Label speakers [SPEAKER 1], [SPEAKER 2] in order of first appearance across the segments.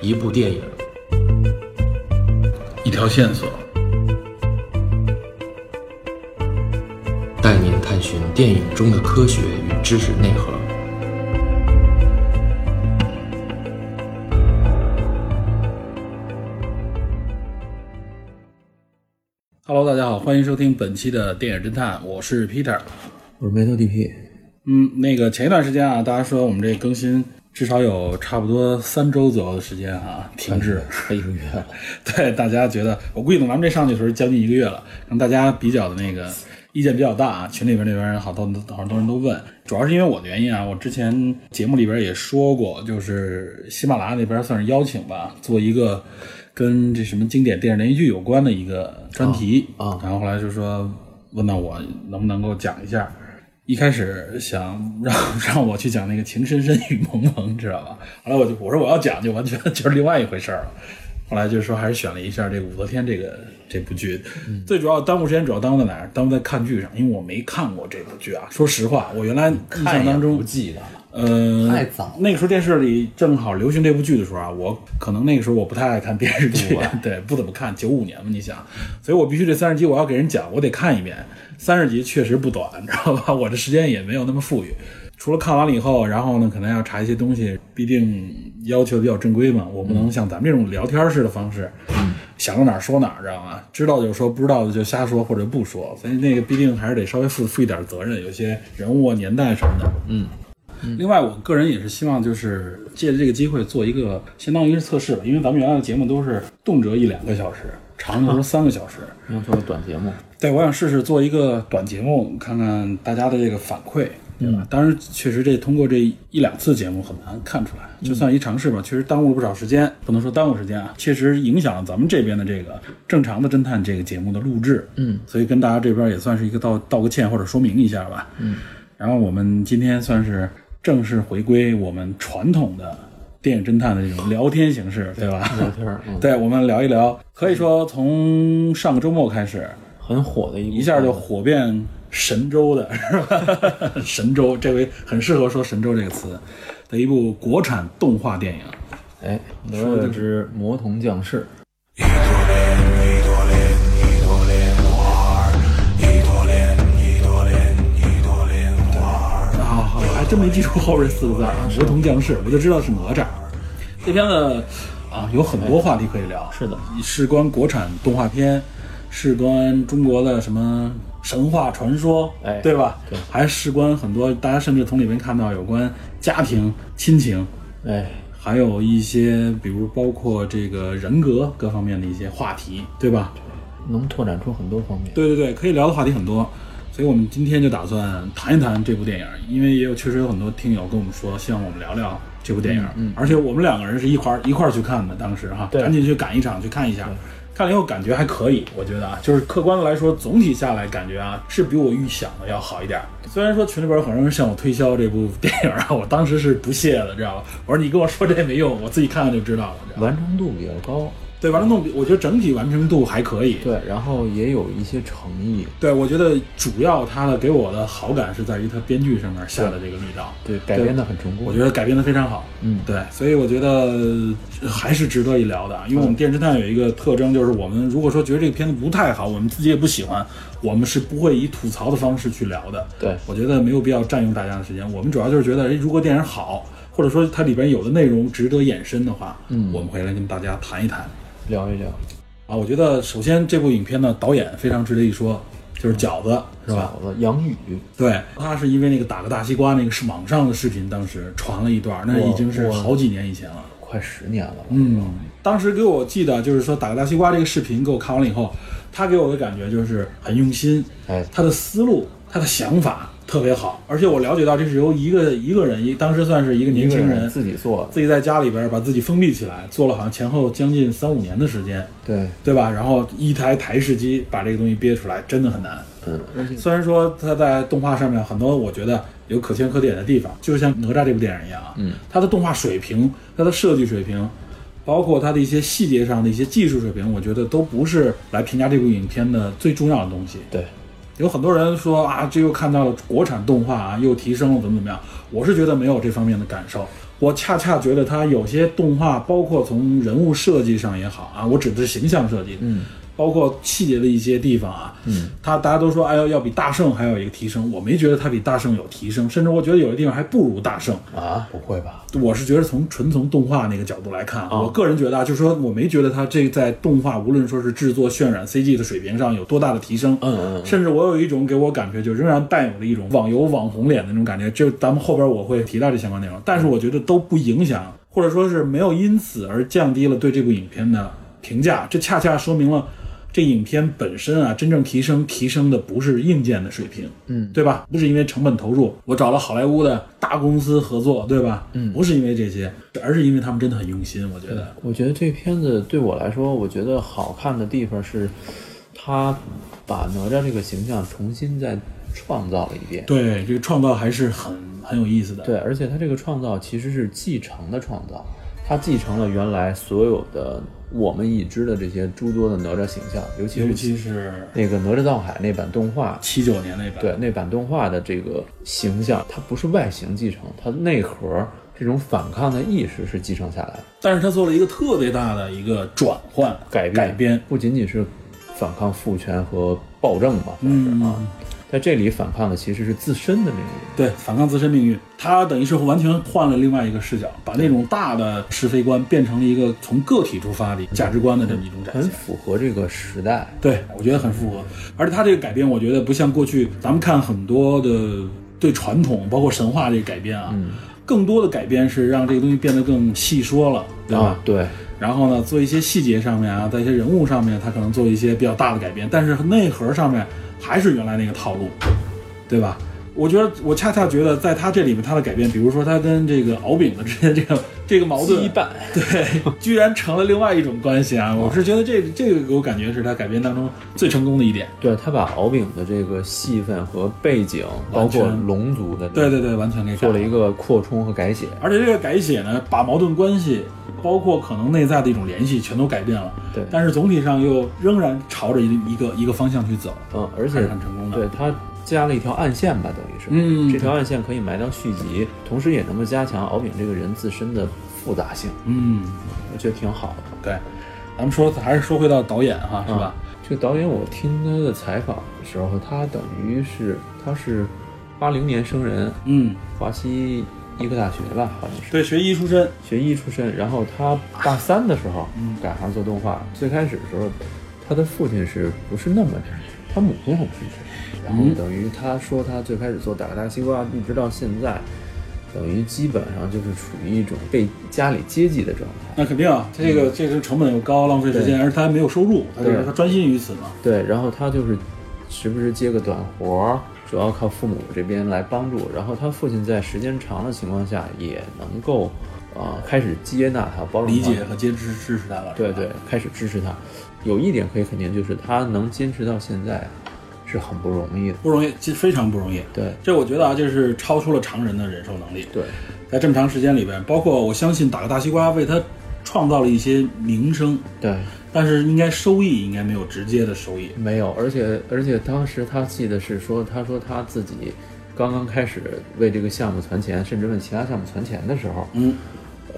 [SPEAKER 1] 一部电影，
[SPEAKER 2] 一条线索，
[SPEAKER 1] 带您探寻电影中的科学与知识内核。
[SPEAKER 2] Hello，大家好，欢迎收听本期的电影侦探，我是 Peter。
[SPEAKER 3] 我是梅头 DP，
[SPEAKER 2] 嗯，那个前一段时间啊，大家说我们这更新至少有差不多三周左右的时间啊停滞。
[SPEAKER 3] 快一个月了，
[SPEAKER 2] 对，大家觉得我估计等咱们这上去的时候将近一个月了，让大家比较的那个意见比较大啊，群里边那边好多好多人都问，主要是因为我的原因啊，我之前节目里边也说过，就是喜马拉雅那边算是邀请吧，做一个跟这什么经典电视连续剧有关的一个专题
[SPEAKER 3] 啊啊
[SPEAKER 2] 然后后来就说问到我能不能够讲一下。一开始想让 让我去讲那个《情深深雨蒙蒙》，知道吧？后来我就我说我要讲，就完全 就是另外一回事儿了。后来就是说还是选了一下这个武则天这个这部剧，最主要耽误时间主要耽误在哪儿？耽误在看剧上，因为我没看过这部剧啊。说实话，我原来印象当中
[SPEAKER 3] 不记得了。
[SPEAKER 2] 呃，
[SPEAKER 3] 太早了
[SPEAKER 2] 那个时候电视里正好流行这部剧的时候啊，我可能那个时候我不太爱看电视剧，对，不怎么看。九五年嘛，你想，所以我必须这三十集我要给人讲，我得看一遍。三十集确实不短，你知道吧？我这时间也没有那么富裕。除了看完了以后，然后呢，可能要查一些东西，毕竟要求比较正规嘛，我不能像咱们这种聊天式的方式，想到哪儿说哪儿，知道吗？知道就说，不知道的就瞎说或者不说，所以那个毕竟还是得稍微负负一点责任，有些人物啊、年代什么的，另外，我个人也是希望就是借着这个机会做一个相当于是测试吧，因为咱们原来的节目都是动辄一两个小时，长的时候三个小时。
[SPEAKER 3] 你要说个短节目，
[SPEAKER 2] 对，我想试试做一个短节目，看看大家的这个反馈，对吧？
[SPEAKER 3] 嗯
[SPEAKER 2] 当然，确实这通过这一两次节目很难看出来，
[SPEAKER 3] 嗯
[SPEAKER 2] 就算一尝试吧，确实耽误了不少时间，不能说耽误时间啊，确实影响了咱们这边的这个正常的侦探这个节目的录制，嗯，所以跟大家这边也算是一个道道个歉或者说明一下吧，嗯，然后我们今天算是正式回归我们传统的电影侦探的这种聊天形式，对吧？
[SPEAKER 3] 聊天儿，嗯，
[SPEAKER 2] 对，我们聊一聊，可以说从上个周末开始，
[SPEAKER 3] 很火的一部
[SPEAKER 2] 一下就火遍神州的 是吧？神州这回很适合说“神州”这个词的一部国产动画电影。
[SPEAKER 3] 哎，哪吒之魔童降世，
[SPEAKER 2] 啊，我还真没记住后边四个字儿啊
[SPEAKER 3] 嗯
[SPEAKER 2] “魔童降世”，我就知道是哪吒。这片子啊，有很多话题可以聊，
[SPEAKER 3] 哎是的，
[SPEAKER 2] 事关国产动画片，事关中国的什么神话传说，
[SPEAKER 3] 哎
[SPEAKER 2] 对吧？
[SPEAKER 3] 对，
[SPEAKER 2] 还事关很多，大家甚至从里面看到有关家庭、亲情，
[SPEAKER 3] 哎，
[SPEAKER 2] 还有一些，比如包括这个人格各方面的一些话题，对吧？
[SPEAKER 3] 能拓展出很多方面。
[SPEAKER 2] 对对对，可以聊的话题很多，所以我们今天就打算谈一谈这部电影，因为也有确实有很多听友跟我们说，希望我们聊聊这部电影，嗯，而且我们两个人是一块儿一块儿去看的，当时哈，
[SPEAKER 3] 对
[SPEAKER 2] 赶紧去赶一场去看一下。看了以后感觉还可以，我觉得啊，就是客观的来说，总体下来感觉啊是比我预想的要好一点。虽然说群里边有很多人向我推销这部电影啊，我当时是不屑的，知道吧？我说你跟我说这也没用，我自己看看就知道了。知道吧
[SPEAKER 3] 完成度比较高，
[SPEAKER 2] 对，完成度，我觉得整体完成度还可以，
[SPEAKER 3] 对，然后也有一些诚意，
[SPEAKER 2] 对，我觉得主要他的给我的好感是在于他编剧上面下的这个力道，
[SPEAKER 3] 对，改编的很成功。
[SPEAKER 2] 我觉得改编的非常好。
[SPEAKER 3] 嗯
[SPEAKER 2] 对，所以我觉得呃还是值得一聊的啊，因
[SPEAKER 3] 嗯
[SPEAKER 2] 为我们电视探有一个特征，就是我们如果说觉得这个片子不太好，我们自己也不喜欢，我们是不会以吐槽的方式去聊的。
[SPEAKER 3] 对
[SPEAKER 2] 我觉得没有必要占用大家的时间，我们主要就是觉得，哎，如果电影好，或者说它里边有的内容值得延伸的话，
[SPEAKER 3] 嗯
[SPEAKER 2] 我们回来跟大家谈一谈。
[SPEAKER 3] 聊一聊，
[SPEAKER 2] 啊，我觉得首先这部影片呢，导演非常值得一说，就是饺子，是吧？
[SPEAKER 3] 饺子杨宇，
[SPEAKER 2] 对，他是因为那个打个大西瓜那个是网上的视频，当时传了一段，那
[SPEAKER 3] 我
[SPEAKER 2] 已经是好几年以前了。
[SPEAKER 3] 快十年了吧？
[SPEAKER 2] 嗯，当时给我记得就是说打个大西瓜这个视频给我看完了以后，他给我的感觉就是很用心，
[SPEAKER 3] 哎
[SPEAKER 2] 他的思路、他的想法特别好，而且我了解到这是由一个一个人，一当时算是一个
[SPEAKER 3] 一
[SPEAKER 2] 年
[SPEAKER 3] 个
[SPEAKER 2] 轻
[SPEAKER 3] 人
[SPEAKER 2] 人
[SPEAKER 3] 自己做的，
[SPEAKER 2] 自己在家里边把自己封闭起来，做了好像前后将近三五年的时间。
[SPEAKER 3] 对，
[SPEAKER 2] 对吧？然后一台台式机把这个东西憋出来，真的很难。
[SPEAKER 3] 嗯，而且
[SPEAKER 2] 虽然说它在动画上面很多，我觉得有可圈可点的地方，就像哪吒这部电影一样啊，嗯，它的动画水平、它的设计水平，包括它的一些细节上的一些技术水平，我觉得都不是来评价这部影片的最重要的东西。
[SPEAKER 3] 对，
[SPEAKER 2] 有很多人说啊，这又看到了国产动画啊，又提升了怎么怎么样。我是觉得没有这方面的感受，我恰恰觉得它有些动画，包括从人物设计上也好啊，我指的是形象设计，嗯，包括细节的一些地方啊，嗯，它大家都说哎呦要比大圣还有一个提升，我没觉得它比大圣有提升，甚至我觉得有的地方还不如大圣。
[SPEAKER 4] 啊，不会吧？
[SPEAKER 2] 我是觉得从纯从动画那个角度来看，我个人觉得啊，就是说我没觉得它这在动画无论说是制作、渲染、CG 的水平上有多大的提升，
[SPEAKER 4] 嗯嗯嗯
[SPEAKER 2] 甚至我有一种给我感觉就仍然带有了一种网游网红脸的那种感觉，就咱们后边我会提到这相关内
[SPEAKER 4] 嗯
[SPEAKER 2] 容，但是我觉得都不影响，或者说是没有因此而降低了对这部影片的评价，这恰恰说明了。这影片本身啊，真正提升提升的不是硬件的水平，嗯，对吧？不是因为成本投入，我找了好莱坞的大公司合作，对吧？嗯，不是因为这些，而是因为他们真的很用心，我觉得。
[SPEAKER 4] 我觉得这片子对我来说，我觉得好看的地方是，他把哪吒这个形象重新再创造了一遍。
[SPEAKER 2] 对，这个创造还是很很有意思的。
[SPEAKER 4] 对，而且他这个创造其实是继承的创造，他继承了原来所有的我们已知的这些诸多的哪吒形象，尤其
[SPEAKER 2] 尤
[SPEAKER 4] 是
[SPEAKER 2] 其是
[SPEAKER 4] 那个哪吒闹海那版动画，
[SPEAKER 2] 七九年那版，
[SPEAKER 4] 对那版动画的这个形象，它不是外形继承，它内核这种反抗的意识是继承下来的，
[SPEAKER 2] 但是他做了一个特别大的一个转换，
[SPEAKER 4] 改
[SPEAKER 2] 改编，
[SPEAKER 4] 不仅仅是反抗父权和暴政嘛，
[SPEAKER 2] 嗯
[SPEAKER 4] 算是啊，在这里反抗的其实是自身的命运。
[SPEAKER 2] 对，反抗自身命运。他等于是完全换了另外一个视角，把那种大的是非观变成了一个从个体出发的价值观的这么一种展
[SPEAKER 4] 很
[SPEAKER 2] 现。
[SPEAKER 4] 符合这个时代，
[SPEAKER 2] 对，我觉得很符合。而且他这个改编，我觉得不像过去咱们看很多的对传统，包括神话这个改编啊，更多的改编是让这个东西变得更细说了，对吧？
[SPEAKER 4] 啊，对，
[SPEAKER 2] 然后呢，做一些细节上面啊，在一些人物上面，他可能做一些比较大的改变，但是内核上面还是原来那个套路，对吧？我觉得我恰恰觉得在他这里面他的改变，比如说他跟这个敖丙的之间这个这个矛盾，
[SPEAKER 4] 羁绊，
[SPEAKER 2] 对，居然成了另外一种关系
[SPEAKER 4] 哦
[SPEAKER 2] 啊！我是觉得这这个给我感觉是他改编当中最成功的一点。
[SPEAKER 4] 对他把敖丙的这个戏份和背景，包括
[SPEAKER 2] 完全
[SPEAKER 4] 龙族的，
[SPEAKER 2] 对对，对，完全给改
[SPEAKER 4] 做了一个扩充和改写。
[SPEAKER 2] 而且这个改写呢，把矛盾关系，包括可能内在的一种联系，全都改变了。
[SPEAKER 4] 对
[SPEAKER 2] 但是总体上又仍然朝着一一个一个方向去走，
[SPEAKER 4] 嗯，而
[SPEAKER 2] 还
[SPEAKER 4] 且
[SPEAKER 2] 是很成功的。
[SPEAKER 4] 对它加了一条暗线吧，等于是，
[SPEAKER 2] 嗯
[SPEAKER 4] 这条暗线可以埋到续集，同时也能够加强敖丙这个人自身的复杂性，
[SPEAKER 2] 嗯，
[SPEAKER 4] 我觉得挺好的，
[SPEAKER 2] 对。咱们说还是说回到导演哈，是吧？
[SPEAKER 4] 嗯？这个导演我听他的采访的时候，他等于是他是八零年生人，
[SPEAKER 2] 嗯，
[SPEAKER 4] 华西医科大学吧，好像是。
[SPEAKER 2] 对，学医出身，
[SPEAKER 4] 学医出身，然后他大三的时候改行做动画。最开始的时候，他的父亲是不是那么支持？他母亲很支持。然后等于他说他最开始做打个大西瓜，一直到现在，等于基本上就是处于一种被家里接济的状态。
[SPEAKER 2] 那肯定啊，这个这个成本又高，浪费时间，而且他还没有收入，他就是
[SPEAKER 4] 嗯对
[SPEAKER 2] 他专心于此嘛。
[SPEAKER 4] 对，然后他就是时不时接个短活儿，主要靠父母这边来帮助。然后他父亲在时间长的情况下，也能够呃开始接纳他，包容他
[SPEAKER 2] 理解和接支支持他了，
[SPEAKER 4] 对对，开始支持他。有一点可以肯定，就是他能坚持到现在，是很不容易的。
[SPEAKER 2] 不容易，其实非常不容易。
[SPEAKER 4] 对
[SPEAKER 2] 这我觉得啊，这是超出了常人的忍受能力。
[SPEAKER 4] 对，
[SPEAKER 2] 在这么长时间里边，包括我相信打个大西瓜为他创造了一些名声，
[SPEAKER 4] 对，
[SPEAKER 2] 但是应该收益应该没有直接的收益。
[SPEAKER 4] 没有，而且而且当时他记得是说，他说他自己刚刚开始为这个项目存钱，甚至为其他项目存钱的时候，
[SPEAKER 2] 嗯，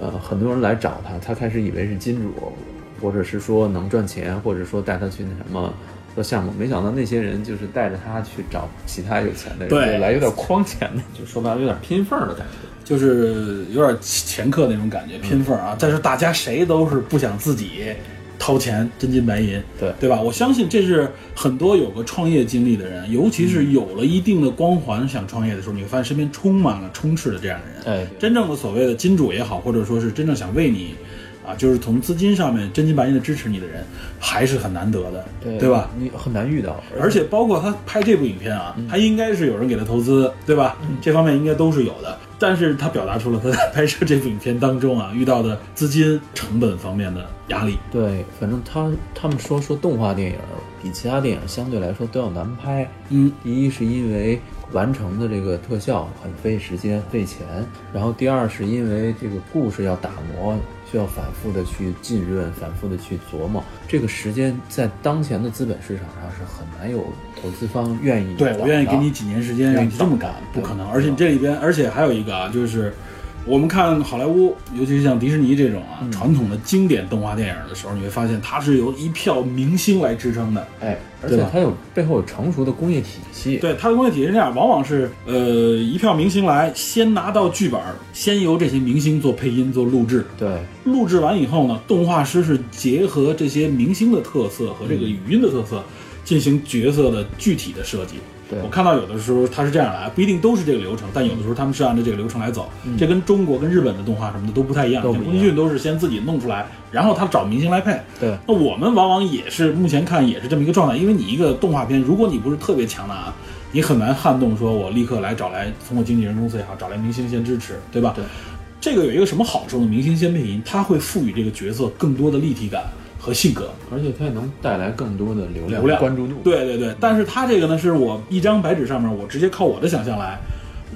[SPEAKER 4] 呃，很多人来找他，他开始以为是金主，或者是说能赚钱，或者说带他去那什么。做项目，没想到那些人就是带着他去找其他有钱的人，
[SPEAKER 2] 对
[SPEAKER 4] 就来有点诓钱的，就说白了有点拼缝儿的感觉。
[SPEAKER 2] 就是有点前客那种感觉，拼缝啊。但是大家谁都是不想自己掏钱真金白银，
[SPEAKER 4] 对
[SPEAKER 2] 对吧？我相信这是很多有过创业经历的人，尤其是有了一定的光环想创业的时候，你会发现身边充满了充斥着这样的人。
[SPEAKER 4] 哎，
[SPEAKER 2] 真正的所谓的金主也好，或者说是真正想为你啊，就是从资金上面真金白银的支持你的人，还是很难得的，
[SPEAKER 4] 对
[SPEAKER 2] 对吧？？
[SPEAKER 4] 你很难遇到，
[SPEAKER 2] 而且包括他拍这部影片啊，他应该是有人给他投资，对吧？这方面应该都是有的。但是他表达出了他在拍摄这部影片当中啊遇到的资金成本方面的压力。
[SPEAKER 4] 对，反正他他们说说动画电影比其他电影相对来说都要难拍。
[SPEAKER 2] 嗯，
[SPEAKER 4] 第一是因为完成的这个特效很费时间费钱，然后第二是因为这个故事要打磨，需要反复的去浸润，反复的去琢磨。这个时间在当前的资本市场上是很难有投资方愿意
[SPEAKER 2] 对
[SPEAKER 4] 找
[SPEAKER 2] 我愿意
[SPEAKER 4] 到
[SPEAKER 2] 给你几年时间让你这么干，不
[SPEAKER 4] 对
[SPEAKER 2] 可能。而且你这里边，而且还有一个啊，就是我们看好莱坞，尤其是像迪士尼这种啊、传统的经典动画电影的时候，你会发现它是由一票明星来支撑的。
[SPEAKER 4] 哎，而
[SPEAKER 2] 对
[SPEAKER 4] 且
[SPEAKER 2] 吧
[SPEAKER 4] 它有背后有成熟的工业体系。
[SPEAKER 2] 对，它的工业体系是这样，往往是呃一票明星来，先拿到剧本，先由这些明星做配音、做录制。
[SPEAKER 4] 对，
[SPEAKER 2] 录制完以后呢，动画师是结合这些明星的特色和这个语音的特色，进行角色的具体的设计。
[SPEAKER 4] 对
[SPEAKER 2] 我看到有的时候它是这样来，不一定都是这个流程，但有的时候他们是按照这个流程来走。这跟中国、跟日本的动画什么的都不太一样。
[SPEAKER 4] 嗯都不
[SPEAKER 2] 像
[SPEAKER 4] 一样
[SPEAKER 2] 宫崎骏都是先自己弄出来，然后他找明星来配。
[SPEAKER 4] 对，
[SPEAKER 2] 那我们往往也是目前看也是这么一个状态，因为你一个动画片，如果你不是特别强大，啊你很难撼动说我立刻来找来通过经纪人公司也好，找来明星先支持，对吧？
[SPEAKER 4] 对。
[SPEAKER 2] 这个有一个什么好处呢？明星先配音，它会赋予这个角色更多的立体感和性格。
[SPEAKER 4] 而且它也能带来更多的流
[SPEAKER 2] 流量
[SPEAKER 4] 关注度。，
[SPEAKER 2] 对对对，但是它这个呢，是我一张白纸上面，我直接靠我的想象来，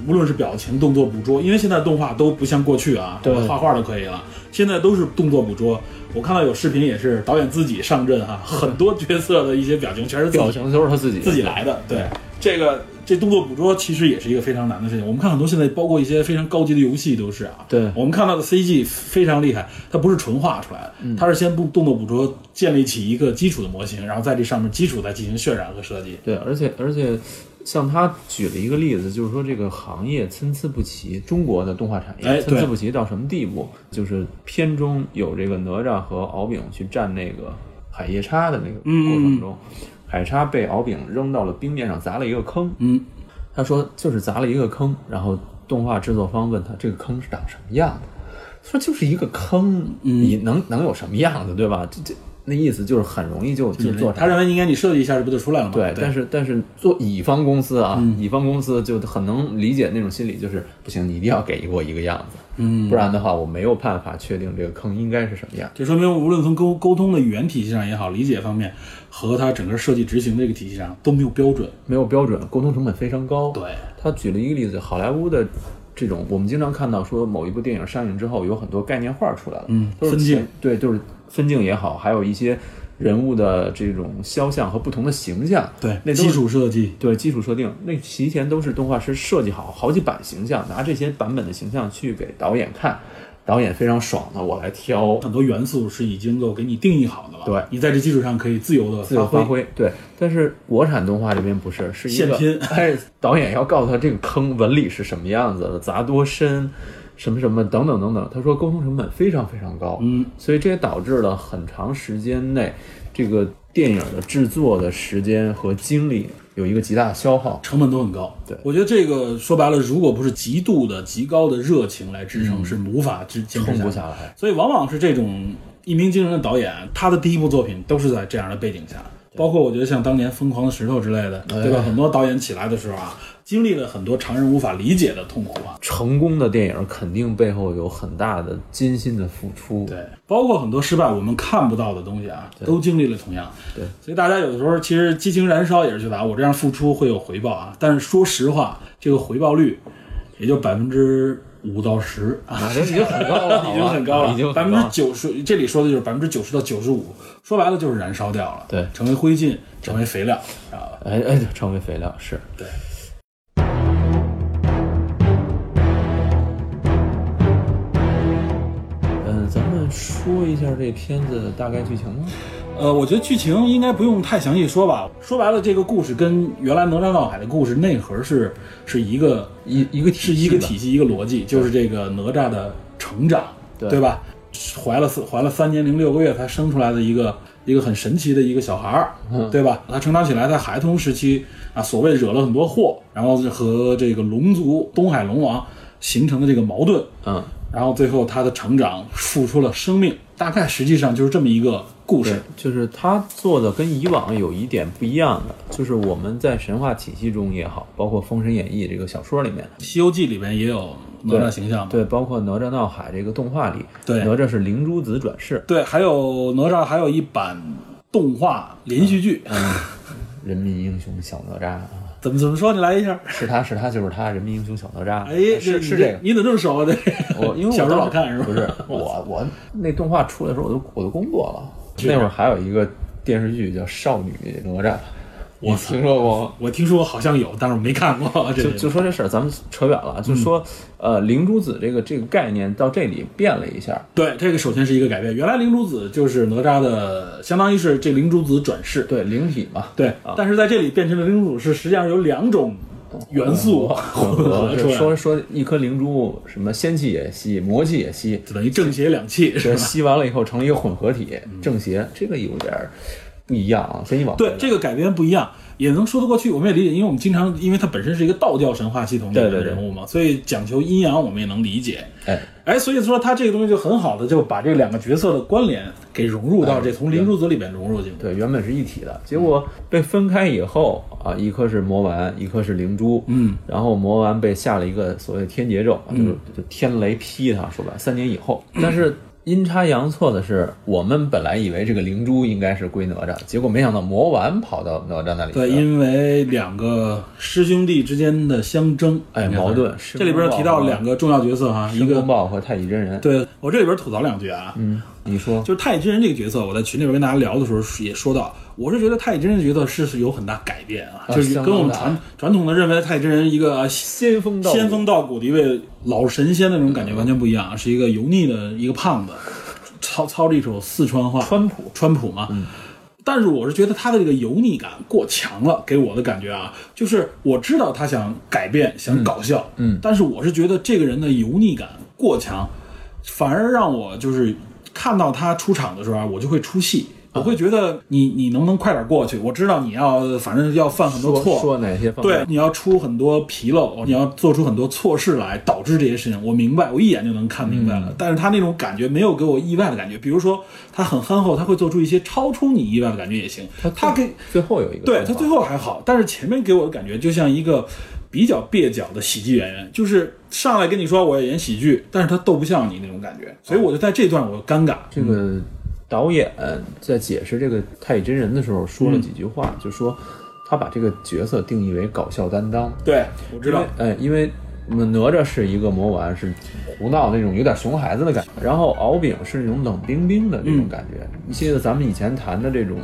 [SPEAKER 2] 无论是表情、动作捕捉，因为现在动画都不像过去啊，
[SPEAKER 4] 对
[SPEAKER 2] 画画都可以了，现在都是动作捕捉。我看到有视频也是导演自己上阵哈、很多角色的一些表情全是自己
[SPEAKER 4] 表情都是他自己
[SPEAKER 2] 自己来的。对，这个这动作捕捉其实也是一个非常难的事情。我们看很多现在包括一些非常高级的游戏都是啊，
[SPEAKER 4] 对
[SPEAKER 2] 我们看到的 CG 非常厉害，它不是纯画出来的，
[SPEAKER 4] 嗯
[SPEAKER 2] 它是先不动作捕捉建立起一个基础的模型，然后在这上面基础再进行渲染和设计。
[SPEAKER 4] 对，而且而且，像他举了一个例子，就是说这个行业参差不齐，中国的动画产
[SPEAKER 2] 哎
[SPEAKER 4] 业参
[SPEAKER 2] 对
[SPEAKER 4] 差不齐到什么地步？就是片中有这个哪吒和敖丙去战那个海夜叉的那
[SPEAKER 2] 嗯
[SPEAKER 4] 个过程中，海叉被敖丙扔到了冰面上，砸了一个坑。
[SPEAKER 2] 嗯，
[SPEAKER 4] 他说就是砸了一个坑，然后动画制作方问他这个坑是长什么样的，他说就是一个坑，
[SPEAKER 2] 嗯
[SPEAKER 4] 你能能有什么样子，对吧？这这那意思就是很容易就就做成
[SPEAKER 2] 他认为应该你设计一下，这不就出来了吗？
[SPEAKER 4] 对，但
[SPEAKER 2] 是
[SPEAKER 4] 是但是做乙方公司啊，
[SPEAKER 2] 嗯
[SPEAKER 4] 乙方公司就很能理解那种心理，就是不行，你一定要给我一个样子，嗯，不然的话我没有办法确定这个坑应该是什么样。
[SPEAKER 2] 这说明无论从沟沟通的语言体系上也好，理解方面和它整个设计执行这个体系上都没有标准。
[SPEAKER 4] 没有标准，沟通成本非常高。
[SPEAKER 2] 对，
[SPEAKER 4] 他举了一个例子，好莱坞的这种，我们经常看到说某一部电影上映之后，有很多概念画出来了，
[SPEAKER 2] 嗯
[SPEAKER 4] 都是
[SPEAKER 2] 分镜，
[SPEAKER 4] 对，就是分镜也好，还有一些人物的这种肖像和不同的形象，
[SPEAKER 2] 对，
[SPEAKER 4] 那都
[SPEAKER 2] 基
[SPEAKER 4] 是
[SPEAKER 2] 础设计，
[SPEAKER 4] 对基础设定，那提前都是动画师设计好好几版形象，拿这些版本的形象去给导演看，导演非常爽的，我来挑，
[SPEAKER 2] 很多元素是已经够给你定义好的了。
[SPEAKER 4] 对
[SPEAKER 2] 你在这基础上可以自由的
[SPEAKER 4] 自由
[SPEAKER 2] 挥。
[SPEAKER 4] 发挥。对，但是国产动画这边不是，是一
[SPEAKER 2] 现
[SPEAKER 4] 个
[SPEAKER 2] 拼
[SPEAKER 4] 哎，导演要告诉他这个坑纹理是什么样子的，砸多深，什么什么等等等等。他说沟通成本非常非常高，
[SPEAKER 2] 嗯，
[SPEAKER 4] 所以这也导致了很长时间内这个电影的制作的时间和精力有一个极大的消耗。
[SPEAKER 2] 成本都很高，
[SPEAKER 4] 对
[SPEAKER 2] 我觉得这个说白了，如果不是极度的、极高的热情来支撑，是无法支坚持
[SPEAKER 4] 撑不
[SPEAKER 2] 下
[SPEAKER 4] 下
[SPEAKER 2] 来。
[SPEAKER 4] 来，
[SPEAKER 2] 所以往往是这种一鸣惊人的导演，他的第一部作品都是在这样的背景下，包括我觉得像当年《疯狂的石头》之类的，
[SPEAKER 4] 哎
[SPEAKER 2] 对吧？很多导演起来的时候啊，经历了很多常人无法理解的痛苦啊，
[SPEAKER 4] 成功的电影肯定背后有很大的精心的付出。
[SPEAKER 2] 对，包括很多失败我们看不到的东西啊，都经历了同样。
[SPEAKER 4] 对，
[SPEAKER 2] 所以大家有的时候其实激情燃烧也是觉得啊，我这样付出会有回报啊，但是说实话，这个回报率也就百分之五到十啊。
[SPEAKER 4] 啊，这已经很高了，好吧
[SPEAKER 2] 已经很高了，
[SPEAKER 4] 已经
[SPEAKER 2] 百
[SPEAKER 4] 很
[SPEAKER 2] 分
[SPEAKER 4] 高
[SPEAKER 2] 之
[SPEAKER 4] 了。
[SPEAKER 2] 九十，这里说的就是百分之九十到九十五，说白了就是燃烧掉了，
[SPEAKER 4] 对
[SPEAKER 2] 成为灰烬，成为肥料，知道吧？
[SPEAKER 4] 哎哎，成为肥料是
[SPEAKER 2] 对。
[SPEAKER 4] 嗯，咱们说一下这片子的大概剧情吗？
[SPEAKER 2] 呃，我觉得剧情应该不用太详细说吧。说白了，这个故事跟原来哪吒闹海的故事内核是是一个
[SPEAKER 4] 一一个体
[SPEAKER 2] 是一个
[SPEAKER 4] 系吧
[SPEAKER 2] 体系一个逻辑，就是这个哪吒的成长，
[SPEAKER 4] 对
[SPEAKER 2] 吧？怀了四怀了三年零六个月才生出来的一个一个很神奇的一个小孩儿，
[SPEAKER 4] 嗯
[SPEAKER 2] 对吧？他成长起来，在孩童时期啊，所谓惹了很多祸，然后是和这个龙族东海龙王形成的这个矛盾，
[SPEAKER 4] 嗯，
[SPEAKER 2] 然后最后他的成长付出了生命，大概实际上就是这么一个故
[SPEAKER 4] 对
[SPEAKER 2] 事。，
[SPEAKER 4] 就是他做的跟以往有一点不一样的，就是我们在神话体系中也好，包括《封神演义》这个小说里面，
[SPEAKER 2] 《西游记》里面也有哪吒
[SPEAKER 4] 对
[SPEAKER 2] 形象嘛，
[SPEAKER 4] 对，包括哪吒闹海这个动画里，
[SPEAKER 2] 啊对
[SPEAKER 4] 哪吒是灵珠子转世，
[SPEAKER 2] 对，还有哪吒，还有一版动画连续剧，
[SPEAKER 4] 嗯人民英雄小哪吒啊，
[SPEAKER 2] 怎么怎么说？你来一下。
[SPEAKER 4] 是他是他就是他，人民英雄小哪吒，啊
[SPEAKER 2] 哎，
[SPEAKER 4] 呃是
[SPEAKER 2] 你
[SPEAKER 4] 是这个。
[SPEAKER 2] 你怎么这么熟啊？这
[SPEAKER 4] 我因为我
[SPEAKER 2] 小时候
[SPEAKER 4] 当
[SPEAKER 2] 老看是吧？
[SPEAKER 4] 不 是我我那动画出来的时候，我都我都工作了。那会儿还有一个电视剧叫《少女哪吒》，
[SPEAKER 2] 我操
[SPEAKER 4] 听说过吗？
[SPEAKER 2] 我听说好像有，但是我没看 过。这嗯
[SPEAKER 4] 就就说这事儿，咱们扯远了。就说，呃，灵珠子这个这个概念到这里变了一下。
[SPEAKER 2] 对，这个首先是一个改变。原来灵珠子就是哪吒的，相当于是这灵珠子转世。
[SPEAKER 4] 对，灵体嘛，
[SPEAKER 2] 对，但是在这里变成了灵珠子是实际上有两种元素混合出
[SPEAKER 4] 就
[SPEAKER 2] 来
[SPEAKER 4] 是
[SPEAKER 2] 的，
[SPEAKER 4] 哦说说一颗灵珠，什么仙气也吸，魔气也吸，
[SPEAKER 2] 等于正邪两气是
[SPEAKER 4] 这
[SPEAKER 2] 吧？
[SPEAKER 4] 吸完了以后成了一个混合体，正邪这个有点儿不一样啊。所以往回
[SPEAKER 2] 嗯对
[SPEAKER 4] 来，
[SPEAKER 2] 这个改编不一样，也能说得过去，我们也理解，因为我们经常，因为它本身是一个道教神话系统里面
[SPEAKER 4] 对
[SPEAKER 2] 的
[SPEAKER 4] 对对
[SPEAKER 2] 人物嘛，所以讲求阴阳，我们也能理解。
[SPEAKER 4] 哎，
[SPEAKER 2] 哎，所以说它这个东西就很好的就把这两个角色的关联给融入
[SPEAKER 4] 哎
[SPEAKER 2] 到这从灵珠子里面融入进去。
[SPEAKER 4] 对，原本是一体的，结果被分开以后啊，一颗是魔丸，一颗是灵珠，
[SPEAKER 2] 嗯，
[SPEAKER 4] 然后魔丸被下了一个所谓天劫咒，就是就天雷劈它，说白了，三年以后，但是。阴差阳错的是，我们本来以为这个灵珠应该是归哪吒，结果没想到魔丸跑到哪吒那里去了。
[SPEAKER 2] 对，因为两个师兄弟之间的相争，
[SPEAKER 4] 哎
[SPEAKER 2] 应该
[SPEAKER 4] 矛盾
[SPEAKER 2] 算是这里边有提到两个重要角色哈，一
[SPEAKER 4] 申公
[SPEAKER 2] 个
[SPEAKER 4] 豹和太乙真人。，
[SPEAKER 2] 对我这里边吐槽两句啊，
[SPEAKER 4] 嗯，你说
[SPEAKER 2] 就是太乙真人这个角色，我在群里边跟大家聊的时候也说到，我是觉得太乙真人的角色是是有很大改变啊，
[SPEAKER 4] 啊
[SPEAKER 2] 就是跟我们
[SPEAKER 4] 相当大
[SPEAKER 2] 传传统的认为太乙真人一个啊
[SPEAKER 4] 仙风道骨
[SPEAKER 2] 仙风道骨的一位老神仙的那种感觉完全不一样啊，是一个油腻的一个胖子，操操着一首四川话，
[SPEAKER 4] 川普嗯
[SPEAKER 2] 川普嘛。但是我是觉得他的这个油腻感过强了，给我的感觉啊，就是我知道他想改变，想搞笑，
[SPEAKER 4] 嗯嗯
[SPEAKER 2] 但是我是觉得这个人的油腻感过强，反而让我就是看到他出场的时候啊，我就会出戏，我会觉得你你能不能快点过去？我知道你要反正要犯很多
[SPEAKER 4] 说
[SPEAKER 2] 错，
[SPEAKER 4] 说哪些方
[SPEAKER 2] 对
[SPEAKER 4] 面？，
[SPEAKER 2] 你要出很多纰漏，你要做出很多措施来导致这些事情。我明白，我一眼就能看明白了。但是他那种感觉没有给我意外的感觉，比如说他很憨厚，他会做出一些超出你意外的感觉也行。他
[SPEAKER 4] 他
[SPEAKER 2] 给
[SPEAKER 4] 最后有一个
[SPEAKER 2] 对
[SPEAKER 4] 说
[SPEAKER 2] 他
[SPEAKER 4] 法
[SPEAKER 2] 最后还好，但是前面给我的感觉就像一个比较蹩脚的喜剧演员，就是上来跟你说我要演喜剧，但是他逗不笑你那种感觉。所以我就在这段我尴尬。
[SPEAKER 4] 这
[SPEAKER 2] 嗯
[SPEAKER 4] 个导演在解释这个太乙真人的时候说了几句话，
[SPEAKER 2] 嗯
[SPEAKER 4] 就说他把这个角色定义为搞笑担当，
[SPEAKER 2] 对，我知道。
[SPEAKER 4] 哎，因为。嗯哪吒是一个魔丸，是胡闹那种有点熊孩子的感觉，然后敖丙是那种冷冰冰的那种感觉，
[SPEAKER 2] 嗯
[SPEAKER 4] 一些咱们以前谈的这种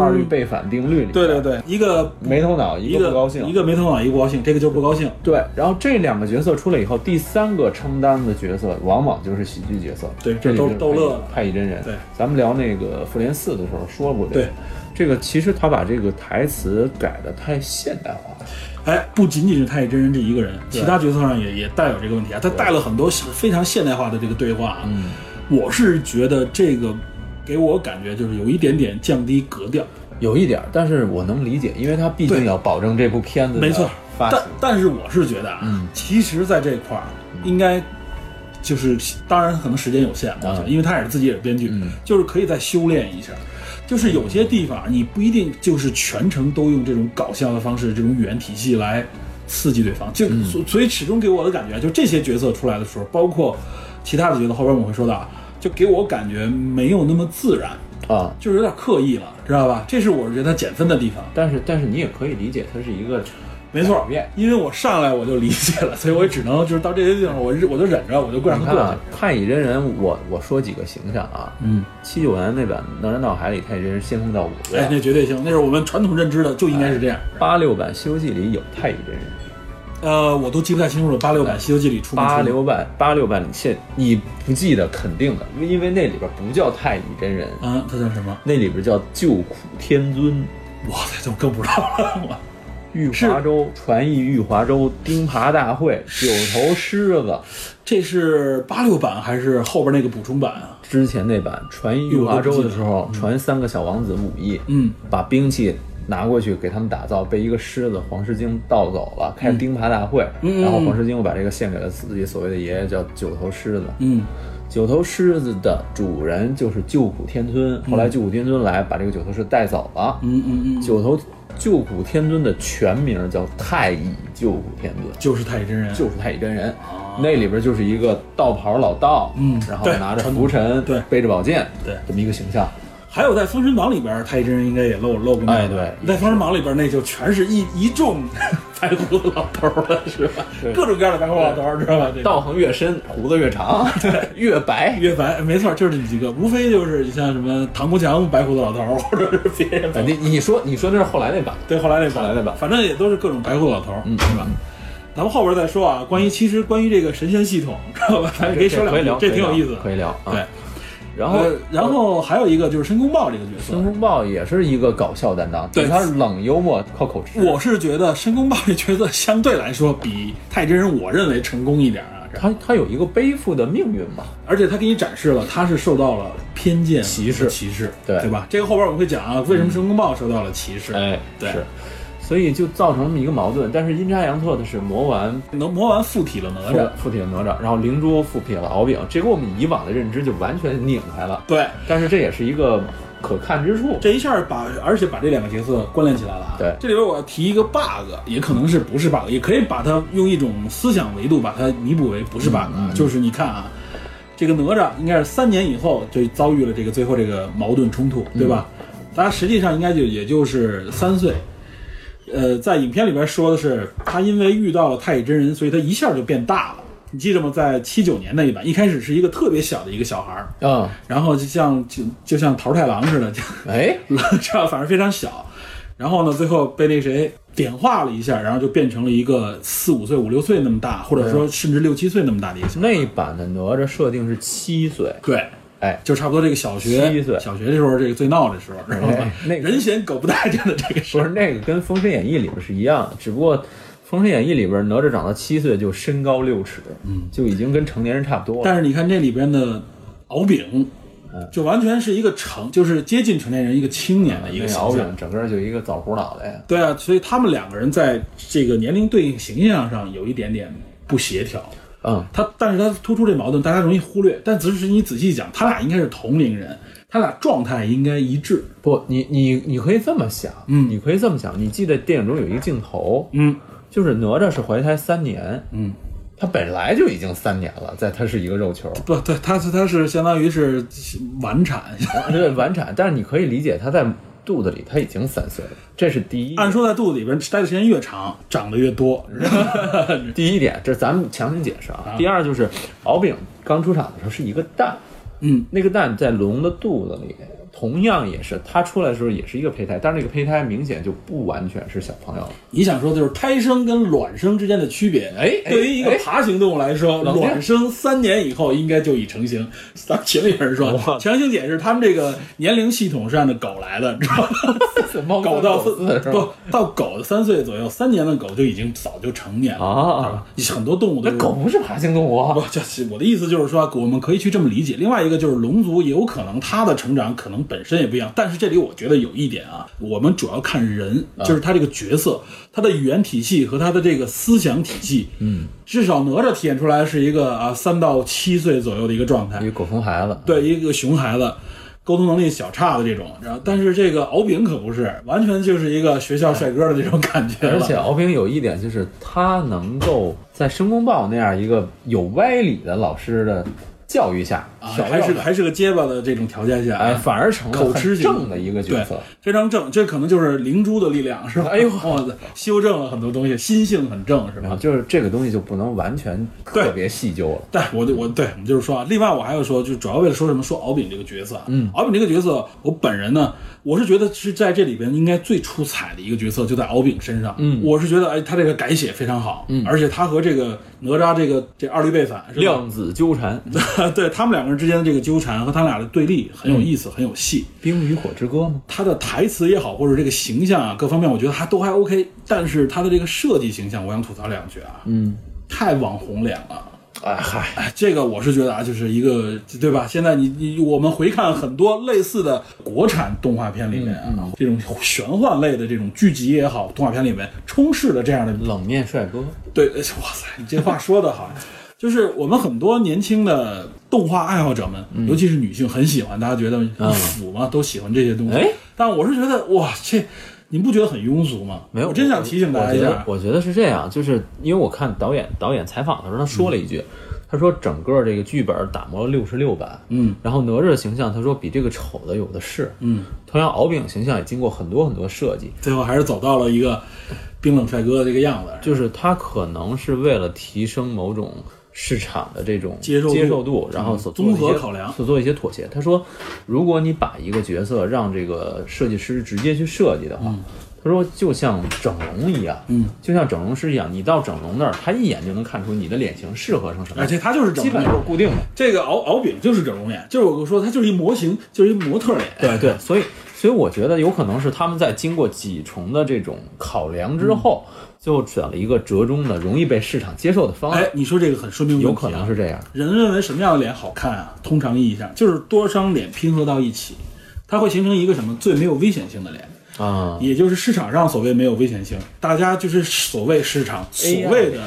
[SPEAKER 4] 二律背反定律里面，
[SPEAKER 2] 对对对，一个
[SPEAKER 4] 没头脑，
[SPEAKER 2] 一
[SPEAKER 4] 一个
[SPEAKER 2] 个
[SPEAKER 4] 不高兴，
[SPEAKER 2] 一个没头脑，一个不高兴，这个就是不高兴。
[SPEAKER 4] 对，然后这两个角色出来以后，第三个承担的角色往往就是喜剧角色，
[SPEAKER 2] 对
[SPEAKER 4] 这里
[SPEAKER 2] 逗
[SPEAKER 4] 就是
[SPEAKER 2] 逗乐了
[SPEAKER 4] 太乙真人。
[SPEAKER 2] 对
[SPEAKER 4] 咱们聊那个复联四的时候说过这个，
[SPEAKER 2] 对
[SPEAKER 4] 这个其实他把这个台词改的太现代化了，
[SPEAKER 2] 哎，不仅仅是太乙真人这一个人，其他角色上也也带有这个问题啊。他带了很多非常现代化的这个对话啊。
[SPEAKER 4] 嗯，
[SPEAKER 2] 我是觉得这个给我感觉就是有一点点降低格调，
[SPEAKER 4] 有一点儿，但是我能理解，因为他毕竟
[SPEAKER 2] 对
[SPEAKER 4] 要保证这部片子的
[SPEAKER 2] 没错。
[SPEAKER 4] 发行
[SPEAKER 2] 但。但是我是觉得啊，
[SPEAKER 4] 嗯
[SPEAKER 2] 其实在这块儿应该就是，当然可能时间有限，我觉得
[SPEAKER 4] 嗯
[SPEAKER 2] 因为他也是自己也是编剧，
[SPEAKER 4] 嗯
[SPEAKER 2] 就是可以再修炼一下。就是有些地方你不一定就是全程都用这种搞笑的方式、这种语言体系来刺激对方，就、
[SPEAKER 4] 嗯
[SPEAKER 2] 所所以始终给我的感觉，就这些角色出来的时候，包括其他的角色，后边我们会说到啊，就给我感觉没有那么自然，
[SPEAKER 4] 啊、
[SPEAKER 2] 就是有点刻意了，知道吧？这是我觉得他减分的地方。
[SPEAKER 4] 但是但是你也可以理解，它是一个
[SPEAKER 2] 没错
[SPEAKER 4] 改变，
[SPEAKER 2] 因为我上来我就理解了，所以我也只能就是到这些地方，我我就忍着，我就让
[SPEAKER 4] 你
[SPEAKER 2] 他
[SPEAKER 4] 看
[SPEAKER 2] 过
[SPEAKER 4] 啊
[SPEAKER 2] 去。，
[SPEAKER 4] 太乙真人，我我说几个形象啊，
[SPEAKER 2] 嗯，
[SPEAKER 4] 七九年那版《哪吒闹海》里，太乙真人仙风道骨，
[SPEAKER 2] 哎，那绝对行，那是我们传统认知的，就应该是这样。
[SPEAKER 4] 八六版《西游记》里有太乙真人，
[SPEAKER 2] 呃，我都记不太清楚了。八六版《西游记》里出没出
[SPEAKER 4] 八
[SPEAKER 2] 现
[SPEAKER 4] 六版八六版里现你不记得肯定的，因为那里边不叫太乙真人，
[SPEAKER 2] 啊，他叫什么？
[SPEAKER 4] 那里边叫救苦天尊。
[SPEAKER 2] 我操，就更不知道了。 我
[SPEAKER 4] 玉华州传艺玉华州钉耙大会，九头狮子
[SPEAKER 2] 这是八六版还是后边那个补充版啊？
[SPEAKER 4] 之前那版传艺玉华州的时候，传三个小王子武艺，
[SPEAKER 2] 嗯，
[SPEAKER 4] 把兵器拿过去给他们打造，被一个狮子黄狮精盗走了，开钉耙大会，
[SPEAKER 2] 嗯
[SPEAKER 4] 然后黄狮精又把这个献给了自己所谓的爷爷，叫九头狮子。
[SPEAKER 2] 嗯，
[SPEAKER 4] 九头狮子的主人就是救苦天尊，后来救苦天尊来把这个九头狮带走了。
[SPEAKER 2] 嗯嗯嗯，
[SPEAKER 4] 九头救苦天尊的全名叫太乙救苦天尊，
[SPEAKER 2] 就是太乙真人。
[SPEAKER 4] 就是太乙真人。那里边就是一个道袍老道，
[SPEAKER 2] 嗯
[SPEAKER 4] 然后
[SPEAKER 2] 对
[SPEAKER 4] 拿着
[SPEAKER 2] 传
[SPEAKER 4] 拂尘，
[SPEAKER 2] 对
[SPEAKER 4] 背着宝剑，
[SPEAKER 2] 对
[SPEAKER 4] 这么一个形象。
[SPEAKER 2] 还有在《封神榜》里边，太乙真人应该也露露过面。
[SPEAKER 4] 哎对
[SPEAKER 2] 在《封神榜》里边，那就全是一一众 白胡子老头儿了，是吧？各种各样的白胡子老头儿，知道吧？这个
[SPEAKER 4] 道行越深，胡子越长， 越白。
[SPEAKER 2] 岳白，没错，就是这几个，无非就是你像什么唐国强白胡子老头儿，或者是别人
[SPEAKER 4] 哎你你说你说那是后来那版，
[SPEAKER 2] 对，后来那版，
[SPEAKER 4] 后来那版
[SPEAKER 2] 反正也都是各种白胡子老头，嗯，是吧？咱们后边再说啊，关于其实关于这个神仙系统，知道吧？咱哎也可以说
[SPEAKER 4] 可以
[SPEAKER 2] 两
[SPEAKER 4] 聊
[SPEAKER 2] 句，，这挺有意思的。
[SPEAKER 4] 可以聊。啊
[SPEAKER 2] 对，，呃
[SPEAKER 4] 然
[SPEAKER 2] 然
[SPEAKER 4] 后
[SPEAKER 2] 后然后还有一个就是申公豹这个角色
[SPEAKER 4] 申，公豹也是一个搞笑担当，
[SPEAKER 2] 对
[SPEAKER 4] 他是冷幽默靠口吃。
[SPEAKER 2] 我是觉得申公豹这角色相对来说比太乙真人，我认为成功一点啊。这
[SPEAKER 4] 他他有一个背负的命运嘛，
[SPEAKER 2] 而且他给你展示了他是受到了偏见、歧视、歧视，
[SPEAKER 4] 对嗯
[SPEAKER 2] 对吧？这个后边我们会讲啊，为什么申公豹受到了歧视？
[SPEAKER 4] 哎，
[SPEAKER 2] 对
[SPEAKER 4] 是，所以就造成这么一个矛盾。但是阴差阳错的是，魔丸
[SPEAKER 2] 能魔丸附体了哪
[SPEAKER 4] 附
[SPEAKER 2] 吒，
[SPEAKER 4] 附体了哪吒，然后灵珠附体了敖丙，这跟我们以往的认知就完全拧开了。
[SPEAKER 2] 对，
[SPEAKER 4] 但是这也是一个可看之处。
[SPEAKER 2] 这一下把，而且把这两个角色关联起来了啊。
[SPEAKER 4] 对
[SPEAKER 2] 这里边我要提一个 bug，也可能是不是 bug，也可以把它用一种思想维度把它弥补为不是 bug，啊、就是你看啊，这个哪吒应该是三年以后就遭遇了这个最后这个矛盾冲突，对吧？他实际上应该就也就是三岁。呃，在影片里边说的是，他因为遇到了太乙真人，所以他一下就变大了。你记着吗？在七九年那一版，一开始是一个特别小的一个小孩儿，
[SPEAKER 4] 嗯，
[SPEAKER 2] 然后就像就就像桃太郎似的， 就
[SPEAKER 4] 哎，
[SPEAKER 2] 知道，反正非常小。然后呢，最后被那谁点化了一下，然后就变成了一个四五岁、五六岁那么大，或者说甚至六七岁那么大的一个小孩。
[SPEAKER 4] 那一版的哪吒设定是七岁，
[SPEAKER 2] 对，
[SPEAKER 4] 哎，
[SPEAKER 2] 就差不多这个小学
[SPEAKER 4] 七岁
[SPEAKER 2] 小学的时候，这个最闹的时候，知道吗
[SPEAKER 4] 哎？那 个哦
[SPEAKER 2] 人嫌狗不待见的这个时
[SPEAKER 4] 不
[SPEAKER 2] 候
[SPEAKER 4] 是，那个跟《封神演义》里边是一样的，只不过《封神演义》里边哪吒长到七岁就身高六尺，嗯，就已经跟成年人差不多了。
[SPEAKER 2] 但是你看这里边的敖丙，
[SPEAKER 4] 嗯
[SPEAKER 2] 就完全是一个成，就是接近成年人一个青年的一个
[SPEAKER 4] 那敖
[SPEAKER 2] 形象。
[SPEAKER 4] 丙整个就一个枣核脑袋呀。
[SPEAKER 2] 对啊，所以他们两个人在这个年龄对应形象上有一点点不协调。
[SPEAKER 4] 嗯，
[SPEAKER 2] 他，但是他突出这矛盾，大家容易忽略。但只是你仔细讲，他俩应该是同龄人，他俩状态应该一致。
[SPEAKER 4] 不，你你你可以这么想，
[SPEAKER 2] 嗯
[SPEAKER 4] 你可以这么想。你记得电影中有一个镜头，
[SPEAKER 2] 嗯，
[SPEAKER 4] 就是哪吒是怀胎三年，
[SPEAKER 2] 嗯，
[SPEAKER 4] 他本来就已经三年了，在他是一个肉球，
[SPEAKER 2] 不，对，他是他是相当于是晚产。
[SPEAKER 4] 对，晚产。但是你可以理解他在肚子里他已经三岁了，这是第一。
[SPEAKER 2] 按说在肚子里边待的时间越长，长得越 多。
[SPEAKER 4] 第一点，这咱们强行解释啊。第二就是敖丙刚出场的时候是一个蛋，
[SPEAKER 2] 嗯，
[SPEAKER 4] 那个蛋在龙的肚子里，同样也是它出来的时候也是一个胚胎，但是那个胚胎明显就不完全是小朋友了。
[SPEAKER 2] 你想说的就是胎生跟卵生之间的区别？
[SPEAKER 4] 哎哎
[SPEAKER 2] 对于一个
[SPEAKER 4] 哎
[SPEAKER 2] 爬行动物来说，
[SPEAKER 4] 老爹
[SPEAKER 2] 卵生三年以后应该就已成型。咱们群里有人说，强行解释他们这个年龄系统是按照狗来的，知道 吗？
[SPEAKER 4] 猫
[SPEAKER 2] 狗到三
[SPEAKER 4] 是吧？
[SPEAKER 2] 不到狗三岁左右，三年的狗就已经早就成年了
[SPEAKER 4] 啊
[SPEAKER 2] 是吧你很多动物都
[SPEAKER 4] 那
[SPEAKER 2] 是
[SPEAKER 4] 狗。不是爬行动物啊
[SPEAKER 2] 不，，就是我的意思就是说，我们可以去这么理解。另外一个就是龙族也有可能它的成长可能本身也不一样，但是这里我觉得有一点啊，我们主要看人，
[SPEAKER 4] 啊
[SPEAKER 2] 就是他这个角色，他的语言体系和他的这个思想体系，嗯，至少哪吒体现出来是一个啊三到七岁左右的一个状态
[SPEAKER 4] 一，个狗熊孩子。
[SPEAKER 2] 对一个熊孩子，沟通能力小差的这种。然后，但是这个敖丙可不是，完全就是一个学校帅哥的这种感觉了。
[SPEAKER 4] 而且敖丙有一点就是他能够在申公豹那样一个有歪理的老师的教育下，
[SPEAKER 2] 啊，
[SPEAKER 4] 调
[SPEAKER 2] 还是
[SPEAKER 4] 教下
[SPEAKER 2] 还是个结巴的这种条件下，
[SPEAKER 4] 哎，反而成了
[SPEAKER 2] 口
[SPEAKER 4] 很
[SPEAKER 2] 吃型
[SPEAKER 4] 正的一个角
[SPEAKER 2] 对
[SPEAKER 4] 色。，
[SPEAKER 2] 非常正。这可能就是灵珠的力量，是吧？
[SPEAKER 4] 哎 呦嗯
[SPEAKER 2] 我操，修正了很多东西，心性很正，是
[SPEAKER 4] 然
[SPEAKER 2] 吧
[SPEAKER 4] 后？就是这个东西就不能完全特别细究了。
[SPEAKER 2] 但我我对我们就是说啊，另外我还要说，就主要为了说什么？说敖丙这个角色啊，嗯，敖丙这个角色，我本人呢，我是觉得是在这里边应该最出彩的一个角色，就在敖丙身上。嗯，我是觉得哎，他这个改写非常好，嗯，而且他和这个哪吒这个这二律背反是吧
[SPEAKER 4] 量子纠缠，《
[SPEAKER 2] 对他们两个人之间的这个纠缠和他俩的对立很有意思，很有戏。
[SPEAKER 4] 冰与火之歌》吗？
[SPEAKER 2] 他的台词也好，或者这个形象啊，各方面我觉得还都还 OK，但是他的这个设计形象，我想吐槽两句啊，嗯，太网红脸了。
[SPEAKER 4] 哎嗨，
[SPEAKER 2] 哎，这个我是觉得啊，就是一个对吧？现在你你我们回看很多类似的国产动画片里面啊，这种玄幻类的这种剧集也好，动画片里面充斥了这样的
[SPEAKER 4] 冷面帅哥，
[SPEAKER 2] 对，哎哇塞，你这话说的好，就是我们很多年轻的动画爱好者们，
[SPEAKER 4] 嗯
[SPEAKER 2] 尤其是女性，很喜欢，大家觉得腐嘛，都喜欢这些东西
[SPEAKER 4] 哎。
[SPEAKER 2] 但我是觉得，哇，这您不觉得很庸俗吗？
[SPEAKER 4] 没有，
[SPEAKER 2] 我真想提醒大家
[SPEAKER 4] 我
[SPEAKER 2] 一
[SPEAKER 4] 觉得
[SPEAKER 2] 下，嗯
[SPEAKER 4] 我觉得是这样，就是因为我看导演导演采访的时候，他说了一句，他说整个这个剧本打磨了六十六版，
[SPEAKER 2] 嗯
[SPEAKER 4] 然后哪吒的形象他说比这个丑的有的是，
[SPEAKER 2] 嗯，
[SPEAKER 4] 同样敖丙形象也经过很多很多设计，
[SPEAKER 2] 最后还是走到了一个冰冷帅哥的这个样子。
[SPEAKER 4] 就是他可能是为了提升某种市场的这种
[SPEAKER 2] 接受度嗯
[SPEAKER 4] 接受度，然后所做
[SPEAKER 2] 综合
[SPEAKER 4] 一些
[SPEAKER 2] 考量
[SPEAKER 4] 所做一些妥协。他说，如果你把一个角色让这个设计师直接去设计的话，他说就像整容一样，
[SPEAKER 2] 嗯，
[SPEAKER 4] 就像整容师一样，你到整容那儿，他一眼就能看出你的脸型适合成什么
[SPEAKER 2] 而
[SPEAKER 4] 样，
[SPEAKER 2] 且他就是整
[SPEAKER 4] 基
[SPEAKER 2] 容
[SPEAKER 4] 本就
[SPEAKER 2] 眼
[SPEAKER 4] 是，固定的。
[SPEAKER 2] 这个敖敖丙就是整容眼，就是我跟你说，他就是一模型，就是一模特脸。
[SPEAKER 4] 对对，所以所以我觉得有可能是他们在经过几重的这种考量
[SPEAKER 2] 嗯
[SPEAKER 4] 之后，最后选了一个折中的、容易被市场接受的方案，
[SPEAKER 2] 哎，你说这个很说明
[SPEAKER 4] 有
[SPEAKER 2] 问题
[SPEAKER 4] 可
[SPEAKER 2] 啊
[SPEAKER 4] 能是这样。
[SPEAKER 2] 人认为什么样的脸好看啊？通常意义上就是多张脸拼合到一起，它会形成一个什么最没有危险性的脸，
[SPEAKER 4] 啊、
[SPEAKER 2] 也就是市场上所谓没有危险性，大家就是所谓市场所谓的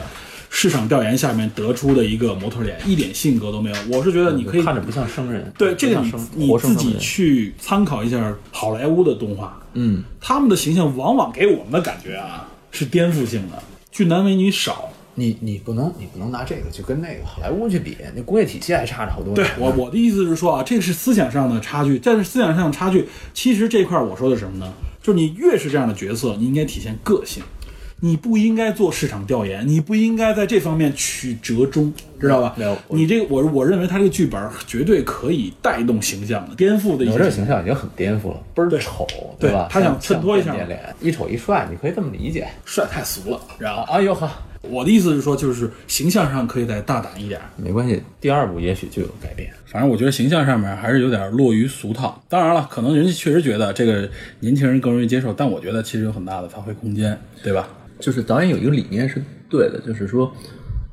[SPEAKER 2] 市场调研下面得出的一个模特脸，一点性格都没有。我是觉得你可以
[SPEAKER 4] 看着不像生人，
[SPEAKER 2] 对这个
[SPEAKER 4] 不
[SPEAKER 2] 你
[SPEAKER 4] 像生
[SPEAKER 2] 你
[SPEAKER 4] 活生
[SPEAKER 2] 自
[SPEAKER 4] 生
[SPEAKER 2] 己
[SPEAKER 4] 人
[SPEAKER 2] 去参考一下好莱坞的动画，
[SPEAKER 4] 嗯，
[SPEAKER 2] 他们的形象往往给我们的感觉啊是颠覆性的，俊男美女少。
[SPEAKER 4] 你你不能你不能拿这个去跟那个好莱坞去比，那工业体系还差着好多呢。
[SPEAKER 2] 对嗯我我的意思是说啊，这是思想上的差距，但是思想上的差距，其实这块儿我说的是什么呢？就是你越是这样的角色，你应该体现个性，你不应该做市场调研，你不应该在这方面取折中，知道吧
[SPEAKER 4] 没有？我
[SPEAKER 2] 你这个我我认为他这个剧本绝对可以带动形象的，颠覆的一
[SPEAKER 4] 哪
[SPEAKER 2] 些
[SPEAKER 4] 吒形象已经很颠覆了，倍儿
[SPEAKER 2] 对
[SPEAKER 4] 丑，
[SPEAKER 2] 对
[SPEAKER 4] 吧？
[SPEAKER 2] 他想
[SPEAKER 4] 像
[SPEAKER 2] 衬托一下
[SPEAKER 4] 像变变脸，一丑一帅，你可以这么理解
[SPEAKER 2] 帅太俗了，知道
[SPEAKER 4] 啊
[SPEAKER 2] 吧？
[SPEAKER 4] 啊哟呵，
[SPEAKER 2] 我的意思是说，就是形象上可以再大胆一点，
[SPEAKER 4] 没关系，第二部也许就有改变。
[SPEAKER 2] 反正我觉得形象上面还是有点落于俗套。当然了，可能人家确实觉得这个年轻人更容易接受，但我觉得其实有很大的发挥空间，对吧？
[SPEAKER 4] 就是导演有一个理念是对的，就是说，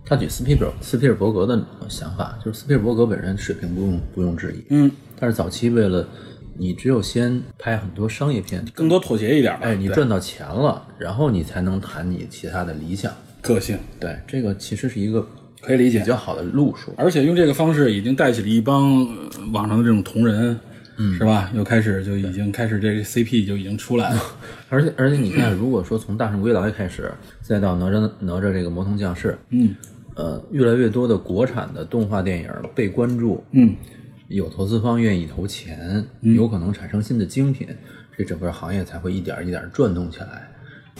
[SPEAKER 4] 他举斯皮尔斯皮尔伯格的想法，就是斯皮尔伯格本身水平不用不用质疑，
[SPEAKER 2] 嗯，
[SPEAKER 4] 但是早期为了你只有先拍很多商业片，
[SPEAKER 2] 更多妥协一点吧。
[SPEAKER 4] 哎，你
[SPEAKER 2] 对
[SPEAKER 4] 赚到钱了，然后你才能谈你其他的理想。
[SPEAKER 2] 个性
[SPEAKER 4] 对，这个其实是一个
[SPEAKER 2] 可以理
[SPEAKER 4] 比
[SPEAKER 2] 解，
[SPEAKER 4] 较好的路数。
[SPEAKER 2] 而且用这个方式已经带起了一帮、呃网上的这种同人，嗯，是吧？又开始就已经开始这个 CP 就已经出 来了，
[SPEAKER 4] 而且而且你看，如果说从《大圣归来》开始，再到哪吒哪吒这个魔童降世，
[SPEAKER 2] 嗯
[SPEAKER 4] 呃，越来越多的国产的动画电影被关注，
[SPEAKER 2] 嗯，
[SPEAKER 4] 有投资方愿意投钱，有可能产生新的精品，这整个行业才会一点儿一点儿转动起来。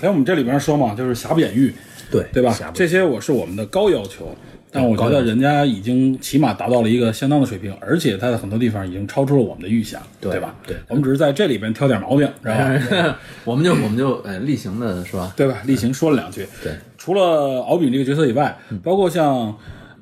[SPEAKER 2] 哎，我们这里边说嘛，就是瑕不掩瑜，
[SPEAKER 4] 对
[SPEAKER 2] 对吧
[SPEAKER 4] 瑕？不
[SPEAKER 2] 这些我是我们的高要求，但我觉得人家已经起码达到了一个相当的水平，而且他在很多地方已经超出了我们的预想，对
[SPEAKER 4] 对
[SPEAKER 2] 吧？
[SPEAKER 4] 对
[SPEAKER 2] 我们只是在这里边挑点毛病，然后
[SPEAKER 4] 我们就我们就呃例行的是吧？
[SPEAKER 2] 对吧？例行说了两句。
[SPEAKER 4] 对，嗯
[SPEAKER 2] 除了敖丙这个角色以外，包括像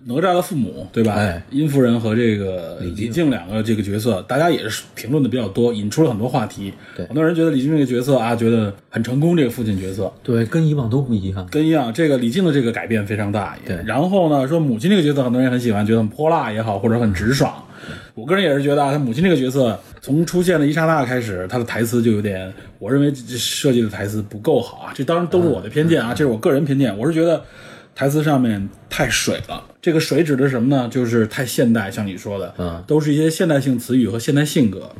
[SPEAKER 2] 哪吒的父母，对吧？
[SPEAKER 4] 哎
[SPEAKER 2] 殷夫人和这个李
[SPEAKER 4] 静
[SPEAKER 2] 静两个这个角色，大家也是评论的比较多，引出了很多话题。
[SPEAKER 4] 对
[SPEAKER 2] 很多人觉得李静这个角色啊，觉得很成功，这个父亲角色。
[SPEAKER 4] 对，跟以往都不一样。
[SPEAKER 2] 跟一样，这个李靖的这个改变非常大。
[SPEAKER 4] 对
[SPEAKER 2] 然后呢，说母亲这个角色，很多人很喜欢，觉得很泼辣也好，或者很直爽。我个人也是觉得啊，他母亲这个角色从出现的一刹那开始，他的台词就有点，我认为这设计的台词不够好啊。这当然都是我的偏见啊，这是我个人偏见。我是觉得台词上面太水了。这个水指的是什么呢？就是太现代，像你说的，
[SPEAKER 4] 嗯
[SPEAKER 2] 都是一些现代性词语和现代性格，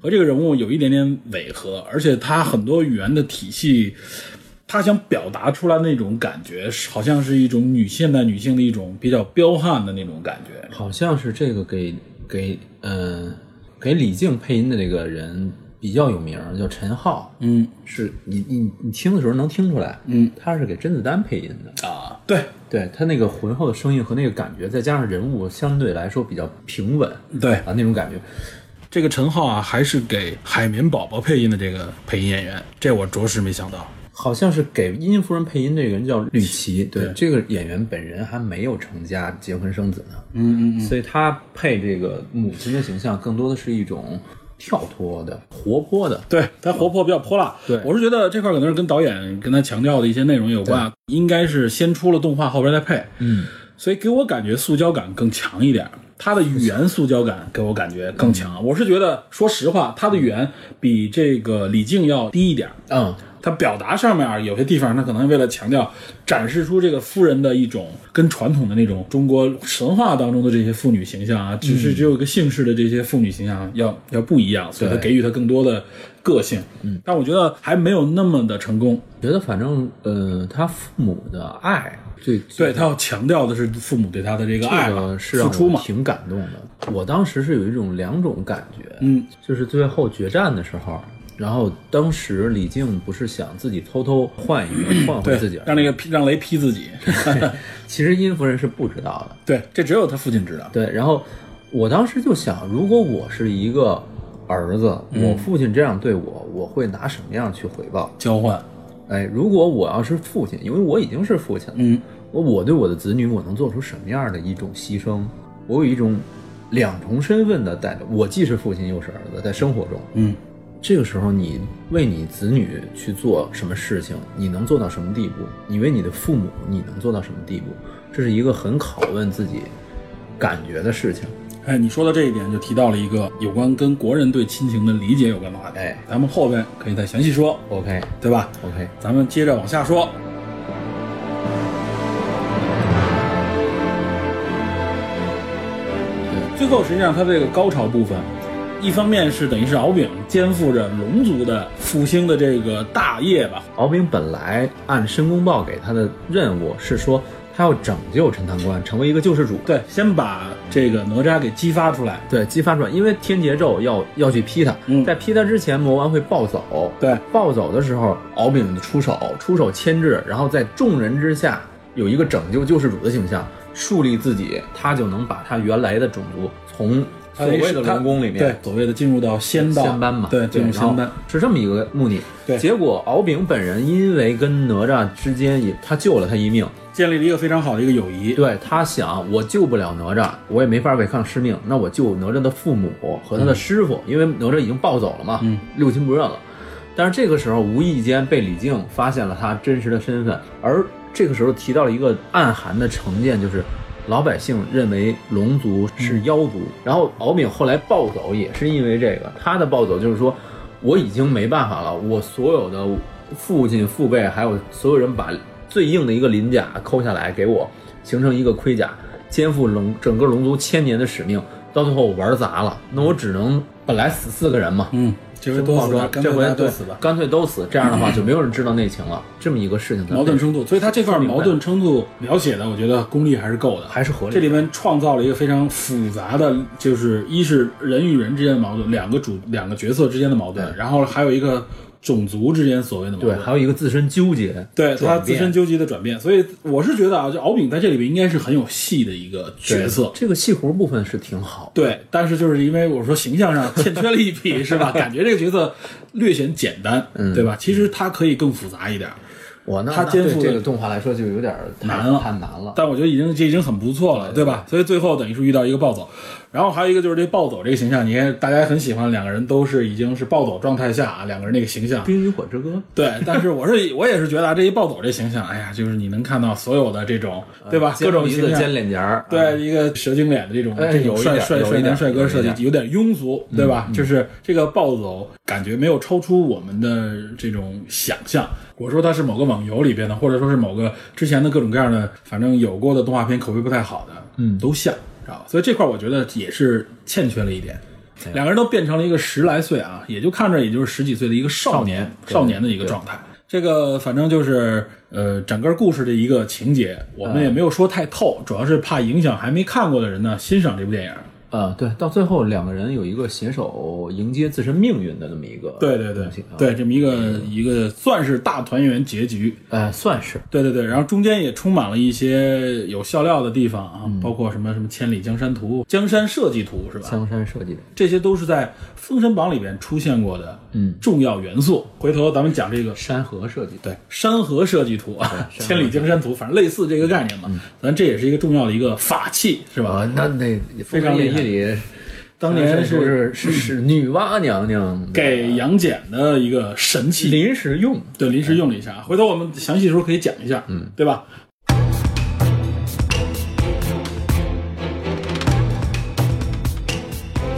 [SPEAKER 2] 和这个人物有一点点违和，而且他很多语言的体系。他想表达出来那种感觉，是好像是一种女现代女性的一种比较彪悍的那种感觉。
[SPEAKER 4] 好像是这个给给嗯、给李靖配音的这个人比较有名儿，叫陈浩。
[SPEAKER 2] 嗯
[SPEAKER 4] 是你你你听的时候能听出来，
[SPEAKER 2] 嗯，
[SPEAKER 4] 他是给甄子丹配音的。
[SPEAKER 2] 啊，对
[SPEAKER 4] 对他那个浑厚的声音和那个感觉，再加上人物相对来说比较平稳
[SPEAKER 2] 对，
[SPEAKER 4] 啊那种感觉，
[SPEAKER 2] 这个陈浩啊，还是给海绵宝宝配音的这个配音演员，这我着实没想到。
[SPEAKER 4] 好像是给殷夫人配音这个人叫绿旗，对
[SPEAKER 2] 对
[SPEAKER 4] 这个演员本人还没有成家结婚生子呢，
[SPEAKER 2] 嗯嗯
[SPEAKER 4] 所以他配这个母亲的形象更多的是一种跳脱的、活泼的。
[SPEAKER 2] 对他活泼比较泼辣，
[SPEAKER 4] 对
[SPEAKER 2] 我是觉得这块可能是跟导演跟他强调的一些内容有关，应该是先出了动画，后边再配，
[SPEAKER 4] 嗯，
[SPEAKER 2] 所以给我感觉塑胶感更强一点，他的语言塑胶感给我感觉更强。我是觉得，说实话，他的语言比这个李靖要低一点，
[SPEAKER 4] 嗯，
[SPEAKER 2] 它表达上面啊，有些地方它可能为了强调展示出这个夫人的一种跟传统的那种中国神话当中的这些妇女形象啊，只
[SPEAKER 4] 嗯
[SPEAKER 2] 是只有一个姓氏的这些妇女形象啊要要不一样，所以它给予它更多的个性。嗯，但我觉得还没有那么的成功。
[SPEAKER 4] 觉得反正呃，他父母的爱啊最
[SPEAKER 2] 对，他要强调的是父母对他的这个爱
[SPEAKER 4] 这
[SPEAKER 2] 嘛，
[SPEAKER 4] 个啊是
[SPEAKER 2] 付
[SPEAKER 4] 让
[SPEAKER 2] 出
[SPEAKER 4] 我
[SPEAKER 2] 嘛。
[SPEAKER 4] 挺感动的。我当时是有一种两种感觉，
[SPEAKER 2] 嗯，
[SPEAKER 4] 就是最后决战的时候，然后当时李靖不是想自己偷偷换一 个换回
[SPEAKER 2] 对
[SPEAKER 4] 自己儿，，啊
[SPEAKER 2] 让那个劈让雷劈自 己。
[SPEAKER 4] 其实殷夫人是不知道的，
[SPEAKER 2] 对，这只有他父亲知道。
[SPEAKER 4] 对，然后我当时就想，如果我是一个儿子，
[SPEAKER 2] 嗯
[SPEAKER 4] 我父亲这样对我，我会拿什么样去回报？
[SPEAKER 2] 交换，
[SPEAKER 4] 哎，如果我要是父亲，因为我已经是父亲了，
[SPEAKER 2] 嗯，
[SPEAKER 4] 我我对我的子女，我能做出什么样的一种牺牲？我有一种两重身份的代表，我既是父亲又是儿子，在生活中，
[SPEAKER 2] 嗯，
[SPEAKER 4] 这个时候你为你子女去做什么事情，你能做到什么地步？你为你的父母，你能做到什么地步？这是一个很拷问自己感觉的事情。
[SPEAKER 2] 哎，你说到这一点，就提到了一个有关跟国人对亲情的理解有关的话题。
[SPEAKER 4] 哎
[SPEAKER 2] 咱们后边可以再详细说，
[SPEAKER 4] OK
[SPEAKER 2] 对吧？
[SPEAKER 4] OK，
[SPEAKER 2] 咱们接着往下说。最后，实际上它这个高潮部分，一方面是等于是敖丙肩负着龙族的复兴的这个大业吧，
[SPEAKER 4] 敖丙本来按申公豹给他的任务是说，他要拯救陈塘关，成为一个救世主。
[SPEAKER 2] 对，先把这个哪吒给激发出来，
[SPEAKER 4] 对，激发出来，因为天劫咒要要去劈他，
[SPEAKER 2] 嗯
[SPEAKER 4] 在劈他之前，魔丸会暴走。
[SPEAKER 2] 对，
[SPEAKER 4] 暴走的时候，敖丙出手，出手牵制，然后在众人之下有一个拯救救世主的形象，树立自己，他就能把他原来的种族从所谓的龙宫里面
[SPEAKER 2] 对，所谓的进入到仙道
[SPEAKER 4] 仙班嘛，
[SPEAKER 2] 对，进入
[SPEAKER 4] 然后
[SPEAKER 2] 仙班，
[SPEAKER 4] 是这么一个目的。
[SPEAKER 2] 对
[SPEAKER 4] 结果敖丙本人因为跟哪吒之间也他救了他一命，
[SPEAKER 2] 建立了一个非常好的一个友谊。
[SPEAKER 4] 对他想我救不了哪吒，我也没法违抗师命，那我救哪吒的父母和他的师傅，因为哪吒已经暴走了嘛，
[SPEAKER 2] 嗯
[SPEAKER 4] 六亲不认了。但是这个时候无意间被李靖发现了他真实的身份，而这个时候提到了一个暗含的成见，就是老百姓认为龙族是妖族，然后敖丙后来暴走也是因为这个，他的暴走就是说我已经没办法了，我所有的父亲父辈还有所有人把最硬的一个鳞甲抠下来给我，形成一个盔甲，肩负龙整个龙族千年的使命。到最后我玩砸了，那我只能本来死四个人嘛，
[SPEAKER 2] 嗯，这回
[SPEAKER 4] 真
[SPEAKER 2] 多
[SPEAKER 4] 不好
[SPEAKER 2] 死吧
[SPEAKER 4] 说，，
[SPEAKER 2] 干
[SPEAKER 4] 这
[SPEAKER 2] 脆大
[SPEAKER 4] 回
[SPEAKER 2] 家
[SPEAKER 4] 对
[SPEAKER 2] 都死吧，
[SPEAKER 4] 干脆都死，这样的话就没有人知道内情了。这么一个事情，
[SPEAKER 2] 矛盾冲突。所以他这块矛盾冲突描写的，我觉得功力还是够的。
[SPEAKER 4] 还是合理。
[SPEAKER 2] 这里面创造了一个非常复杂的，就是一是人与人之间的矛盾，两个主两个角色之间的矛盾，然后还有一个种族之间所谓的矛
[SPEAKER 4] 对，
[SPEAKER 2] 盾。
[SPEAKER 4] 还有一个自身纠结，
[SPEAKER 2] 对他
[SPEAKER 4] 转
[SPEAKER 2] 自
[SPEAKER 4] 变
[SPEAKER 2] 身纠结的转变，所以我是觉得啊，就敖丙在这里面应该是很有戏的一个角色
[SPEAKER 4] 对，这个戏弧部分是挺好。
[SPEAKER 2] 对，但是就是因为我说形象 上欠缺了一匹，是吧？感觉这个角色略显简单，
[SPEAKER 4] 嗯
[SPEAKER 2] 对吧？其实他可以更复杂一点，
[SPEAKER 4] 我呢，
[SPEAKER 2] 他
[SPEAKER 4] 那
[SPEAKER 2] 肩
[SPEAKER 4] 对
[SPEAKER 2] 负
[SPEAKER 4] 这
[SPEAKER 2] 的
[SPEAKER 4] 个动画来说就有点儿太
[SPEAKER 2] 难了
[SPEAKER 4] 太难了。
[SPEAKER 2] 但我觉得已经这已经很不错了，对吧？所以最后等于是遇到一个暴走，然后还有一个就是这暴走这个形象，你看大家很喜欢，两个人都是已经是暴走状态下啊，两个人那个形象。
[SPEAKER 4] 《冰与火之歌
[SPEAKER 2] 对，但是我是我也是觉得啊，这一暴走这形象，哎呀，就是你能看到所有的这种，》对吧？各种
[SPEAKER 4] 鼻
[SPEAKER 2] 形
[SPEAKER 4] 子
[SPEAKER 2] 象，
[SPEAKER 4] 呃尖脸颊儿，啊
[SPEAKER 2] 啊对，一个蛇精脸的这种
[SPEAKER 4] 哎
[SPEAKER 2] 这种
[SPEAKER 4] 有一
[SPEAKER 2] 帅
[SPEAKER 4] 点
[SPEAKER 2] 帅
[SPEAKER 4] 有一
[SPEAKER 2] 帅男
[SPEAKER 4] 点
[SPEAKER 2] 帅哥设
[SPEAKER 4] 有一
[SPEAKER 2] 计，
[SPEAKER 4] 点
[SPEAKER 2] 有点庸俗，对吧？就是这个暴走感觉没有超出我们的这种想象。我说它是某个网游里边的，或者说是某个之前的各种各样的，反正有过的动画片口碑不太好的，嗯，都像，知道吧？所以这块我觉得也是欠缺了一点。两个人都变成了一个十来岁啊，也就看着也就是十几岁的一个少年少年的一个状态。这个反正就是呃，整个故事的一个情节，我们也没有说太透，主要是怕影响还没看过的人呢欣赏这部电影。
[SPEAKER 4] 呃，对，到最后两个人有一个携手迎接自身命运的那么一个
[SPEAKER 2] 对对对
[SPEAKER 4] 东西啊，
[SPEAKER 2] 对，这么一个一个算是大团圆结局。
[SPEAKER 4] 呃，算是
[SPEAKER 2] 对对对，然后中间也充满了一些有笑料的地方啊，
[SPEAKER 4] 嗯
[SPEAKER 2] 包括什么什么《千里江山图》《江山设计图》是吧？
[SPEAKER 4] 香山设计的。
[SPEAKER 2] 这些都是在《封神榜》里边出现过的
[SPEAKER 4] 嗯
[SPEAKER 2] 重要元素。回头咱们讲这个
[SPEAKER 4] 山河设计的，
[SPEAKER 2] 对山河设计图 啊，千里江山图，反正类似这个概念嘛。咱这也是一个重要的一个法器，是吧？
[SPEAKER 4] 嗯啊，那那
[SPEAKER 2] 非常厉
[SPEAKER 4] 夜
[SPEAKER 2] 害
[SPEAKER 4] 夜里，
[SPEAKER 2] 当年
[SPEAKER 4] 是
[SPEAKER 2] 是
[SPEAKER 4] 是是是女娲娘娘
[SPEAKER 2] 给杨戬的一个神器，
[SPEAKER 4] 临时用的，嗯
[SPEAKER 2] 对，临时用了一下。回头我们详细的时候可以讲一下，嗯，对吧？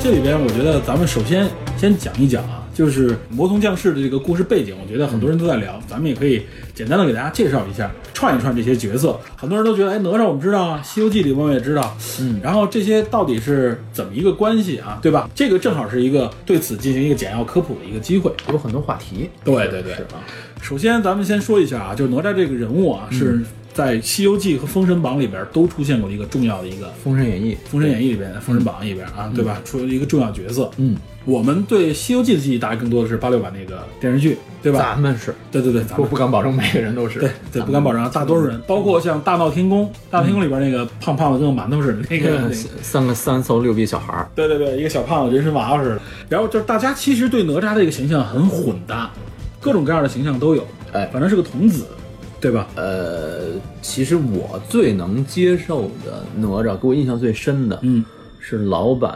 [SPEAKER 2] 这里边我觉得咱们首先先讲一讲啊，就是《魔童降世》的这个故事背景，我觉得很多人都在聊，咱们也可以简单的给大家介绍一下，串一串这些角色。很多人都觉得，哎，哪吒我们知道啊，《西游记》里我们也知道，嗯，然后这些到底是怎么一个关系啊，对吧？这个正好是一个对此进行一个简要科普的一个机会。
[SPEAKER 4] 有很多话题。
[SPEAKER 2] 对对对
[SPEAKER 4] 是啊，
[SPEAKER 2] 首先，咱们先说一下啊，就是哪吒这个人物啊，是在《西游记》和《封神榜》里边都出现过一个重要的一个
[SPEAKER 4] 《封神演义》
[SPEAKER 2] 《封神演义》里边、《封神榜》里边啊，对吧？出了一个重要角色。
[SPEAKER 4] 嗯，
[SPEAKER 2] 我们对《西游记》的记忆，大概更多的是八六版那个电视剧，对吧？
[SPEAKER 4] 咱们是，
[SPEAKER 2] 对对对，咱
[SPEAKER 4] 我
[SPEAKER 2] 们
[SPEAKER 4] 不嗯敢保证每个人都是。
[SPEAKER 2] 对对，不敢保证啊，大多数人，包括像《大闹天宫》，《大闹天宫》里边那个胖胖的跟个馒头似的那个，那
[SPEAKER 4] 嗯
[SPEAKER 2] 个
[SPEAKER 4] 三个三头六臂小孩儿，
[SPEAKER 2] 对对对，一个小胖子人参娃娃似的。然后就是大家其实对哪吒这个形象很混搭，各种各样的形象都有。
[SPEAKER 4] 哎
[SPEAKER 2] 反正是个童子，对吧？
[SPEAKER 4] 呃，其实我最能接受的哪吒，给我印象最深的，
[SPEAKER 2] 嗯，
[SPEAKER 4] 是老版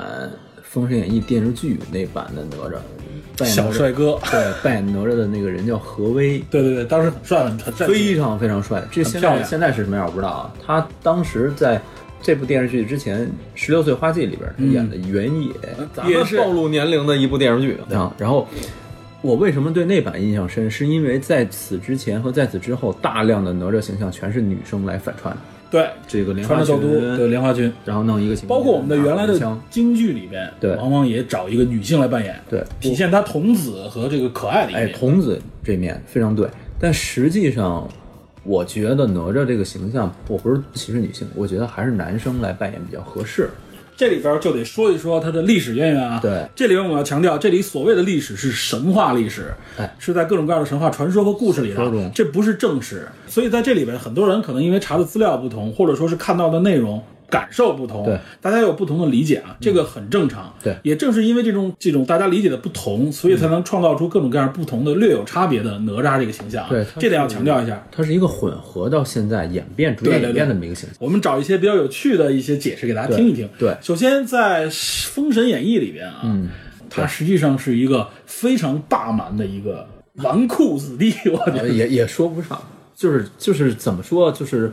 [SPEAKER 4] 《封神演义》电视剧那版的哪吒，扮演哪
[SPEAKER 2] 小
[SPEAKER 4] 吒
[SPEAKER 2] 帅哥。
[SPEAKER 4] 对，扮演哪吒的那个人叫何威，
[SPEAKER 2] 对对对，当时很帅很很帅气。
[SPEAKER 4] 非常非常帅。这现
[SPEAKER 2] 漂
[SPEAKER 4] 在
[SPEAKER 2] 亮
[SPEAKER 4] 现在是什么样我不知道啊。他当时在这部电视剧之前，《十六岁花季》里边他演的原野，
[SPEAKER 2] 咱们
[SPEAKER 4] 也
[SPEAKER 2] 嗯是
[SPEAKER 4] 暴露年龄的一部电视剧啊。然后我为什么对那版印象深，是因为在此之前和在此之后，大量的哪吒形象全是女生来反串，
[SPEAKER 2] 对，
[SPEAKER 4] 这个莲
[SPEAKER 2] 穿
[SPEAKER 4] 花
[SPEAKER 2] 着
[SPEAKER 4] 裙
[SPEAKER 2] 斗，都对莲花裙，
[SPEAKER 4] 然后弄一个
[SPEAKER 2] 包括我们的原来的
[SPEAKER 4] 枪，
[SPEAKER 2] 京剧里边，
[SPEAKER 4] 对
[SPEAKER 2] 往往也找一个女性来扮演，
[SPEAKER 4] 对，
[SPEAKER 2] 体现她童子和这个可爱的一
[SPEAKER 4] 哎，
[SPEAKER 2] 面。
[SPEAKER 4] 童子这面非常对，但实际上，我觉得哪吒这个形象，我不是歧视女性，我觉得还是男生来扮演比较合适。
[SPEAKER 2] 这里边就得说一说它的历史渊源啊。
[SPEAKER 4] 对
[SPEAKER 2] 这里边我们要强调，这里所谓的历史是神话历史，
[SPEAKER 4] 哎
[SPEAKER 2] 是在各种各样的神话传说和故事里
[SPEAKER 4] 说
[SPEAKER 2] 的
[SPEAKER 4] 中，
[SPEAKER 2] 这不是正史。所以在这里边，很多人可能因为查的资料不同，或者说是看到的内容。感受不同，
[SPEAKER 4] 对，嗯
[SPEAKER 2] 大家有不同的理解啊，这个很正常。
[SPEAKER 4] 对
[SPEAKER 2] 也正是因为这种这种大家理解的不同，所以才能创造出各种各样不同的、略有差别的哪吒这个形象啊。
[SPEAKER 4] 对它
[SPEAKER 2] 这点要强调一下。
[SPEAKER 4] 它是一个混合到现在演变逐
[SPEAKER 2] 对
[SPEAKER 4] 渐
[SPEAKER 2] 对
[SPEAKER 4] 演变的这么一个形象。
[SPEAKER 2] 我们找一些比较有趣的一些解释给大家
[SPEAKER 4] 对
[SPEAKER 2] 听一听。
[SPEAKER 4] 对嗯
[SPEAKER 2] 首先在《封神演义》里边啊，他实际上是一个非常大蛮的一个纨绔子弟， 我觉
[SPEAKER 4] 呃
[SPEAKER 2] 得。
[SPEAKER 4] 也也说不上，就是就是怎么说，就是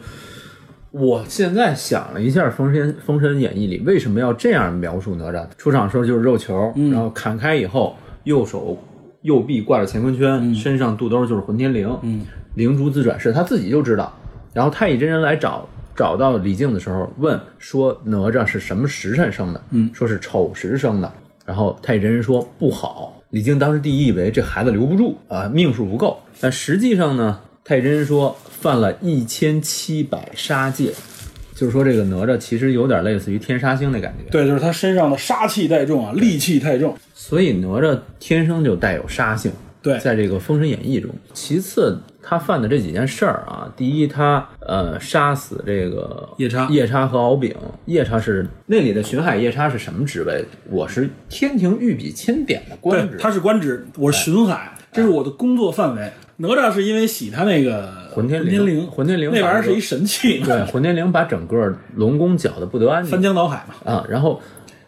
[SPEAKER 4] 我现在想了一下《封神封神演义》里为什么要这样描述哪吒？出场的时候就是肉球，然后砍开以后，右手右臂挂着乾坤圈，身上肚兜就是混天绫，嗯，灵珠自转是他自己就知道。然后太乙真人来找找到李靖的时候，问说哪吒是什么时辰生的？嗯，说是丑时生的。然后太乙真人说不好。李靖当时第一以为这孩子留不住啊、命数不够，但实际上呢，太乙真人说犯了一千七百杀戒，就是说这个哪吒其实有点类似于天杀星的感觉。，
[SPEAKER 2] 对，就是他身上的杀气太重啊，戾气太重。
[SPEAKER 4] 所以哪吒天生就带有杀性。
[SPEAKER 2] 对
[SPEAKER 4] 在这个《封神演义》中，其次他犯的这几件事儿啊，第一他呃杀死这个
[SPEAKER 2] 夜叉
[SPEAKER 4] 夜叉和敖丙，夜叉是那里的巡海夜叉是什么职位？我是天庭御笔钦点的官职，哎
[SPEAKER 2] 对，他是官职，我是巡海，这是我的工作范围。哪吒是因为喜他那个
[SPEAKER 4] 混天绫
[SPEAKER 2] 天绫，
[SPEAKER 4] 混天
[SPEAKER 2] 那
[SPEAKER 4] 绫
[SPEAKER 2] 玩意儿
[SPEAKER 4] 反
[SPEAKER 2] 是
[SPEAKER 4] 正
[SPEAKER 2] 一神器嘛，
[SPEAKER 4] 对，混天绫把整个龙宫搅得不得安 宁
[SPEAKER 2] 翻江倒海嘛。
[SPEAKER 4] 啊。然后，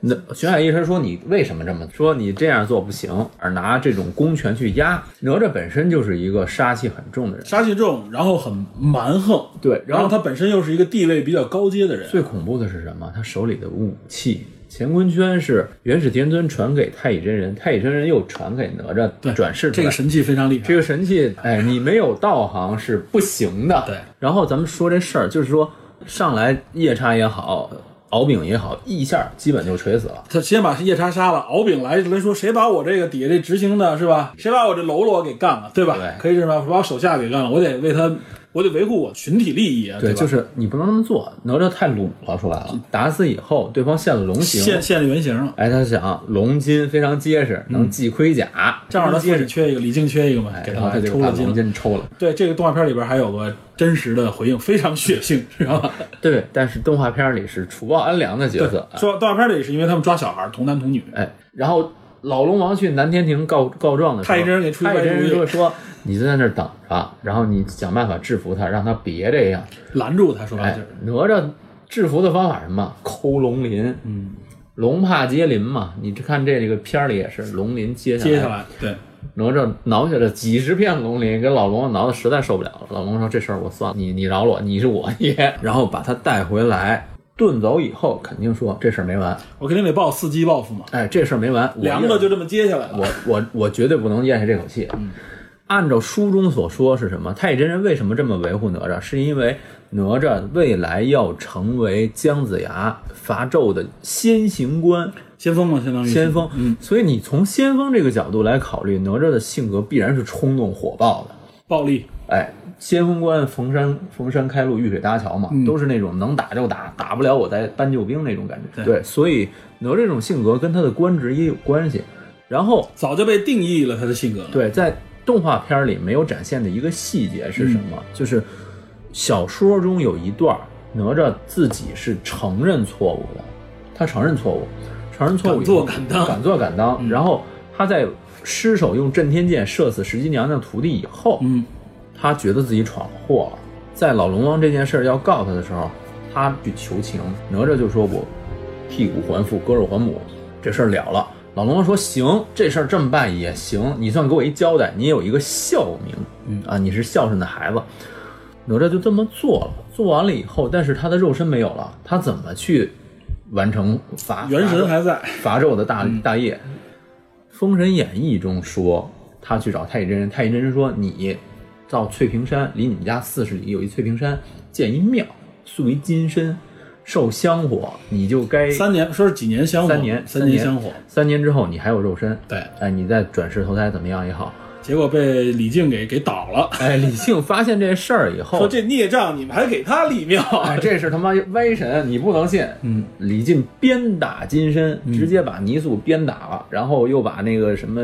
[SPEAKER 4] 那玄海医生说你为什么这么说？你这样做不行，而拿这种公权去压哪吒，本身就是一个杀气很重的人。
[SPEAKER 2] 杀气重，然后很蛮横，
[SPEAKER 4] 对然
[SPEAKER 2] 然
[SPEAKER 4] 后
[SPEAKER 2] 后他本身又是一个地位比较高阶的人，
[SPEAKER 4] 最恐怖的是什么？他手里的武器乾坤圈是元始天尊传给太乙真人，太乙真人又传给哪吒转世出
[SPEAKER 2] 这
[SPEAKER 4] 来
[SPEAKER 2] 个神器非常厉害。
[SPEAKER 4] 这个神器，哎，你没有道行是不行的。
[SPEAKER 2] 对。
[SPEAKER 4] 然后咱们说这事儿，就是说上来夜叉也好，敖丙也好，一下基本就锤死了。
[SPEAKER 2] 他先把夜叉杀了，敖丙来来说，谁把我这个底下这执行的是吧？谁把我这喽啰给干了，对吧？
[SPEAKER 4] 对
[SPEAKER 2] 可以是吧？把我手下给干了，我得为他，我得维护我群体利益啊，
[SPEAKER 4] 对，
[SPEAKER 2] 吧？嗯
[SPEAKER 4] 就是你不能那么做，哪吒太鲁了，说白了，打死以后，对方现了龙
[SPEAKER 2] 现
[SPEAKER 4] 形，
[SPEAKER 2] 现了原啊形了，
[SPEAKER 4] 哎，他想龙筋非常结实，能系盔甲，
[SPEAKER 2] 嗯正好他父亲缺一个，李靖缺一个嘛，
[SPEAKER 4] 哎
[SPEAKER 2] 给
[SPEAKER 4] 然后他就
[SPEAKER 2] 抽
[SPEAKER 4] 把
[SPEAKER 2] 了筋
[SPEAKER 4] 龙
[SPEAKER 2] 了。
[SPEAKER 4] 筋抽了。
[SPEAKER 2] 对，这个动画片里边还有个真实的回应，非常血腥，知道吧？
[SPEAKER 4] 对，但是动画片里是除暴安良的角色，啊
[SPEAKER 2] 说动画片里是因为他们抓小孩，童男童女，
[SPEAKER 4] 哎，然后老龙王去南天庭告告状的时候，
[SPEAKER 2] 太乙真人给出一
[SPEAKER 4] 太
[SPEAKER 2] 歪
[SPEAKER 4] 乙真
[SPEAKER 2] 主意
[SPEAKER 4] 人就说：“你就在那儿等着，然后你想办法制服他，让他别这样。
[SPEAKER 2] 拦住他，说”白了
[SPEAKER 4] 哎
[SPEAKER 2] 就是，
[SPEAKER 4] 哪吒制服的方法是什么？抠龙鳞，嗯，龙怕接鳞嘛。你这看这个片儿里也是，龙鳞接下来，
[SPEAKER 2] 接下来，对，
[SPEAKER 4] 哪吒挠下了几十片龙鳞，给老龙挠的 实在受不了了。老龙说：“这事儿我算了，你你饶了我，你是我爷。”然后把他带回来。遁走以后，肯定说这事儿没完，
[SPEAKER 2] 我肯定得报四击报复嘛，
[SPEAKER 4] 哎，这事儿没完，我
[SPEAKER 2] 凉的就这么接下来了。
[SPEAKER 4] 我我我绝对不能咽下这口气。按照书中所说是什么？太乙真人为什么这么维护哪吒？是因为哪吒未来要成为姜子牙伐纣的先行官、
[SPEAKER 2] 先锋嘛，相当于是
[SPEAKER 4] 先锋，所以你从先锋这个角度来考虑，哪吒的性格必然是冲动火爆的。
[SPEAKER 2] 暴力，
[SPEAKER 4] 哎，先锋官逢山逢山开路，遇水搭桥嘛，都是那种能打就打，打不了我再搬救兵那种感觉。
[SPEAKER 2] 对
[SPEAKER 4] 对，所以哪吒这种性格跟他的官职也有关系。然后
[SPEAKER 2] 早就被定义了他的性格了。，
[SPEAKER 4] 对，在动画片儿里没有展现的一个细节是什
[SPEAKER 2] 嗯
[SPEAKER 4] 么？就是小说中有一段儿，哪吒自己是承认错误的，他承认错误，承认错误以后
[SPEAKER 2] 敢做敢当嗯
[SPEAKER 4] 敢做敢当。然后他在失手用震天剑射死石矶娘娘徒弟以后，
[SPEAKER 2] 嗯，
[SPEAKER 4] 他觉得自己闯祸了。在老龙王这件事儿要告他的时候，他去求情，哪吒就说我剔骨还父，割肉还母，这事儿了了。老龙王说行，这事儿这么办也行，你算给我一交代，你有一个孝名，嗯啊，你是孝顺的孩子。哪吒就这么做了，做完了以后，但是他的肉身没有了，他怎么去完成伐
[SPEAKER 2] 元神还在，
[SPEAKER 4] 伐纣的
[SPEAKER 2] 嗯
[SPEAKER 4] 大大业，《封神演义》中说他去找太乙真人，太乙真人说你到翠屏山，离你们家四十里有一翠屏山，建一庙，塑一金身，受香火，你就该
[SPEAKER 2] 三年说是几年香火，
[SPEAKER 4] 三年
[SPEAKER 2] 三年香火，
[SPEAKER 4] 三年之后你还有肉身，
[SPEAKER 2] 对，
[SPEAKER 4] 哎，你再转世投胎怎么样也好。
[SPEAKER 2] 结果被李靖给给倒了，
[SPEAKER 4] 哎，李靖发现这事儿以后，
[SPEAKER 2] 孽障你们还给他立庙，
[SPEAKER 4] 哎，这是他妈歪神，你不能信。
[SPEAKER 2] 嗯，
[SPEAKER 4] 李靖鞭打金身，直接把泥塑鞭打了，然后又把那个什么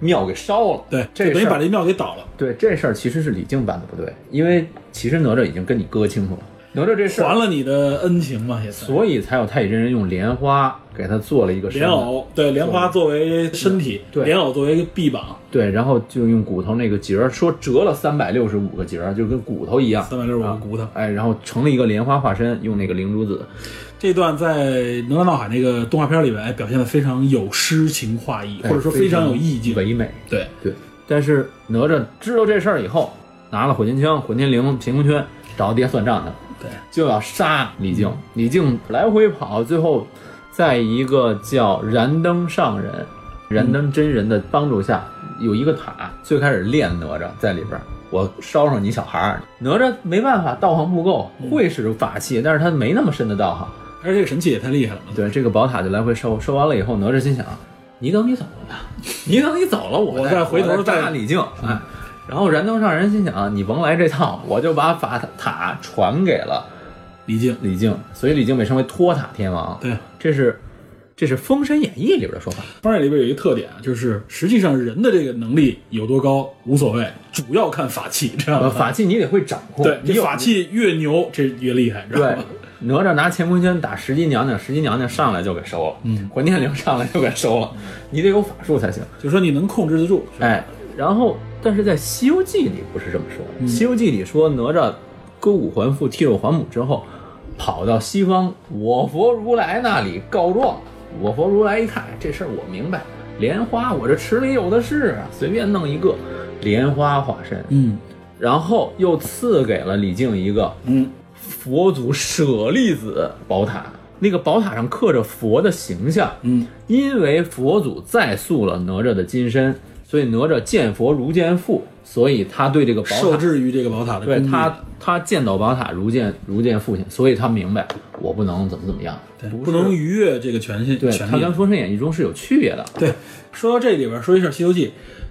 [SPEAKER 4] 庙给烧了。
[SPEAKER 2] 对，
[SPEAKER 4] 这
[SPEAKER 2] 就等于
[SPEAKER 4] 事儿
[SPEAKER 2] 把这庙给倒了，
[SPEAKER 4] 对这事儿其实是李靖办的不对，因为其实哪吒已经跟你哥清楚了，哪吒这事
[SPEAKER 2] 还
[SPEAKER 4] 儿，
[SPEAKER 2] 了你的恩情嘛，也算。
[SPEAKER 4] 所以才有太乙真人用莲花给他做了一个身
[SPEAKER 2] 莲
[SPEAKER 4] 份，
[SPEAKER 2] 藕对莲花作为身体，
[SPEAKER 4] 对
[SPEAKER 2] 莲藕作为臂膀，
[SPEAKER 4] 对，然后就用骨头那个节儿，说折了三百六十五个节儿，就跟骨头一样，
[SPEAKER 2] 三百六十五个骨头。
[SPEAKER 4] 哎，然后成了一个莲花化身，用那个灵珠子，
[SPEAKER 2] 这段在《哪吒闹海》那个动画片里边哎表现的非常有诗情画意，或者说
[SPEAKER 4] 哎
[SPEAKER 2] 非常有意境。
[SPEAKER 4] 唯美。
[SPEAKER 2] 对，
[SPEAKER 4] 对，但是哪吒知道这事儿以后，拿了火箭枪、混天绫、乾坤圈找爹算账去，
[SPEAKER 2] 对，
[SPEAKER 4] 就要杀李靖。李靖来回跑，最后在一个叫燃灯上人、燃灯真人的帮助下，有一个塔，最开始练哪吒在里边儿。我烧上你小孩儿，哪吒没办法，道行不够，会使法器，但是他没那么深的道行。
[SPEAKER 2] 而且这个神器也太厉害了嘛。
[SPEAKER 4] 对，这个宝塔就来回收，收完了以后，哪吒心想：你等你走了吧，你等你走了，我
[SPEAKER 2] 我再回头
[SPEAKER 4] 我再
[SPEAKER 2] 再嗯
[SPEAKER 4] 打李靖。哎，然后燃灯上人心想：你甭来这套，我就把法塔传给了
[SPEAKER 2] 李靖，
[SPEAKER 4] 李靖，所以李靖被称为托塔天王。
[SPEAKER 2] 对，
[SPEAKER 4] 这是这是《封神演义》里边的说法。
[SPEAKER 2] 方阵里边有一个特点啊，就是实际上人的这个能力有多高无所谓，主要看法器，知道
[SPEAKER 4] 呃，
[SPEAKER 2] 吗？
[SPEAKER 4] 法器你得会掌控，
[SPEAKER 2] 嗯对，
[SPEAKER 4] 你
[SPEAKER 2] 这
[SPEAKER 4] 有
[SPEAKER 2] 法器越牛，这越厉害，知道
[SPEAKER 4] 对
[SPEAKER 2] 吗？，
[SPEAKER 4] 哪吒拿乾坤圈打石矶娘娘，石矶娘娘上来就给收了，嗯，混天绫上来就给收了，你得有法术才行。
[SPEAKER 2] 就说你能控制得住，是吧
[SPEAKER 4] 哎，然后但是在《西游记》里不是这么说
[SPEAKER 2] 嗯
[SPEAKER 4] 的，西游记》里说哪吒割骨还父、剔肉还母之后，跑到西方我佛如来那里告状。我佛如来一看这事儿，我明白，莲花我这池里有的是啊，随便弄一个莲花化身，
[SPEAKER 2] 嗯
[SPEAKER 4] 然后又赐给了李靖一个
[SPEAKER 2] 嗯，
[SPEAKER 4] 佛祖舍利子宝塔。那个宝塔上刻着佛的形象，
[SPEAKER 2] 嗯，
[SPEAKER 4] 因为佛祖再塑了哪吒的金身，所以哪吒见佛如见父，所以他对这个宝
[SPEAKER 2] 受
[SPEAKER 4] 塔，
[SPEAKER 2] 制于嗯这个宝塔的
[SPEAKER 4] 对
[SPEAKER 2] 攻击
[SPEAKER 4] 他他见到宝塔如见如见父亲，所以他明白我不能怎么怎么样，
[SPEAKER 2] 对
[SPEAKER 4] 不
[SPEAKER 2] 不能逾越这个权限
[SPEAKER 4] 对
[SPEAKER 2] 权
[SPEAKER 4] 他
[SPEAKER 2] 力
[SPEAKER 4] 跟《
[SPEAKER 2] 的。
[SPEAKER 4] 封神演义》中是有区别的，
[SPEAKER 2] 对，说到这里边，说一下《西游记》，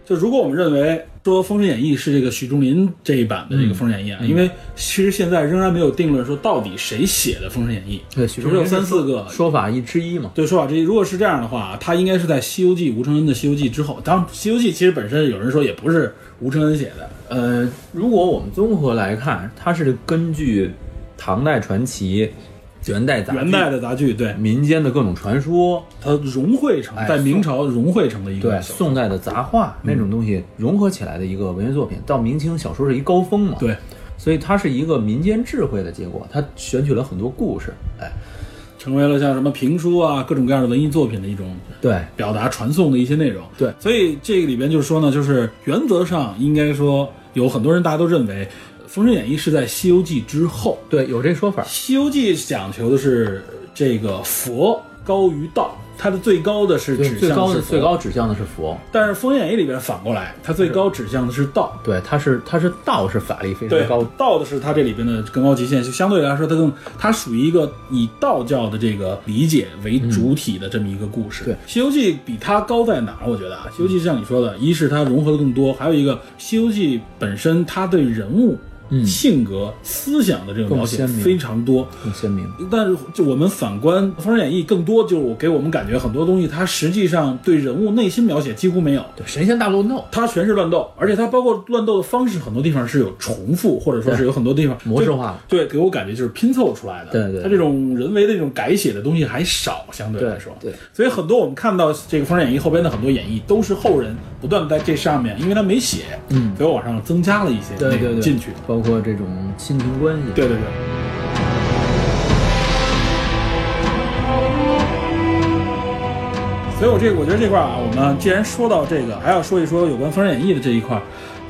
[SPEAKER 2] 就如果我们认为说《封神演义》是这个许仲林这一版的
[SPEAKER 4] 嗯
[SPEAKER 2] 这个《封神演义》啊，因为其实现在仍然没有定论说到底谁写的《封神演义》，
[SPEAKER 4] 对许
[SPEAKER 2] 是不是
[SPEAKER 4] 仲林
[SPEAKER 2] 有三四个
[SPEAKER 4] 说法一之一嘛，
[SPEAKER 2] 对，说法之一，如果是这样的话，他应该是在《西游记》吴承恩的《西游记》之后。当然，《西游记》其实本身有人说也不是吴承恩写的，
[SPEAKER 4] 呃，如果我们综合来看，它是根据唐代传奇、元代杂剧、
[SPEAKER 2] 元代的杂剧，对，
[SPEAKER 4] 民间的各种传说，
[SPEAKER 2] 它融汇成
[SPEAKER 4] 嗯哎
[SPEAKER 2] 在明朝融汇成的一个
[SPEAKER 4] 对嗯
[SPEAKER 2] 手
[SPEAKER 4] 宋代的杂话那种东西融合起来的一个文学作品，到明清小说是一高峰嘛，，
[SPEAKER 2] 对，
[SPEAKER 4] 所以它是一个民间智慧的结果，它选取了很多故事，哎，
[SPEAKER 2] 成为了像什么评书啊，各种各样的文艺作品的一种
[SPEAKER 4] 对，
[SPEAKER 2] 表达传送的一些内容。
[SPEAKER 4] 对
[SPEAKER 2] 所以这个里边就是说呢，就是原则上应该说有很多人大家都认为， 《封神演义》是在《西游记》之后，
[SPEAKER 4] 对，有这说法
[SPEAKER 2] 《西游记》讲求的是这个佛高于道，它的最高的是
[SPEAKER 4] 对，
[SPEAKER 2] 指
[SPEAKER 4] 最
[SPEAKER 2] 向
[SPEAKER 4] 高
[SPEAKER 2] 是
[SPEAKER 4] 的
[SPEAKER 2] 佛
[SPEAKER 4] 最。高指向的是佛，
[SPEAKER 2] 但是《封神演义》里边反过来，它最高指向的是道。
[SPEAKER 4] 对，它是它是道是法力非
[SPEAKER 2] 对
[SPEAKER 4] 常高，，
[SPEAKER 2] 道的是它这里边的更高极限，就相对来说，它更它属于一个以道教的这个理解为主体的这么一个故事。
[SPEAKER 4] 对嗯
[SPEAKER 2] 西游记》比它高在哪儿？我觉得啊，《西游记》像你说的，一是它融合的更多，还有一个《西游记》本身它对人物、
[SPEAKER 4] 嗯
[SPEAKER 2] 性格、思想的这个描写
[SPEAKER 4] 更鲜明
[SPEAKER 2] 非常多。
[SPEAKER 4] 更鲜明。
[SPEAKER 2] 但是就我们反观《封神演义》，更多就是我给我们感觉很多东西，它实际上对人物内心描写几乎没有，
[SPEAKER 4] 对，神仙大乱斗，
[SPEAKER 2] 它全是乱斗，而且它包括乱斗的方式，很多地方是有重复，或者说是有很多地方
[SPEAKER 4] 模式化了。
[SPEAKER 2] 就对，给我感觉就是拼凑出来的。
[SPEAKER 4] 对对对
[SPEAKER 2] 它这种人为的这种改写的东西还少，相对来说。
[SPEAKER 4] 对对
[SPEAKER 2] 所以很多我们看到这个《封神演义》后边的很多演绎，都是后人不断地在这上面，因为他没写，
[SPEAKER 4] 嗯
[SPEAKER 2] 所以往上增加了一些
[SPEAKER 4] 对
[SPEAKER 2] 内
[SPEAKER 4] 对
[SPEAKER 2] 容
[SPEAKER 4] 对，
[SPEAKER 2] 进去。
[SPEAKER 4] 包括这种亲情关系，
[SPEAKER 2] 对对对。所以，我这我觉得这块儿啊，我们既然说到这个，还要说一说有关《封神演义》的这一块儿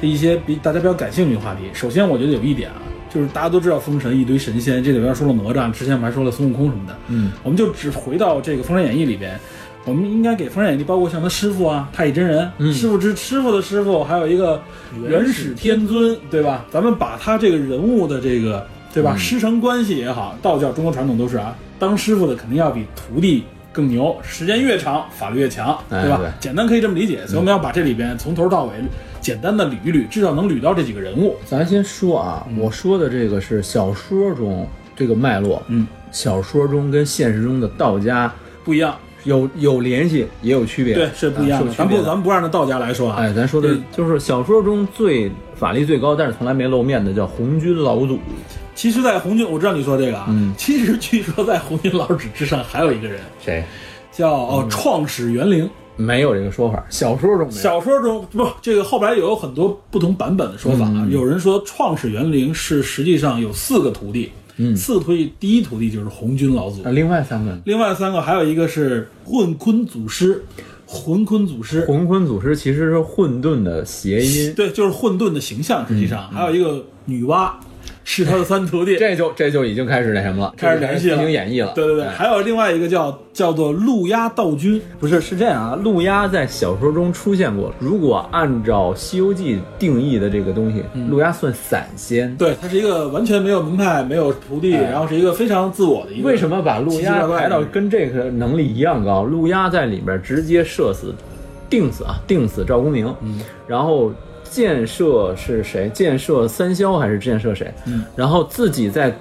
[SPEAKER 2] 的一些比大家比较感兴趣的话题。首先，我觉得有一点啊，就是大家都知道封神一堆神仙，这里边说了哪吒，之前我们还说了孙悟空什么的，
[SPEAKER 4] 嗯，
[SPEAKER 2] 我们就只回到这个《封神演义》里边，我们应该给《封神演义》包括像他师傅啊，太乙真人，
[SPEAKER 4] 嗯
[SPEAKER 2] 师傅之师傅的师傅，还有一个元始天尊，对吧？咱们把他这个人物的这个，对
[SPEAKER 4] 嗯
[SPEAKER 2] 吧？师承关系也好，道教中国传统都是啊，当师傅的肯定要比徒弟。更牛，时间越长，法律越强，
[SPEAKER 4] 哎
[SPEAKER 2] 对吧？
[SPEAKER 4] 对嗯
[SPEAKER 2] 简单可以这么理解，所以我们要把这里边从头到尾简单的捋一捋，至少能捋到这几个人物。
[SPEAKER 4] 咱先说啊，
[SPEAKER 2] 嗯
[SPEAKER 4] 我说的这个是小说中这个脉络，
[SPEAKER 2] 嗯，
[SPEAKER 4] 小说中跟现实中的道家
[SPEAKER 2] 不一样，
[SPEAKER 4] 有有联系，也有区别，
[SPEAKER 2] 对，是不一样的。
[SPEAKER 4] 啊是有
[SPEAKER 2] 咱
[SPEAKER 4] 区别
[SPEAKER 2] 不，
[SPEAKER 4] 的
[SPEAKER 2] 咱们不按照道家来说啊，
[SPEAKER 4] 哎，咱说的
[SPEAKER 2] 对
[SPEAKER 4] 就是小说中最法力最高，但是从来没露面的叫红军老祖，
[SPEAKER 2] 其实，在红军，我知道你说这个啊，
[SPEAKER 4] 嗯
[SPEAKER 2] 其实据说在红军老师之上还有一个人
[SPEAKER 4] 谁？
[SPEAKER 2] 叫、
[SPEAKER 4] 嗯
[SPEAKER 2] 哦、创始元灵，
[SPEAKER 4] 没有这个说法，小说中没有。
[SPEAKER 2] 小说中不，这个后边有很多不同版本的说法啊。
[SPEAKER 4] 嗯
[SPEAKER 2] 有人说创始元灵是实际上有四个徒弟，
[SPEAKER 4] 嗯哎
[SPEAKER 2] 四个徒弟，第一徒弟就是红军老祖，
[SPEAKER 4] 那另外三个呢？
[SPEAKER 2] 另外三个还有一个是混坤祖师，混坤祖师，
[SPEAKER 4] 混坤祖师其实是混沌的谐音，嗯
[SPEAKER 2] 对，就是混沌的形象。实际上、还有一个女娲，是他的三徒 弟。
[SPEAKER 4] 这就这就已经开始那什么了，
[SPEAKER 2] 开始联系了，
[SPEAKER 4] 进行演绎了。
[SPEAKER 2] 对对对，
[SPEAKER 4] 哎
[SPEAKER 2] 还有另外一个叫叫做陆压道君，
[SPEAKER 4] 不是，是这样啊，陆压在小说中出现过。如果按照《西游记》定义的这个东西，陆压算散仙。
[SPEAKER 2] 嗯对他是一个完全没有门派、没有徒弟，然后是一个非常自我的一个。
[SPEAKER 4] 哎为什么把陆
[SPEAKER 2] 奇奇
[SPEAKER 4] 压
[SPEAKER 2] 怪怪的
[SPEAKER 4] 排到跟这个能力一样高？陆压在里面直接射死、定死啊，定死赵公明。嗯，然后建设是谁？建设三霄还是建设谁？嗯，然后自己在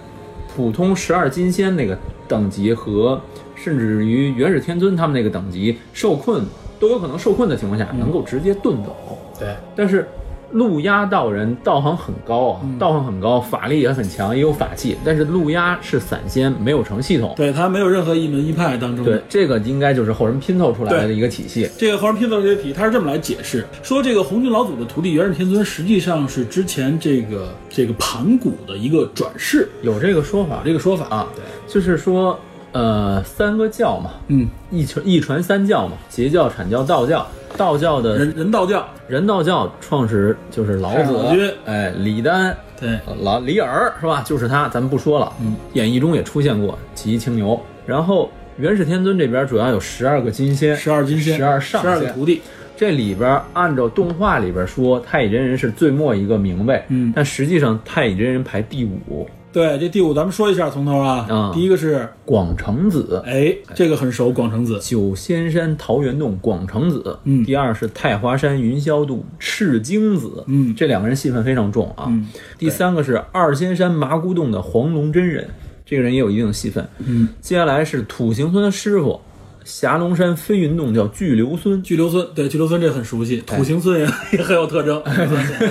[SPEAKER 4] 普通十二金仙那个等级和甚至于元始天尊他们那个等级受困，都有可能受困的情况下，能够直接遁走。
[SPEAKER 2] 对
[SPEAKER 4] 但是陆压道人道行很高啊，道行很高，法力也很强，也有法器。但是陆压是散仙，没有成系统。
[SPEAKER 2] 对他没有任何一门一派当中
[SPEAKER 4] 对
[SPEAKER 2] 的。，
[SPEAKER 4] 这个应该就是后人拼凑出来的一个体系。
[SPEAKER 2] 这个《黄人拼凑学体》，他是这么来解释，说这个红军老祖的徒弟元始天尊，实际上是之前这个这个盘古的一个转世，
[SPEAKER 4] 有这个说法
[SPEAKER 2] 有，这个说法
[SPEAKER 4] 啊
[SPEAKER 2] 对，
[SPEAKER 4] 就是说，呃，三个教嘛，
[SPEAKER 2] 嗯，
[SPEAKER 4] 一传一传三教嘛，截教、阐教、道教。道教的
[SPEAKER 2] 人人道教，
[SPEAKER 4] 人道教创始就是老子
[SPEAKER 2] 太上老君，
[SPEAKER 4] 哎，李丹，呃
[SPEAKER 2] 对，
[SPEAKER 4] 老李耳是吧？就是他，咱们不说了。嗯，演义中也出现过骑一青牛。然后元始天尊这边主要有十二个金仙，
[SPEAKER 2] 十二金仙，
[SPEAKER 4] 十二上
[SPEAKER 2] 十二个
[SPEAKER 4] 仙
[SPEAKER 2] 徒弟，
[SPEAKER 4] 这里边按照动画里边说，太乙真人是最末一个名位，
[SPEAKER 2] 嗯
[SPEAKER 4] 但实际上太乙真人排第五，
[SPEAKER 2] 对，这第五咱们说一下从头啊，
[SPEAKER 4] 啊
[SPEAKER 2] 第一个是，
[SPEAKER 4] 广成子。
[SPEAKER 2] 哎，这个很熟，广成子，
[SPEAKER 4] 九仙山桃源洞广成子，
[SPEAKER 2] 嗯
[SPEAKER 4] 第二是太华山云霄渡赤精子，
[SPEAKER 2] 嗯
[SPEAKER 4] 这两个人戏份非常重啊。
[SPEAKER 2] 嗯
[SPEAKER 4] 第三个是二仙山麻姑洞的黄龙真人，这个人也有一定的戏份。
[SPEAKER 2] 嗯，
[SPEAKER 4] 接下来是土行孙的师傅，霞龙山飞云洞叫巨留孙，
[SPEAKER 2] 巨留孙，对，巨留孙这很熟悉，土行 孙也也很有特征，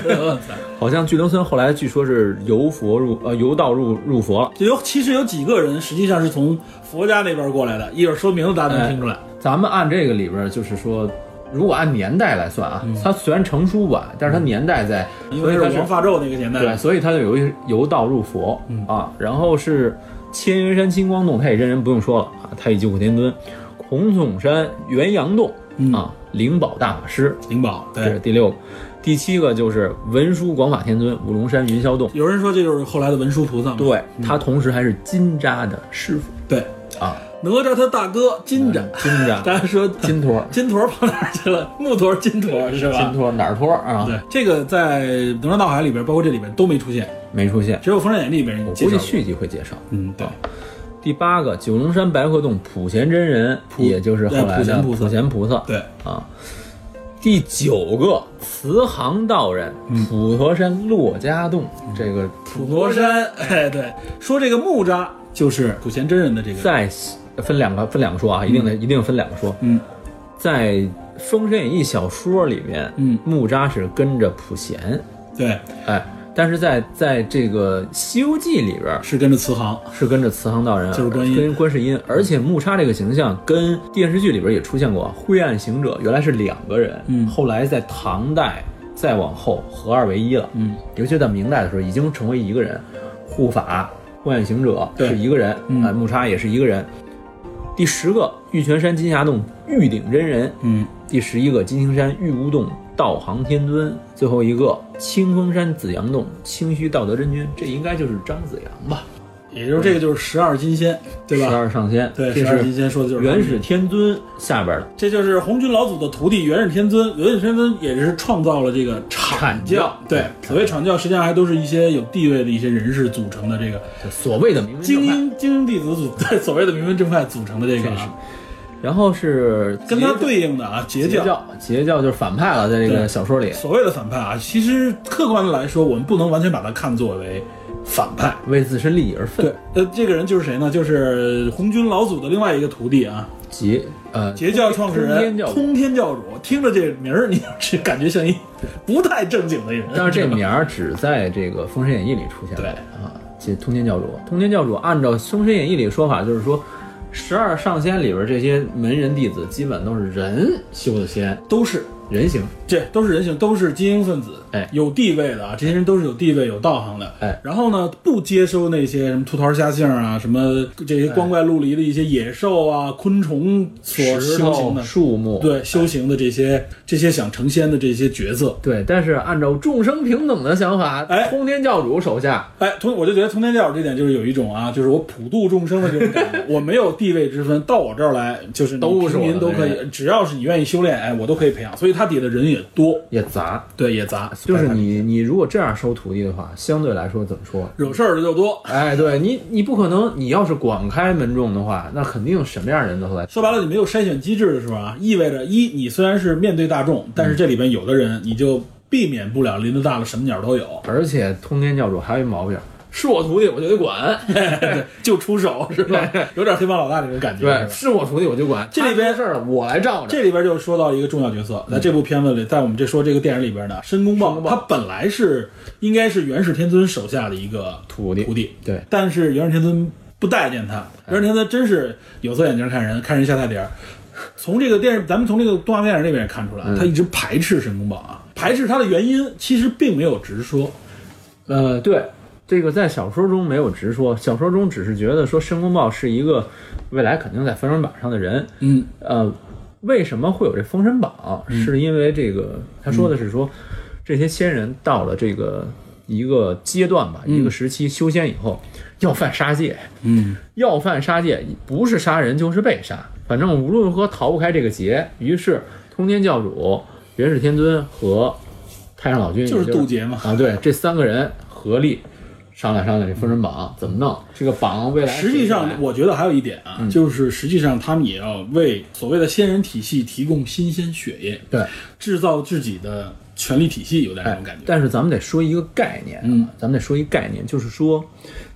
[SPEAKER 2] 嗯
[SPEAKER 4] 好像巨留孙后来据说是由佛入呃由道入入佛了。
[SPEAKER 2] 就有其实有几个人实际上是从佛家那边过来的，一会儿说名字大
[SPEAKER 4] 哎
[SPEAKER 2] 家能听出来。
[SPEAKER 4] 咱们按这个里边儿，就是说，如果按年代来算啊，它虽然成书晚，但是它年代在，
[SPEAKER 2] 嗯因
[SPEAKER 4] 所
[SPEAKER 2] 为
[SPEAKER 4] 以
[SPEAKER 2] 是
[SPEAKER 4] 它
[SPEAKER 2] 王
[SPEAKER 4] 是
[SPEAKER 2] 发胄那个年代，
[SPEAKER 4] 对，所以它就由于由道入佛、
[SPEAKER 2] 嗯
[SPEAKER 4] 啊。然后是千云山金光洞，太乙真人不用说了啊，太乙救苦天尊，孔统山元阳洞、啊，灵宝大法师，
[SPEAKER 2] 灵宝
[SPEAKER 4] 这是
[SPEAKER 2] 嗯对，
[SPEAKER 4] 第六个。第七个就是文殊广法天尊五龙山云霄洞，
[SPEAKER 2] 有人说这就是后来的文殊菩萨嘛？
[SPEAKER 4] 对他同时还是金吒的师傅
[SPEAKER 2] 对，
[SPEAKER 4] 啊，嗯
[SPEAKER 2] 哪吒他大哥金吒，
[SPEAKER 4] 金
[SPEAKER 2] 大
[SPEAKER 4] 吒
[SPEAKER 2] 家说
[SPEAKER 4] 金坨儿
[SPEAKER 2] 金坨跑哪儿去了？木坨金坨 是吧？
[SPEAKER 4] 金托哪儿托儿啊？
[SPEAKER 2] 对，这个在《哪吒闹海》里边，包括这里边都没出现，
[SPEAKER 4] 没出现，
[SPEAKER 2] 只有《封神演义》里边
[SPEAKER 4] 我
[SPEAKER 2] 介
[SPEAKER 4] 估
[SPEAKER 2] 绍
[SPEAKER 4] 计啊
[SPEAKER 2] 过。
[SPEAKER 4] 续集会介绍。
[SPEAKER 2] 嗯，对，
[SPEAKER 4] 第八个九龙山白鹤洞普贤真人，也就是后来
[SPEAKER 2] 普贤
[SPEAKER 4] 的
[SPEAKER 2] 菩萨
[SPEAKER 4] 普贤菩萨。
[SPEAKER 2] 对，
[SPEAKER 4] 啊。第九个慈航道人，普陀山珞珈洞，这个
[SPEAKER 2] 嗯普陀山，哎，对，说这个木吒就是普贤真人的这个，
[SPEAKER 4] 在分两个分两个说啊，一定得、一定分两个说。
[SPEAKER 2] 嗯，
[SPEAKER 4] 在《封神演义》小说里面，
[SPEAKER 2] 嗯
[SPEAKER 4] 木吒是跟着普贤，
[SPEAKER 2] 对，
[SPEAKER 4] 哎，但是在在这个《西游记》里边
[SPEAKER 2] 是跟着慈航，
[SPEAKER 4] 是跟着慈航道人，
[SPEAKER 2] 就是观音
[SPEAKER 4] 跟观世音，而且木叉这个形象跟电视剧里边也出现过，晦暗行者原来是两个人，
[SPEAKER 2] 嗯
[SPEAKER 4] 后来在唐代再往后合二为一了，
[SPEAKER 2] 嗯，
[SPEAKER 4] 尤其在明代的时候已经成为一个人，护法、晦暗行者
[SPEAKER 2] 对
[SPEAKER 4] 是一个人，
[SPEAKER 2] 嗯
[SPEAKER 4] 哎，木叉也是一个人。第十个玉泉山金霞洞玉鼎真人，
[SPEAKER 2] 嗯，
[SPEAKER 4] 第十一个金星山玉乌洞道行天尊，最后一个清风山紫阳洞清虚道德真君，这应该就是张子阳吧？
[SPEAKER 2] 也就是这个就是十二金仙，对
[SPEAKER 4] 十
[SPEAKER 2] 吧？
[SPEAKER 4] 二上仙，
[SPEAKER 2] 对，
[SPEAKER 4] 这
[SPEAKER 2] 十二金
[SPEAKER 4] 是
[SPEAKER 2] 仙说的就是他们
[SPEAKER 4] 元始天尊下边的
[SPEAKER 2] 这就是红军老祖的徒弟元始天尊，元始天尊也是创造了这个
[SPEAKER 4] 阐
[SPEAKER 2] 教。
[SPEAKER 4] 教
[SPEAKER 2] 对，
[SPEAKER 4] 对
[SPEAKER 2] 所谓阐教，实际上还都是一些有地位的一些人士组成的这个
[SPEAKER 4] 就所谓的名门
[SPEAKER 2] 精
[SPEAKER 4] 正派。
[SPEAKER 2] 英精英弟子组， 对，所谓的名门正派组成的这个
[SPEAKER 4] 真是
[SPEAKER 2] 啊，
[SPEAKER 4] 然后是
[SPEAKER 2] 跟他
[SPEAKER 4] 截
[SPEAKER 2] 对应的啊，截
[SPEAKER 4] 截教，截教就是反派了，在这
[SPEAKER 2] 对
[SPEAKER 4] 个小说里，
[SPEAKER 2] 所谓的反派啊，其实客观的来说，我们不能完全把它看作为反派。
[SPEAKER 4] 为自身利益而奋
[SPEAKER 2] 对。，呃，这个人就是谁呢？就是红军老祖的另外一个徒弟啊，
[SPEAKER 4] 截呃，
[SPEAKER 2] 截教创始
[SPEAKER 4] 通天
[SPEAKER 2] 人
[SPEAKER 4] 教主
[SPEAKER 2] 通天教主。听着这名儿，你就是感觉像一不太正经的人。
[SPEAKER 4] 但是这
[SPEAKER 2] 吧
[SPEAKER 4] 名儿只在这个《封神演义》里出现过
[SPEAKER 2] 对
[SPEAKER 4] 啊，即通天教主。通天教主按照《封神演义》里说法，就是说。十二上仙里边这些门人弟子，基本都是人修的仙，
[SPEAKER 2] 都是
[SPEAKER 4] 人形。
[SPEAKER 2] 这都是人性，都是精英分子，
[SPEAKER 4] 哎
[SPEAKER 2] 有地位的啊，这些人都是有地位、有道行的，
[SPEAKER 4] 哎。
[SPEAKER 2] 然后呢，不接收那些什么兔桃虾杏啊，什么这
[SPEAKER 4] 哎
[SPEAKER 2] 些光怪陆离的一些野兽啊、昆虫所
[SPEAKER 4] 石
[SPEAKER 2] 修行
[SPEAKER 4] 头、
[SPEAKER 2] 的，
[SPEAKER 4] 树木，
[SPEAKER 2] 对修行的这些这些想成仙的这些角色。
[SPEAKER 4] 对，但是按照众生平等的想法，
[SPEAKER 2] 哎
[SPEAKER 4] 通天教主手下
[SPEAKER 2] 哎，通我就觉得通天教这点就是有一种啊，就是我普度众生的这种感 觉，我没有地位之分，到我这儿来就是你
[SPEAKER 4] 都是
[SPEAKER 2] 平
[SPEAKER 4] 我的
[SPEAKER 2] 民都可以，
[SPEAKER 4] 人
[SPEAKER 2] 只要是你愿意修炼，哎，我都可以培养，所以他底下的人也多，
[SPEAKER 4] 也杂。
[SPEAKER 2] 对，也杂，
[SPEAKER 4] 啊就是你，你如果这样收徒弟的话，相对来说怎么说？
[SPEAKER 2] 惹事儿的就多，
[SPEAKER 4] 哎，对你，你不可能，你要是广开门众的话，那肯定什么样的人都会来。
[SPEAKER 2] 说白了，你没有筛选机制的时候啊，意味着一，你虽然是面对大众，但
[SPEAKER 4] 嗯
[SPEAKER 2] 是这里边有的人你就避免不了，林子大了什么鸟都有，
[SPEAKER 4] 而且通天教主还有一毛病，是我徒弟我就得 管，
[SPEAKER 2] 对就出手是 吧？有点黑帮老大那种感觉。是
[SPEAKER 4] 对，
[SPEAKER 2] 吧
[SPEAKER 4] 是我徒弟我就管，
[SPEAKER 2] 这里边
[SPEAKER 4] 他出事儿了我来罩着。
[SPEAKER 2] 这里边就说到一个重要角色，在这部片子里，在我们这说这个电影里边呢，申公豹
[SPEAKER 4] 嗯公豹
[SPEAKER 2] 他本来是应该是元始天尊手下的一个
[SPEAKER 4] 徒弟
[SPEAKER 2] 徒弟，
[SPEAKER 4] 对，
[SPEAKER 2] 但是元始天尊不待见他，
[SPEAKER 4] 哎
[SPEAKER 2] 元始天尊真是有色眼镜看人，看人下菜碟儿。从这个电视，咱们从这个动画电影里边也看出来，
[SPEAKER 4] 嗯
[SPEAKER 2] 他一直排斥申公豹啊，排斥他的原因其实并没有直说，
[SPEAKER 4] 呃，对，这个在小说中没有直说，小说中只是觉得说申公豹是一个未来肯定在封神榜上的人。
[SPEAKER 2] 嗯，
[SPEAKER 4] 呃，为什么会有这封神榜？是因为这
[SPEAKER 2] 嗯
[SPEAKER 4] 个他说的是说，这些仙人到了这个一个阶段吧，一个时期修仙以后，要犯杀戒。
[SPEAKER 2] 嗯，
[SPEAKER 4] 要犯杀戒，不是杀人就是被杀，反正无论如何逃不开这个劫。于是通天教主、元始天尊和太上老君，
[SPEAKER 2] 就是
[SPEAKER 4] 也
[SPEAKER 2] 渡劫嘛
[SPEAKER 4] 啊，对，这三个人合力商量商量这封神榜怎么弄，这个榜未来
[SPEAKER 2] 实际
[SPEAKER 4] 谁
[SPEAKER 2] 上
[SPEAKER 4] 来
[SPEAKER 2] 我觉得还有一点啊，就是实际上他们也要为所谓的仙人体系提供新鲜血液，
[SPEAKER 4] 对。
[SPEAKER 2] 制造自己的权力体系，有点那
[SPEAKER 4] 哎
[SPEAKER 2] 种感觉。
[SPEAKER 4] 但是咱们得说一个概念，啊
[SPEAKER 2] 嗯，
[SPEAKER 4] 咱们得说一个概念，就是说，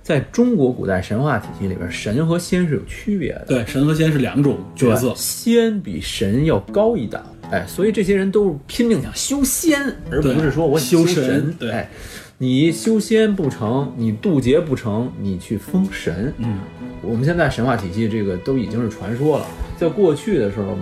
[SPEAKER 4] 在中国古代神话体系里边，神和仙是有区别的。
[SPEAKER 2] 对，神和仙是两种角色
[SPEAKER 4] 对，嗯仙比神要高一档，哎，所以这些人都是拼命想修仙，而
[SPEAKER 2] 对
[SPEAKER 4] 不是说我
[SPEAKER 2] 修
[SPEAKER 4] 神。
[SPEAKER 2] 神对
[SPEAKER 4] 哎，你修仙不成，你渡劫不成，你去封神。嗯，我们现在神话体系这个都已经是传说了，在过去的时候，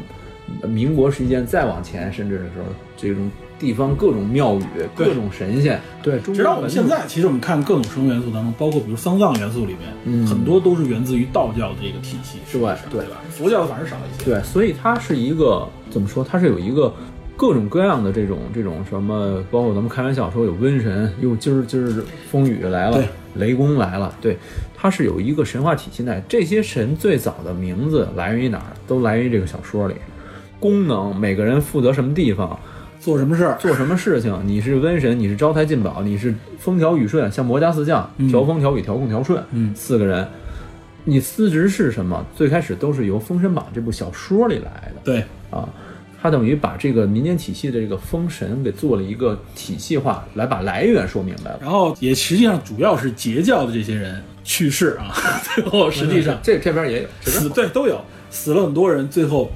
[SPEAKER 4] 呃民国时间再往前甚至的时候，这种地方各种庙宇、各种神仙，对，中
[SPEAKER 2] 直
[SPEAKER 4] 国
[SPEAKER 2] 到我们
[SPEAKER 4] 本
[SPEAKER 2] 现
[SPEAKER 4] 土
[SPEAKER 2] 在，其实我们看各种生物元素当中，包括比如丧葬元素里面，很多都是源自于道教的这个体系，
[SPEAKER 4] 对
[SPEAKER 2] 是吧
[SPEAKER 4] 对
[SPEAKER 2] 对吧？佛教反而少一些。
[SPEAKER 4] 对，所以它是一个怎么说？它是有一个各种各样的这种这种什么，包括咱们开玩笑说有瘟神，又今儿今儿风雨来了
[SPEAKER 2] 对，
[SPEAKER 4] 雷公来了，对，它是有一个神话体系在。这些神最早的名字来源于哪儿？都来源于这个小说里，功能每个人负责什么地方，
[SPEAKER 2] 做什么事儿？
[SPEAKER 4] 做什么事情，你是瘟神，你是招财进宝，你是风调雨顺，像魔家四将，调风、调雨、调控、调顺，
[SPEAKER 2] 嗯
[SPEAKER 4] 四个人，你司职是什么？最开始都是由《封神榜》这部小说里来的
[SPEAKER 2] 对，
[SPEAKER 4] 啊，它等于把这个民间体系的这个封神给做了一个体系化，来把来源说明白了。
[SPEAKER 2] 然后也实际上主要是截教的这些人去世啊， 最后实际上
[SPEAKER 4] 这这边也有，这边
[SPEAKER 2] 死对都有死了很多人，最后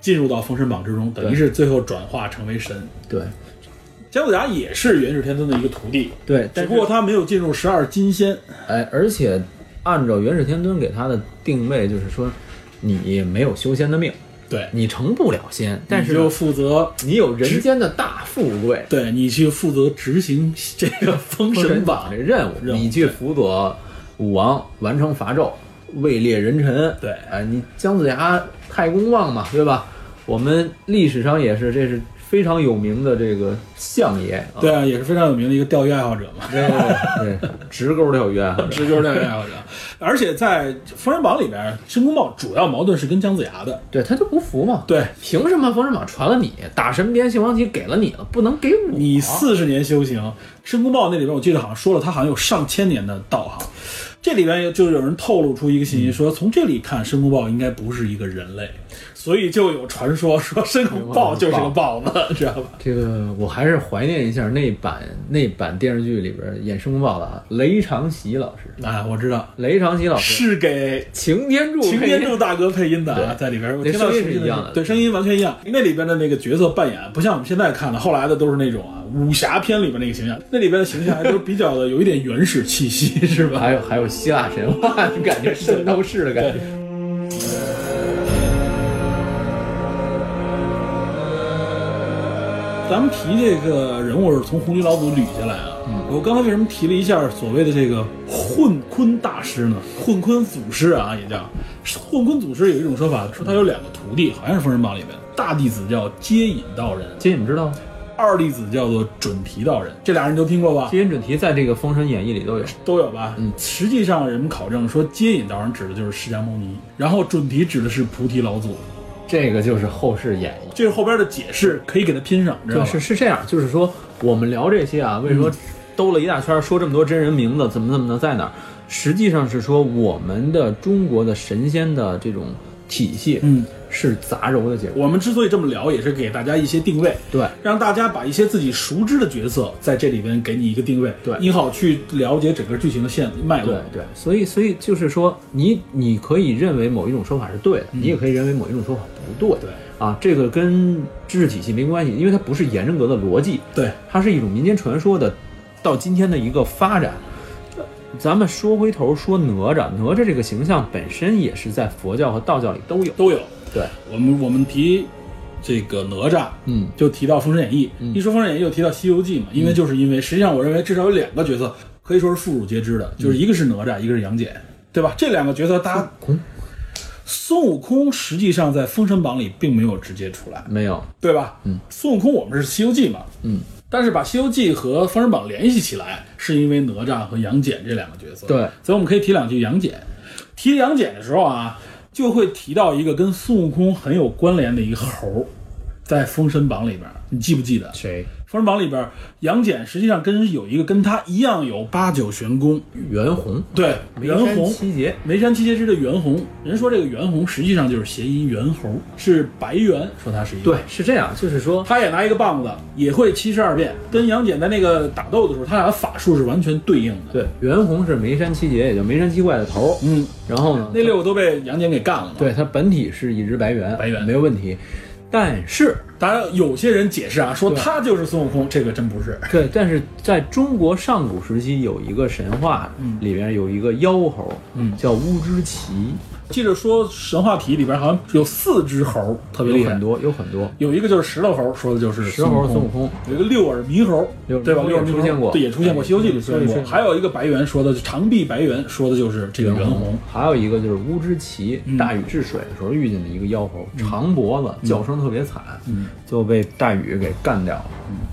[SPEAKER 2] 进入到封神榜之中，等于
[SPEAKER 4] 对
[SPEAKER 2] 是最后转化成为神。
[SPEAKER 4] 对
[SPEAKER 2] 姜子牙也是元始天尊的一个徒弟，
[SPEAKER 4] 对，
[SPEAKER 2] 只
[SPEAKER 4] 但
[SPEAKER 2] 不
[SPEAKER 4] 是
[SPEAKER 2] 过他没有进入十二金仙。
[SPEAKER 4] 哎，而且按照元始天尊给他的定位，就是说你没有修仙的命，
[SPEAKER 2] 对，
[SPEAKER 4] 你成不了仙，但是
[SPEAKER 2] 你
[SPEAKER 4] 呢
[SPEAKER 2] 就负责
[SPEAKER 4] 你有人间的大富贵，
[SPEAKER 2] 对你去负责执行 这个封
[SPEAKER 4] 封
[SPEAKER 2] 神
[SPEAKER 4] 神
[SPEAKER 2] 榜
[SPEAKER 4] 榜这任务，
[SPEAKER 2] 任务
[SPEAKER 4] 你去辅佐武王完成伐纣，位列人臣。
[SPEAKER 2] 对
[SPEAKER 4] 哎，你姜子牙太公望嘛，对吧？我们历史上也是，这是非常有名的这个相爷啊，
[SPEAKER 2] 对啊，也是非常有名的一个钓鱼爱好者嘛，
[SPEAKER 4] 对对对，直钩钓鱼爱好者。
[SPEAKER 2] 这就是钓鱼爱好者。 而且在《封神榜》里边，申公豹主要矛盾是跟姜子牙的。
[SPEAKER 4] 对他就不服嘛，
[SPEAKER 2] 对
[SPEAKER 4] 凭什么封神榜传了你，打神鞭信王旗给了你了，不能给我？啊
[SPEAKER 2] 你四十年修行，申公豹那里边我记得好像说了，他好像有上千年的道行。这里边就有人透露出一个信息，说从这里看，申公豹应该不是一个人类，所以就有传说说申公豹就是个豹子， 知道吧？
[SPEAKER 4] 这个我还是怀念一下那版那版电视剧里边演申公豹的啊，雷长喜老师，
[SPEAKER 2] 啊，我知道，
[SPEAKER 4] 雷长喜老师
[SPEAKER 2] 是给
[SPEAKER 4] 擎天柱，
[SPEAKER 2] 擎天柱大哥配音的啊，在里边我听到
[SPEAKER 4] 那声音
[SPEAKER 2] 熟悉
[SPEAKER 4] 是一样的
[SPEAKER 2] 对，声音完全一样。嗯那里边的那个角色扮演，不像我们现在看的，后来的都是那种啊武侠片里边那个形象，那里边的形象还都比较的有一点原始气息，是吧？
[SPEAKER 4] 还有还有希腊神话， 感觉圣斗士的感觉。
[SPEAKER 2] 咱们提这个人物是从红军老祖捋下来啊。
[SPEAKER 4] 嗯
[SPEAKER 2] 我刚才为什么提了一下所谓的这个混坤大师呢？混坤祖师啊，也叫混坤祖师。有一种说法说他有两个徒弟，好像是《封神榜》里面，大弟子叫接引道人，
[SPEAKER 4] 接引知道吗？
[SPEAKER 2] 二弟子叫做准提道人。这俩人你都听过吧？
[SPEAKER 4] 接引准提在这个《封神演义》里都有。
[SPEAKER 2] 都有吧？嗯，实际上人们考证说，接引道人指的就是释迦牟尼，然后准提指的是菩提老祖，
[SPEAKER 4] 这个就是后世演绎。
[SPEAKER 2] 这后边的解释可以给它拼上，知道吧？
[SPEAKER 4] 对，是是这样，就是说我们聊这些啊，为什么兜了一大圈，说这么多真人名字，怎么怎么的在哪儿？实际上是说我们的中国的神仙的这种体系，
[SPEAKER 2] 嗯，
[SPEAKER 4] 是杂糅的结果。
[SPEAKER 2] 我们之所以这么聊，也是给大家一些定位，
[SPEAKER 4] 对，
[SPEAKER 2] 让大家把一些自己熟知的角色在这里边给你一个定位，
[SPEAKER 4] 对
[SPEAKER 2] 你好去了解整个剧情的线脉络
[SPEAKER 4] 对。对，所以所以就是说，你你可以认为某一种说法是对的，你也可以认为某一种说法不嗯对。
[SPEAKER 2] 对
[SPEAKER 4] 啊，这个跟知识体系没关系，因为它不是严正格的逻辑，
[SPEAKER 2] 对，
[SPEAKER 4] 它是一种民间传说的到今天的一个发展。呃咱们说回头说哪吒，哪吒这个形象本身也是在佛教和道教里都有。
[SPEAKER 2] 都有。
[SPEAKER 4] 对，
[SPEAKER 2] 我们我们提这个哪吒，
[SPEAKER 4] 嗯，
[SPEAKER 2] 就提到《封神演义》一说《封神演义》，就提到《西游记》嘛，因为就是因为实际上我认为至少有两个角色可以说是妇孺皆知的，就是一个是哪吒，一个是杨戬，对吧？这两个角色大家。
[SPEAKER 4] 嗯空
[SPEAKER 2] 孙悟空实际上在《封神榜》里并没有直接出来，
[SPEAKER 4] 没有，
[SPEAKER 2] 对吧？嗯，孙悟空我们是《西游记》嘛，
[SPEAKER 4] 嗯，
[SPEAKER 2] 但是把《西游记》和《封神榜》联系起来，是因为哪吒和杨戬这两个角色。
[SPEAKER 4] 对
[SPEAKER 2] 所以我们可以提两句杨戬。提杨戬的时候啊，就会提到一个跟孙悟空很有关联的一个猴儿，在《封神榜》里边，你记不记得？《
[SPEAKER 4] 谁？
[SPEAKER 2] 封神榜》里边，杨戬实际上跟有一个跟他一样有八九玄功，
[SPEAKER 4] 袁弘，
[SPEAKER 2] 对，袁
[SPEAKER 4] 眉山
[SPEAKER 2] 弘。
[SPEAKER 4] 七杰，
[SPEAKER 2] 眉山七杰之的袁弘，人说这个袁弘实际上就是谐音猿猴，是白猿，说他是一个
[SPEAKER 4] 对，是这样，就是说
[SPEAKER 2] 他也拿一个棒子，也会七十二变，跟杨戬在那个打斗的时候，他俩的法术是完全对应的。，
[SPEAKER 4] 对，袁弘是眉山七杰，也叫眉山七怪的头儿。
[SPEAKER 2] 嗯，
[SPEAKER 4] 然后呢，
[SPEAKER 2] 那六个都被杨戬给干了嘛。，
[SPEAKER 4] 对，它本体是一只白猿，
[SPEAKER 2] 白猿
[SPEAKER 4] 没有问题。但是，
[SPEAKER 2] 当然有些人解释啊，说他就是孙悟空，这个真不是。
[SPEAKER 4] 对，但是在中国上
[SPEAKER 2] 嗯
[SPEAKER 4] 古时期有一个神话，里面有一个妖猴，叫乌之奇。
[SPEAKER 2] 记着说神话体里边好像有四只猴特别厉
[SPEAKER 4] 有
[SPEAKER 2] 害
[SPEAKER 4] 很，多有很多，
[SPEAKER 2] 有一个就是石头猴，说的就是
[SPEAKER 4] 石猴孙悟空，
[SPEAKER 2] 有一个六耳猕猴，
[SPEAKER 4] 六耳猕猴
[SPEAKER 2] 对吧？六耳猕
[SPEAKER 4] 也出现过
[SPEAKER 2] 对，也出现过《西游记》里出现
[SPEAKER 4] 西游
[SPEAKER 2] 过。
[SPEAKER 4] 记
[SPEAKER 2] 还有一个白猿说的，长臂白猿说的就是这个袁弘。
[SPEAKER 4] 还有一个就是乌之旗，
[SPEAKER 2] 嗯
[SPEAKER 4] 大禹治水的时候遇见的一个妖猴，长脖子，叫声特别惨，
[SPEAKER 2] 嗯
[SPEAKER 4] 就被大禹给干掉了。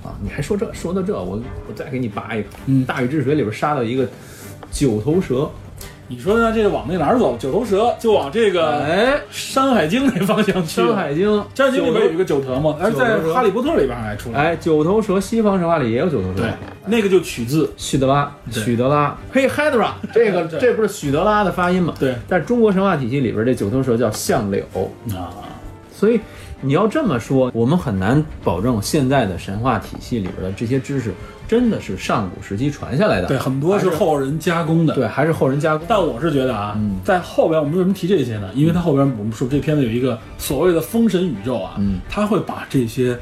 [SPEAKER 4] 啊，你还说这说到这，我我再给你拔一个，
[SPEAKER 2] 嗯
[SPEAKER 4] 大禹治水里边杀到一个九头蛇，
[SPEAKER 2] 你说呢？这往那哪儿走？九头蛇就往这个《
[SPEAKER 4] 哎，
[SPEAKER 2] 山海经》那方向去。
[SPEAKER 4] 《山海经》《
[SPEAKER 2] 山海经》里边有一个九头嘛，而在
[SPEAKER 4] 九
[SPEAKER 2] 《
[SPEAKER 4] 头蛇
[SPEAKER 2] 哈利波特》里边还出来。
[SPEAKER 4] 哎，九头蛇，西方神话里也有九头蛇。
[SPEAKER 2] 对，那个就取自
[SPEAKER 4] 许德拉，
[SPEAKER 2] 对
[SPEAKER 4] 许德拉，嘿，Hydra，这个
[SPEAKER 2] 对
[SPEAKER 4] 这不是许德拉的发音吗？
[SPEAKER 2] 对
[SPEAKER 4] 但中国神话体系里边这九头蛇叫相柳，
[SPEAKER 2] 啊，
[SPEAKER 4] 所以你要这么说，我们很难保证现在的神话体系里边的这些知识真的是上古时期传下来 的，
[SPEAKER 2] 对，很多是后人加工的。
[SPEAKER 4] 对，嗯还是后人加工。
[SPEAKER 2] 但我是觉得啊，在后边我们为什么提这些呢？
[SPEAKER 4] 嗯
[SPEAKER 2] 因为它后边我们说这片子有一个所谓的封神宇宙啊，
[SPEAKER 4] 嗯
[SPEAKER 2] 它会把这些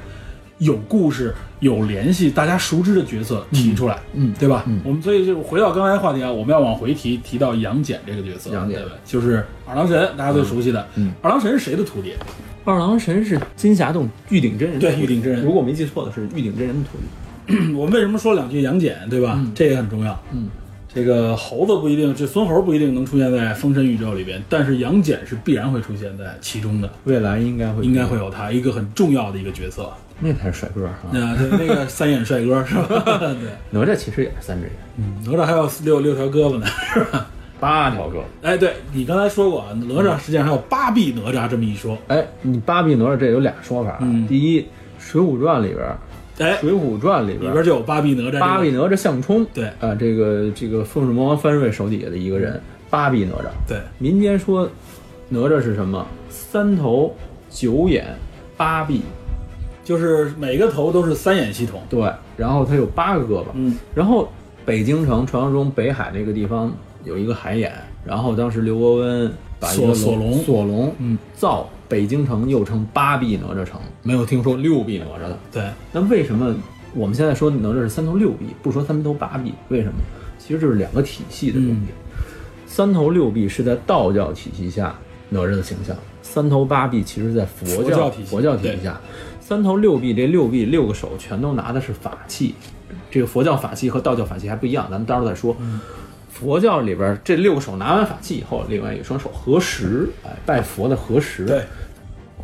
[SPEAKER 2] 有故事、有联系、大家熟知的角色提出来，
[SPEAKER 4] 嗯嗯
[SPEAKER 2] 对吧？我们所以就回到刚才的话题啊，我们要往回提，提到杨戬这个角色，
[SPEAKER 4] 杨戬
[SPEAKER 2] 对吧？就是二郎神，大家最熟悉的。
[SPEAKER 4] 嗯
[SPEAKER 2] 二郎神是谁的徒弟？
[SPEAKER 4] 二郎神是金霞洞玉鼎真人，
[SPEAKER 2] 对玉鼎真人
[SPEAKER 4] 如果我没记错的是玉鼎真人的徒弟。
[SPEAKER 2] 我们为什么说两句杨戬，对吧？这个很重要。
[SPEAKER 4] 嗯，
[SPEAKER 2] 这个猴子不一定，这孙猴不一定能出现在封神宇宙里边，但是杨戬是必然会出现在其中的。
[SPEAKER 4] 未来应该会
[SPEAKER 2] 应该会，有他一个很重要的一个角色。
[SPEAKER 4] 那才是帅哥啊！
[SPEAKER 2] 那那个三眼帅哥是 吧？对，
[SPEAKER 4] 哪吒其实也是三只眼，
[SPEAKER 2] 哪吒还有六六条胳膊呢，是 吧？
[SPEAKER 4] 八条胳膊。
[SPEAKER 2] 哎，对你刚才说过啊，哪吒实际上还有八臂哪吒这么一说。
[SPEAKER 4] 哎，你八臂哪吒这有俩说法啊。
[SPEAKER 2] 嗯
[SPEAKER 4] 第一，《水浒传》里边，
[SPEAKER 2] 哎
[SPEAKER 4] 《水，浒传》里
[SPEAKER 2] 里
[SPEAKER 4] 边
[SPEAKER 2] 边就有八臂哪吒这个。
[SPEAKER 4] 八臂哪吒项冲，
[SPEAKER 2] 对
[SPEAKER 4] 啊、这个这个风水魔王范瑞手底下的一个人，八臂哪吒。
[SPEAKER 2] 对，
[SPEAKER 4] 民间说哪吒是什么？三头九眼八臂，
[SPEAKER 2] 就是每个头都是三眼系统。
[SPEAKER 4] 对，然后他有八个胳膊，
[SPEAKER 2] 嗯，
[SPEAKER 4] 然后北京城传说中北海那个地方有一个海眼，然后当时刘伯温把一个
[SPEAKER 2] 索索隆
[SPEAKER 4] 索隆
[SPEAKER 2] 嗯
[SPEAKER 4] 造北京城，又称八臂哪吒城，没有听说六臂哪吒 的。
[SPEAKER 2] 对，
[SPEAKER 4] 那为什么我们现在说哪吒是三头六臂，不说三头八臂？为什么？其实这是两个体系的东西。
[SPEAKER 2] 嗯
[SPEAKER 4] 三头六臂是在道教体系下哪吒的形象，三头八臂其实在佛
[SPEAKER 2] 佛教体系
[SPEAKER 4] 佛教体系下，三头六臂这六臂六个手全都拿的是法器，这个佛教法器和道教法器还不一样，咱们到时候再说。
[SPEAKER 2] 嗯
[SPEAKER 4] 佛教里边这六个手拿完法器以后，另外有一双手合十，哎，拜佛的合十。
[SPEAKER 2] 对，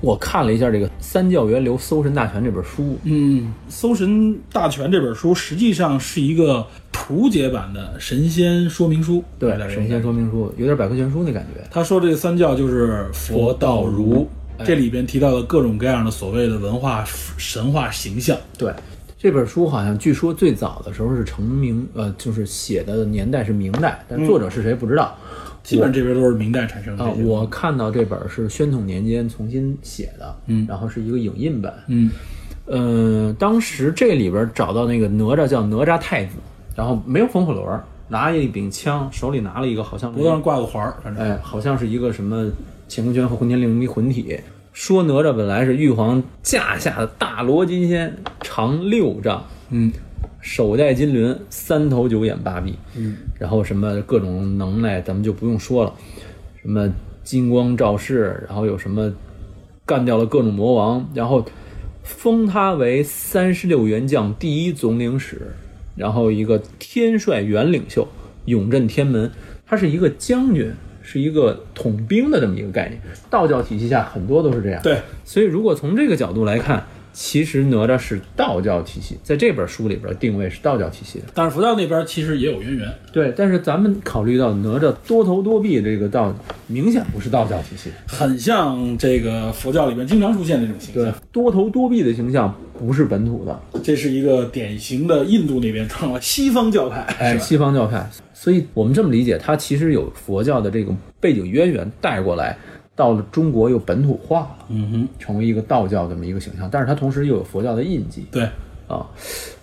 [SPEAKER 4] 我看了一下这个《三教源流搜神大全》这本书，
[SPEAKER 2] 嗯，《搜神大全》这本书实际上是一个图解版的神仙说明书。
[SPEAKER 4] 对
[SPEAKER 2] 大家，
[SPEAKER 4] 神仙说明书有点百科全书那感觉。
[SPEAKER 2] 他说这三教就是佛、道、儒，
[SPEAKER 4] 哎
[SPEAKER 2] 这里边提到的各种各样的所谓的文化神话形象。
[SPEAKER 4] 对，这本书好像据说最早的时候是成明，呃，就是写的年代是明代，但作者是谁不知道。
[SPEAKER 2] 基本上这边都是明代产生的
[SPEAKER 4] 啊、
[SPEAKER 2] 这些。
[SPEAKER 4] 我看到这本是宣统年间重新写的，嗯，然后是一个影印版，
[SPEAKER 2] 嗯，
[SPEAKER 4] 呃，当时这里边找到那个哪吒叫哪吒太子，然后没有风火轮儿，拿一柄枪，手里拿了一个好像是
[SPEAKER 2] 脖子上挂个环儿，反正
[SPEAKER 4] 哎，好像是一个什么乾坤圈和混天绫迷魂体。说哪吒本来是玉皇驾下的大罗金仙，长六丈，
[SPEAKER 2] 嗯，
[SPEAKER 4] 手戴金轮，三头九眼八臂，嗯，然后什么各种能耐，咱们就不用说了，什么金光照世，然后有什么干掉了各种魔王，然后封他为三十六员将第一总领使，然后一个天帅元领袖，永镇天门，他是一个将军，是一个统兵的这么一个概念。道教体系下很多都是这样，
[SPEAKER 2] 对，
[SPEAKER 4] 所以如果从这个角度来看。其实哪吒是道教体系，在这本书里边定位是道教体系的。
[SPEAKER 2] 但是佛教那边其实也有渊源。
[SPEAKER 4] 对，但是咱们考虑到哪吒多头多臂这个道，明显不是道教体系。
[SPEAKER 2] 很像这个佛教里面经常出现的这种形
[SPEAKER 4] 对
[SPEAKER 2] 象，，
[SPEAKER 4] 多头多臂的形象不是本土的，
[SPEAKER 2] 这是一个典型的印度那边创了西方教派，
[SPEAKER 4] 哎，
[SPEAKER 2] 是吧？
[SPEAKER 4] 西方教派。所以我们这么理解，它其实有佛教的这个背景渊源带过来，到了中国又本土化了，
[SPEAKER 2] 嗯哼，
[SPEAKER 4] 成为一个道教这么一个形象，但是它同时又有佛教的印记
[SPEAKER 2] 对
[SPEAKER 4] 啊。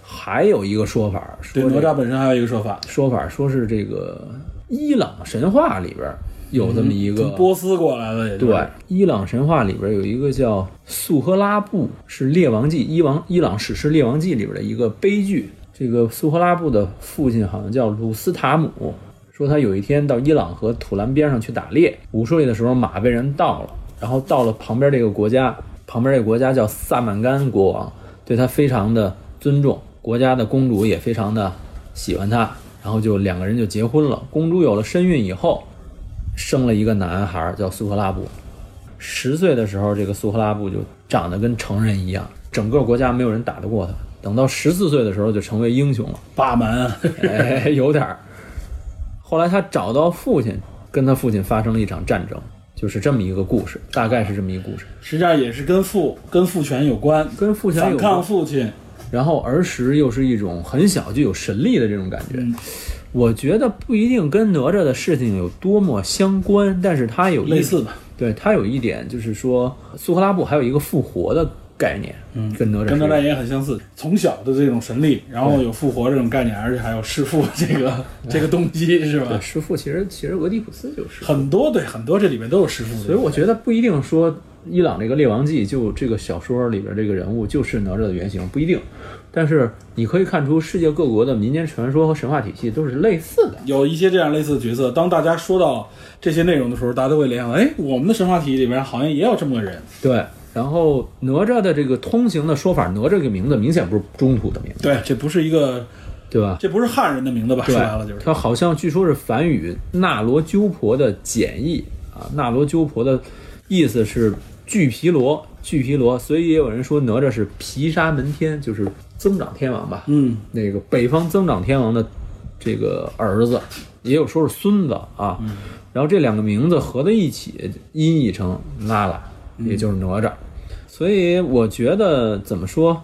[SPEAKER 4] 还有一个说法，
[SPEAKER 2] 对，
[SPEAKER 4] 说
[SPEAKER 2] 哪
[SPEAKER 4] 这
[SPEAKER 2] 吒本身还有一个说法，
[SPEAKER 4] 说法说是这个伊朗神话里边有这么一个
[SPEAKER 2] 从嗯波斯过来的，也就是
[SPEAKER 4] 对，伊朗神话里边有一个叫素赫拉布，是《列王纪》伊王伊朗史诗《列王纪》里边的一个悲剧。这个素赫拉布的父亲好像叫鲁斯塔姆，说他有一天到伊朗和土兰边上去打猎，午睡的时候马被人盗了，然后到了旁边这个国家，旁边这个国家叫萨曼干国王，对他非常的尊重，国家的公主也非常的喜欢他，然后就两个人就结婚了。公主有了身孕以后，生了一个男孩叫苏赫拉布，十岁的时候，这个苏赫拉布就长得跟成人一样，整个国家没有人打得过他。等到十四岁的时候，就成为英雄了。
[SPEAKER 2] 霸蛮，
[SPEAKER 4] 哎，有点儿。后来他找到父亲，跟他父亲发生了一场战争，就是这么一个故事，大概是这么一个故事。
[SPEAKER 2] 实际上也是跟父跟父权有关，
[SPEAKER 4] 跟父权
[SPEAKER 2] 反
[SPEAKER 4] 有关
[SPEAKER 2] 抗父亲。
[SPEAKER 4] 然后儿时又是一种很小就有神力的这种感觉。
[SPEAKER 2] 嗯
[SPEAKER 4] 我觉得不一定跟哪吒的事情有多么相关，但是它有一
[SPEAKER 2] 类似吧，
[SPEAKER 4] 对它有一点就是说，苏克拉布还有一个复活的概念，嗯，跟哪吒
[SPEAKER 2] 跟
[SPEAKER 4] 是
[SPEAKER 2] 德
[SPEAKER 4] 一样
[SPEAKER 2] 莱也很相似，从小的这种神力，然后有复活这种概念，而且还有弑 父这个这个动机，是吧
[SPEAKER 4] 对，？师傅其实其实俄狄浦斯就是，
[SPEAKER 2] 很多对很多这里面都有弑父的，
[SPEAKER 4] 所以我觉得不一定说伊朗这个《列王记》就这个小说里边这个人物就是哪吒的原型，不一定。但是你可以看出，世界各国的民间传说和神话体系都是类似的。
[SPEAKER 2] 有一些这样类似的角色。当大家说到这些内容的时候，大家都会联想，哎，我们的神话体系里边好像也有这么个人。
[SPEAKER 4] 对，然后哪吒的这个通行的说法，哪吒这个名字明显不是中土的名字，
[SPEAKER 2] 对，这不是一个，
[SPEAKER 4] 对吧？
[SPEAKER 2] 这不是汉人的名字吧？
[SPEAKER 4] 对
[SPEAKER 2] 说白了就是，
[SPEAKER 4] 它好像据说是梵语那罗鸠婆的简译啊，那罗鸠婆的意思是巨皮罗，巨皮罗，所以也有人说哪吒是毗沙门天，就是增长天王吧，
[SPEAKER 2] 嗯，
[SPEAKER 4] 那个北方增长天王的这个儿子，也有说是孙子啊，
[SPEAKER 2] 嗯
[SPEAKER 4] 然后这两个名字合在一起音译成拉拉，
[SPEAKER 2] 嗯
[SPEAKER 4] 也就是哪吒，所以我觉得怎么说？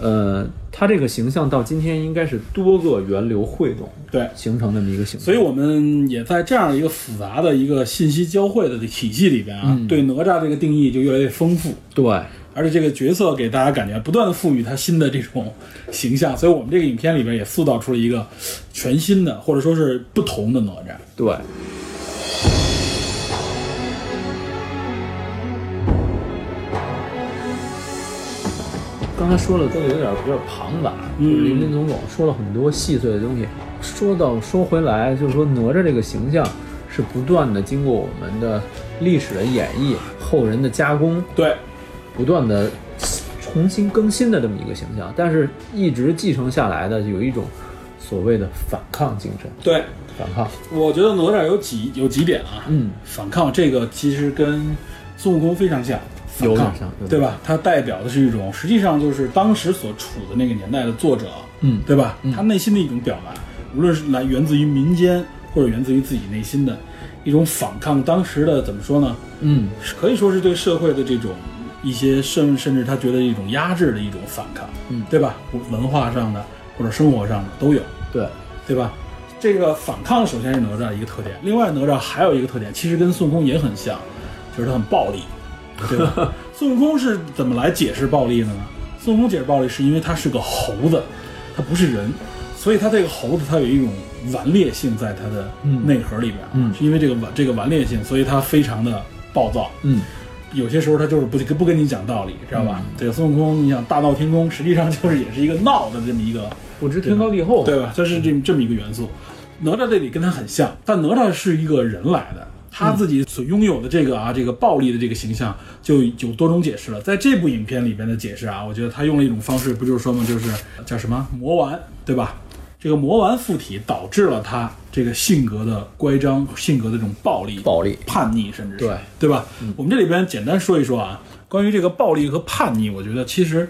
[SPEAKER 4] 呃，他这个形象到今天应该是多个源流汇总
[SPEAKER 2] 对。
[SPEAKER 4] 形成那么一个形象。
[SPEAKER 2] 所以，我们也在这样一个复杂的一个信息交汇的体系里边啊，对哪吒这个定义就越来越丰富。
[SPEAKER 4] 对
[SPEAKER 2] 而且这个角色给大家感觉不断的赋予他新的这种形象，所以我们这个影片里边也塑造出了一个全新的或者说是不同的哪吒。
[SPEAKER 4] 对，刚才说了都有点有点庞杂，就是林林总总说了很多细碎的东西。说到说回来，就是说哪吒这个形象是不断的经过我们的历史的演绎、后人的加工，
[SPEAKER 2] 对，
[SPEAKER 4] 不断的重新更新的这么一个形象，但是一直继承下来的有一种所谓的反抗精神，
[SPEAKER 2] 对，
[SPEAKER 4] 反抗，
[SPEAKER 2] 我觉得哪吒有几有几点啊，
[SPEAKER 4] 嗯，
[SPEAKER 2] 反抗这个其实跟孙悟空非常像，反
[SPEAKER 4] 有点
[SPEAKER 2] 抗
[SPEAKER 4] 像有点
[SPEAKER 2] 对吧？它代表的是一种，实际上就是当时所处的那个年代的作者，
[SPEAKER 4] 嗯
[SPEAKER 2] 对吧？他内心的一种表达，无论是来源自于民间，或者源自于自己内心的一种反抗当时的怎么说呢？
[SPEAKER 4] 嗯，
[SPEAKER 2] 是可以说是对社会的这种一些甚甚至他觉得一种压制的一种反抗，
[SPEAKER 4] 嗯
[SPEAKER 2] 对吧？文化上的或者生活上的都有，
[SPEAKER 4] 对，
[SPEAKER 2] 对吧？这个反抗首先是哪吒一个特点，另外哪吒还有一个特点，其实跟孙悟空也很像，就是他很暴力，对 吧？孙悟空是怎么来解释暴力的呢？孙悟空解释暴力是因为他是个猴子，他不是人，所以他这个猴子他有一种顽劣性在他的内核里边，
[SPEAKER 4] 嗯
[SPEAKER 2] 是因为这个顽这个顽劣性，所以他非常的暴躁，
[SPEAKER 4] 嗯，
[SPEAKER 2] 有些时候他就是不不跟你讲道理，知道吧？对，孙悟空，你想大闹天宫，实际上就是也是一个闹的这么一个，
[SPEAKER 4] 不知天高地厚，
[SPEAKER 2] 对吧？这是这么这么一个元素。哪吒这里跟他很像，但哪吒是一个人来的，他自己所拥有的这个啊，这个暴力的这个形象就有多种解释了。在这部影片里边的解释啊，我觉得他用了一种方式，不就是说嘛，就是叫什么魔丸，对吧？这个魔丸附体导致了他这个性格的乖张，性格的这种暴力，
[SPEAKER 4] 暴力
[SPEAKER 2] 叛逆，甚至是
[SPEAKER 4] 对嗯
[SPEAKER 2] 对吧？我们这里边简单说一说啊，关于这个暴力和叛逆，我觉得其实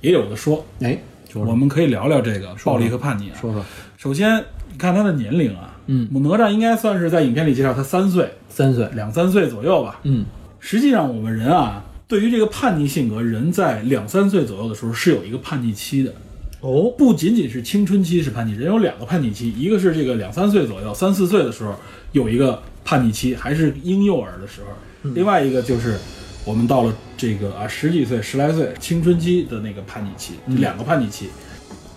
[SPEAKER 2] 也有的说，
[SPEAKER 4] 哎，
[SPEAKER 2] 我们可以聊聊这个暴力和叛逆啊。
[SPEAKER 4] 说说
[SPEAKER 2] 首先，你看他的年龄啊，嗯，哪吒应该算是在影片里介绍他三岁，
[SPEAKER 4] 三岁，
[SPEAKER 2] 两三岁左右吧。
[SPEAKER 4] 嗯，
[SPEAKER 2] 实际上，我们人啊，对于这个叛逆性格，人在两三岁左右的时候是有一个叛逆期的。
[SPEAKER 4] 哦，
[SPEAKER 2] 不仅仅是青春期是叛逆，人有两个叛逆期，一个是这个两三岁左右，三四岁的时候有一个叛逆期，还是婴幼儿的时候；另外一个就是我们到了这个啊十几岁、十来岁青春期的那个叛逆期，两个叛逆期。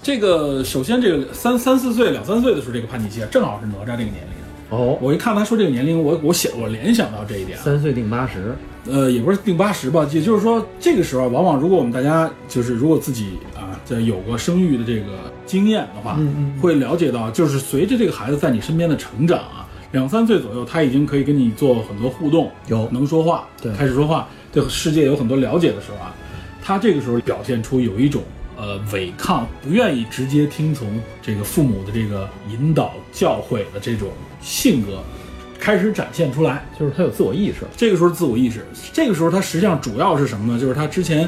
[SPEAKER 2] 这个首先，这个三三四岁、两三岁的时候，这个叛逆期啊，正好是哪吒这个年龄。
[SPEAKER 4] 哦，
[SPEAKER 2] 我一看他说这个年龄，我我想我联想到这一点啊，
[SPEAKER 4] 三岁定八十，
[SPEAKER 2] 呃，也不是定八十吧，也就是说，这个时候往往如果我们大家就是如果自己啊，在有过生育的这个经验的
[SPEAKER 4] 嗯
[SPEAKER 2] 话，会了解到，就是随着这个孩子在你身边的成长啊，两三岁左右，他已经可以跟你做很多互动，
[SPEAKER 4] 有
[SPEAKER 2] 能说话，
[SPEAKER 4] 对
[SPEAKER 2] 开始说话，对世界有很多了解的时候啊，他这个时候表现出有一种呃违抗，不愿意直接听从这个父母的这个引导教诲的这种性格，开始展现出来。
[SPEAKER 4] 就是他有自我意识，
[SPEAKER 2] 这个时候自我意识，这个时候他实际上主要是什么呢？就是他之前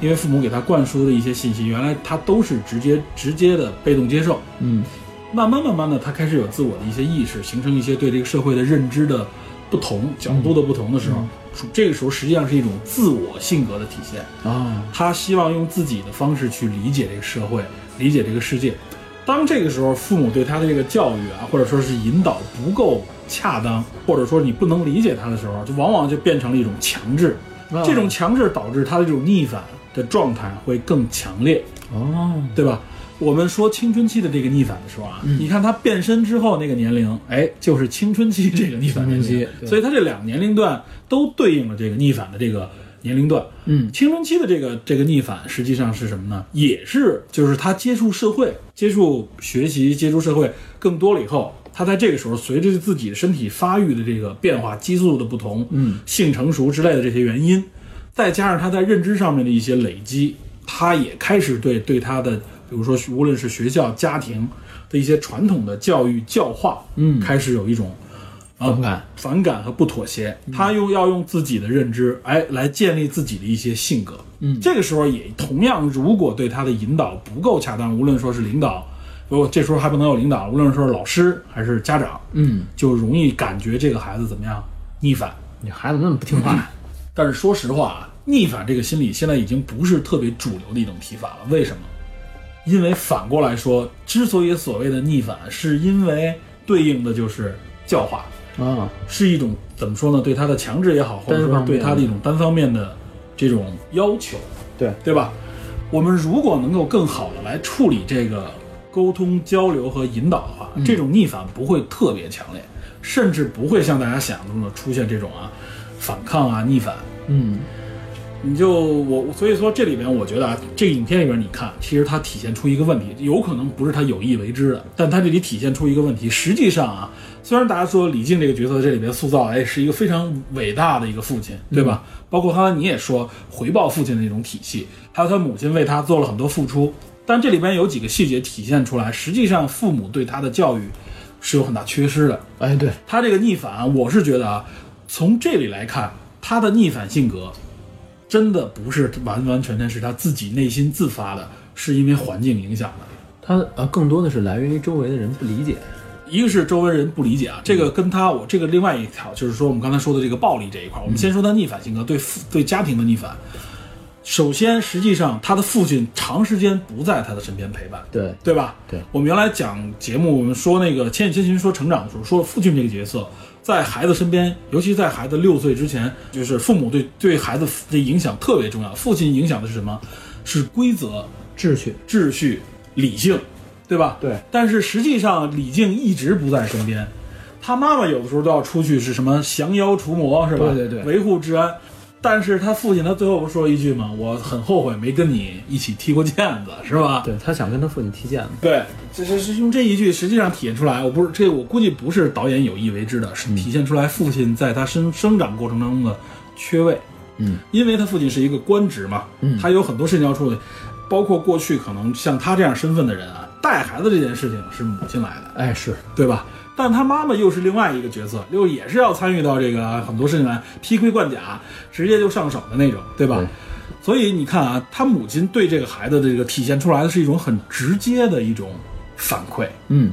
[SPEAKER 2] 因为父母给他灌输的一些信息，原来他都是直接直接的被动接受。
[SPEAKER 4] 嗯，
[SPEAKER 2] 慢慢慢慢的，他开始有自我的一些意识，形成一些对这个社会的认知的不同、角度的不同的时候，属这个时候实际上是一种自我性格的体现。
[SPEAKER 4] 啊，
[SPEAKER 2] 他希望用自己的方式去理解这个社会，理解这个世界。当这个时候，父母对他的这个教育啊，或者说是引导不够恰当，或者说你不能理解他的时候，就往往就变成了一种强制。
[SPEAKER 4] 啊
[SPEAKER 2] 这种强制导致他的这种逆反的状态会更强烈，
[SPEAKER 4] 哦，
[SPEAKER 2] 对吧？我们说青春期的这个逆反的时候啊，你看他变身之后那个年龄，哎，就是青春期这个逆反年
[SPEAKER 4] 青春
[SPEAKER 2] 龄
[SPEAKER 4] 期，对
[SPEAKER 2] 所以他这两个年龄段都对应了这个逆反的这个年龄段。
[SPEAKER 4] 嗯，
[SPEAKER 2] 青春期的这个这个逆反，实际上是什么呢？也是就是他接触社会、接触学习、接触社会更多了以后，他在这个时候随着自己的身体发育的这个变化、激素的不同、嗯、性成熟之类的这些原因，再加上他在认知上面的一些累积，他也开始对对他的，比如说无论是学校、家庭的一些传统的教育教化，嗯，开始有一种啊
[SPEAKER 4] 反感嗯
[SPEAKER 2] 反感和不妥协，他又要用自己的认知，哎，来建立自己的一些性格。嗯，这个时候也同样，如果对他的引导不够恰当，无论说是领导，如果这时候还不能有领导，无论说是老师还是家长，
[SPEAKER 4] 嗯，
[SPEAKER 2] 就容易感觉这个孩子怎么样逆反。
[SPEAKER 4] 你孩子那么不听话，
[SPEAKER 2] 但是说实话啊，逆反这个心理现在已经不是特别主流的一种提法了。为什么？因为反过来说，之所以所谓的逆反，是因为对应的就是教化。嗯
[SPEAKER 4] 啊，
[SPEAKER 2] 是一种怎么说呢？对他的强制也好，或者
[SPEAKER 4] 单
[SPEAKER 2] 说
[SPEAKER 4] 方面
[SPEAKER 2] 对他的一种单方面的这种要求，
[SPEAKER 3] 对
[SPEAKER 2] 对吧？我们如果能够更好的来处理这个沟通交流和引导的话，
[SPEAKER 4] 嗯
[SPEAKER 2] 这种逆反不会特别强烈，甚至不会像大家想中的出现这种啊反抗啊逆反。
[SPEAKER 4] 嗯，
[SPEAKER 2] 你就我，我所以说这里边我觉得啊，这个影片里边你看，其实它体现出一个问题，有可能不是他有意为之的，但它这里体现出一个问题。实际上啊，虽然大家说李靖这个角色这里边塑造，哎，是一个非常伟大的一个父亲，对吧？
[SPEAKER 4] 嗯
[SPEAKER 2] 包括刚才你也说回报父亲的那种体系，还有他母亲为他做了很多付出，但这里边有几个细节体现出来，实际上父母对他的教育是有很大缺失的。
[SPEAKER 4] 哎，对，
[SPEAKER 2] 他这个逆反啊，我是觉得啊，从这里来看，他的逆反性格真的不是完完全全是他自己内心自发的，是因为环境影响的。
[SPEAKER 4] 他呃，更多的是来源于周围的人不理解，
[SPEAKER 2] 一个是周围人不理解啊，这个跟他我这个另外一条就是说我们刚才说的这个暴力这一块儿，我们先说他逆反性格对父对家庭的逆反。首先，实际上他的父亲长时间不在他的身边陪伴，
[SPEAKER 4] 对，
[SPEAKER 2] 对吧？
[SPEAKER 4] 对，
[SPEAKER 2] 我们原来讲节目，我们说那个《千与千寻》说成长的时候，说父亲这个角色在孩子身边，尤其在孩子六岁之前，就是父母对对孩子的影响特别重要。父亲影响的是什么？是规则、
[SPEAKER 4] 秩序，
[SPEAKER 2] 秩序、理性，对吧？
[SPEAKER 3] 对。
[SPEAKER 2] 但是实际上，李靖一直不在身边，他妈妈有的时候都要出去，是什么降妖除魔，是吧？
[SPEAKER 4] 对对对
[SPEAKER 2] 维护治安。但是他父亲，他最后不是说一句吗？我很后悔没跟你一起踢过毽子，是吧？
[SPEAKER 4] 对他想跟他父亲踢毽子，
[SPEAKER 2] 对，这是是用这一句，实际上体现出来，我不是这，我估计不是导演有意为之的，是体现出来父亲在他生生长过程当中的缺位。
[SPEAKER 4] 嗯，
[SPEAKER 2] 因为他父亲是一个官职嘛，嗯，他有很多事情要处理，包括过去可能像他这样身份的人啊，带孩子这件事情是母亲来的，
[SPEAKER 4] 哎，是
[SPEAKER 2] 对吧？但他妈妈又是另外一个角色，又也是要参与到这个很多事情来，披盔贯甲，直接就上手的那种，对吧？所以你看啊，他母亲对这个孩子的这个体现出来的是一种很直接的一种反馈，
[SPEAKER 4] 嗯，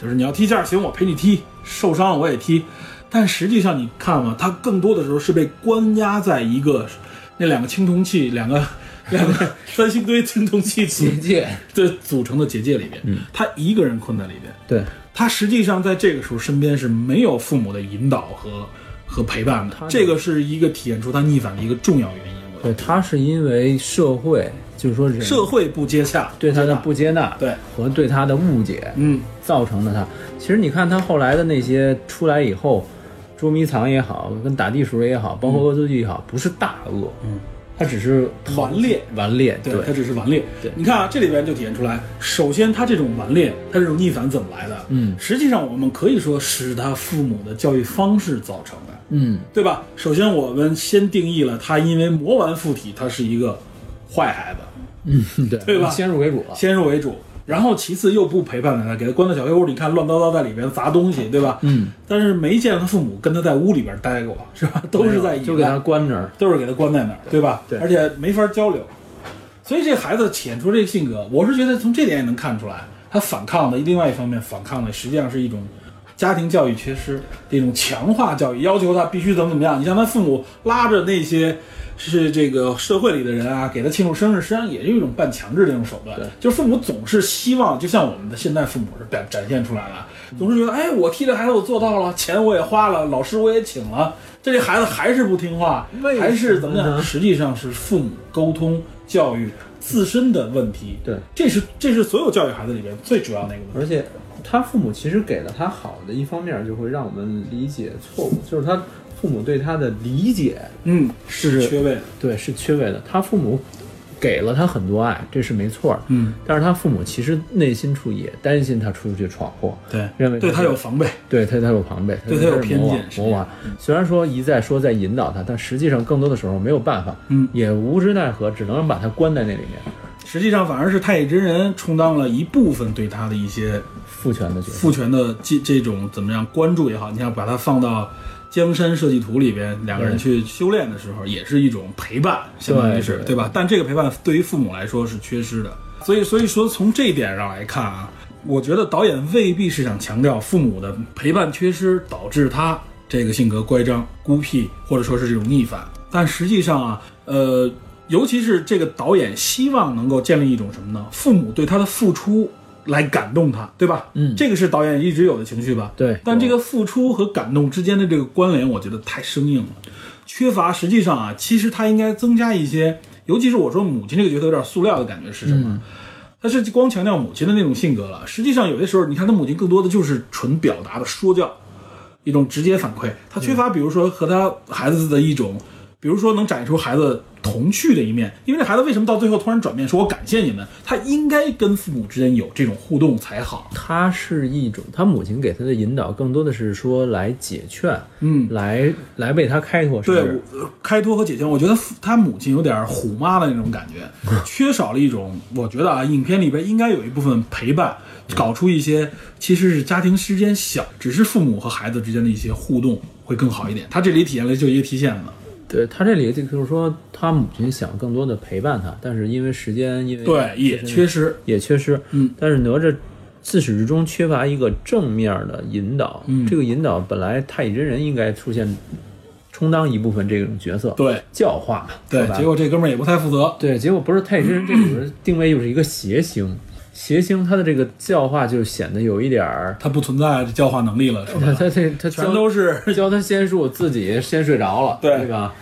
[SPEAKER 2] 就是你要踢毽儿行，我陪你踢，受伤了我也踢。但实际上你看嘛，他更多的时候是被关押在一个那两个青铜器、两个 两个三星堆青铜器 组
[SPEAKER 4] 界，
[SPEAKER 2] 的组成的结界里边，他一个人困在里边。
[SPEAKER 4] 对
[SPEAKER 2] 他实际上在这个时候身边是没有父母的引导和和陪伴的，这个是一个体现出他逆反的一个重要原因。我觉
[SPEAKER 4] 对，
[SPEAKER 2] 得
[SPEAKER 4] 他是因为社会，就是说人
[SPEAKER 2] 社会不接洽，
[SPEAKER 4] 对他的不接纳，
[SPEAKER 2] 对，
[SPEAKER 4] 和对他的误解，
[SPEAKER 2] 嗯，
[SPEAKER 4] 造成的他。其实你看他后来的那些出来以后，捉迷藏也好，跟打地鼠也好，包括恶作剧也好，不是大恶，嗯，
[SPEAKER 2] 它只是顽劣，
[SPEAKER 4] 顽劣，对
[SPEAKER 2] 对，它只是顽劣。
[SPEAKER 4] 对
[SPEAKER 2] 你看啊，这里边就体现出来，首先它这种顽劣，它这种逆反怎么来的？
[SPEAKER 4] 嗯
[SPEAKER 2] 实际上我们可以说是他父母的教育方式造成的，
[SPEAKER 4] 嗯
[SPEAKER 2] 对吧？首先我们先定义了他因为魔丸附体，他是一个坏孩子，
[SPEAKER 4] 嗯，对，
[SPEAKER 2] 对吧？
[SPEAKER 3] 先入为主了。
[SPEAKER 2] 先入为主，然后其次又不陪伴他，给他关到小黑屋里，你看乱糟糟在里边砸东西，对吧？
[SPEAKER 4] 嗯，
[SPEAKER 2] 但是没见他父母跟他在屋里边待过，是吧？都是在野外
[SPEAKER 4] 啊就给他关那儿，
[SPEAKER 2] 都是给他关在那儿，对吧？
[SPEAKER 4] 对
[SPEAKER 2] 而且没法交流，所以这孩子显出这个性格，我是觉得从这点也能看出来，他反抗的另外一方面反抗的实际上是一种家庭教育缺失，这种强化教育要求他必须怎么怎么样。你像他父母拉着那些是这个社会里的人啊，给他庆祝生日，实际上也是一种半强制的一种手段。就是父母总是希望，就像我们的现代父母是啊展展现出来的，总是觉得，哎，我替这孩子我做到了，钱我也花了，老师我也请了，这这孩子还是不听话，
[SPEAKER 4] 为
[SPEAKER 2] 还是怎么
[SPEAKER 4] 什么
[SPEAKER 2] 样？
[SPEAKER 4] 呢
[SPEAKER 2] 实际上是父母沟通教育自身的问题。
[SPEAKER 4] 对，
[SPEAKER 2] 这是这是所有教育孩子里边最主要的一个问
[SPEAKER 3] 而
[SPEAKER 2] 题。
[SPEAKER 3] 且他父母其实给了他好的一方面，就会让我们理解错误，就是他父母对他的理解
[SPEAKER 2] 嗯，
[SPEAKER 4] 是
[SPEAKER 2] 缺位。
[SPEAKER 4] 对，是缺位的。他父母给了他很多爱，这是没错儿。
[SPEAKER 2] 嗯，
[SPEAKER 4] 但是他父母其实内心处也担心他出去闯祸，
[SPEAKER 2] 对，
[SPEAKER 4] 认为
[SPEAKER 2] 对
[SPEAKER 4] 他
[SPEAKER 2] 他
[SPEAKER 4] 是
[SPEAKER 2] 有防备。
[SPEAKER 4] 对他他有防备，
[SPEAKER 2] 对
[SPEAKER 4] 他
[SPEAKER 2] 他有
[SPEAKER 4] 是魔王
[SPEAKER 2] 偏见
[SPEAKER 4] 魔王虽然说一再说在引导他，但实际上更多的时候没有办法，
[SPEAKER 2] 嗯
[SPEAKER 4] 也无之奈何，只能把他关在那里面，
[SPEAKER 2] 实际上，反而是太乙真人充当了一部分对他的一些
[SPEAKER 4] 父权的角色。
[SPEAKER 2] 父权的这这种怎么样关注也好，你像把他放到江山设计图里边，两个人去修炼的时候，也是一种陪伴，相当于是
[SPEAKER 4] 对对
[SPEAKER 2] 对吧？但这个陪伴对于父母来说是缺失的，所以所以说从这一点上来看啊，我觉得导演未必是想强调父母的陪伴缺失导致他这个性格乖张、孤僻，或者说是这种逆反，但实际上啊，呃。尤其是这个导演希望能够建立一种什么呢？父母对他的付出来感动他，对吧？
[SPEAKER 4] 嗯
[SPEAKER 2] 这个是导演一直有的情绪吧？
[SPEAKER 4] 对
[SPEAKER 2] 但这个付出和感动之间的这个关联，我觉得太生硬了，缺乏。实际上啊，其实他应该增加一些，尤其是我说母亲这个角色有点塑料的感觉是什
[SPEAKER 4] 嗯
[SPEAKER 2] 么？他是光强调母亲的那种性格了，实际上有些时候，你看他母亲更多的就是纯表达的说教，一种直接反馈，他缺
[SPEAKER 4] 嗯
[SPEAKER 2] 乏，比如说和他孩子的一种，比如说能展现出孩子童趣的一面。因为这孩子为什么到最后突然转变，说我感谢你们，他应该跟父母之间有这种互动才好。
[SPEAKER 4] 他是一种，他母亲给他的引导更多的是说来解劝，
[SPEAKER 2] 嗯，
[SPEAKER 4] 来来为他开拓，是不
[SPEAKER 2] 对，
[SPEAKER 4] 是？
[SPEAKER 2] 我呃开脱和解决，我觉得父他母亲有点虎妈的那种感觉， 缺少了一种，我觉得啊，影片里边应该有一部分陪伴，
[SPEAKER 4] 嗯
[SPEAKER 2] 搞出一些其实是家庭之间小，只是父母和孩子之间的一些互动会更好一点。他这里体现了就一个提现了。
[SPEAKER 4] 对他这里就是说，他母亲想更多的陪伴他，但是因为时间，因为
[SPEAKER 2] 对，也
[SPEAKER 4] 自身
[SPEAKER 2] 缺失，
[SPEAKER 4] 也缺失。
[SPEAKER 2] 嗯，
[SPEAKER 4] 但是哪吒自始至终缺乏一个正面的引导。
[SPEAKER 2] 嗯
[SPEAKER 4] 这个引导本来太乙真人应该出现，充当一部分这种角色，
[SPEAKER 2] 对
[SPEAKER 4] 教化嘛，
[SPEAKER 2] 对
[SPEAKER 4] 是，吧
[SPEAKER 2] 结果这哥们儿也不太负责，
[SPEAKER 4] 对，结果不是太乙真人这里 边定位又是一个邪星，邪星他的这个教化就显得有一点儿，
[SPEAKER 2] 他不存在教化能力了，是
[SPEAKER 4] 他
[SPEAKER 2] 吧？
[SPEAKER 4] 他这他
[SPEAKER 2] 全都是
[SPEAKER 4] 教他仙术，自己先睡着了，
[SPEAKER 2] 对
[SPEAKER 4] 吧？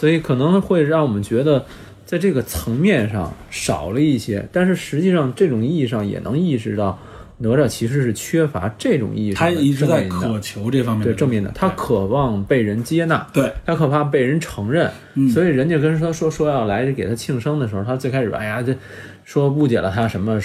[SPEAKER 4] 所以可能会让我们觉得，在这个层面上少了一些，但是实际上这种意义上也能意识到，哪吒其实是缺乏这种意义上
[SPEAKER 2] 他
[SPEAKER 4] 的
[SPEAKER 2] 一直
[SPEAKER 4] 正
[SPEAKER 2] 在
[SPEAKER 4] 面
[SPEAKER 2] 渴
[SPEAKER 4] 的，
[SPEAKER 2] 求这方面的
[SPEAKER 4] 对正面的，他渴望被人接纳。
[SPEAKER 2] 对
[SPEAKER 4] 他可怕被人承认，
[SPEAKER 2] 嗯
[SPEAKER 4] 所以人家跟他说说要来给他庆生的时候，他最开始哎呀这说误解了他什么，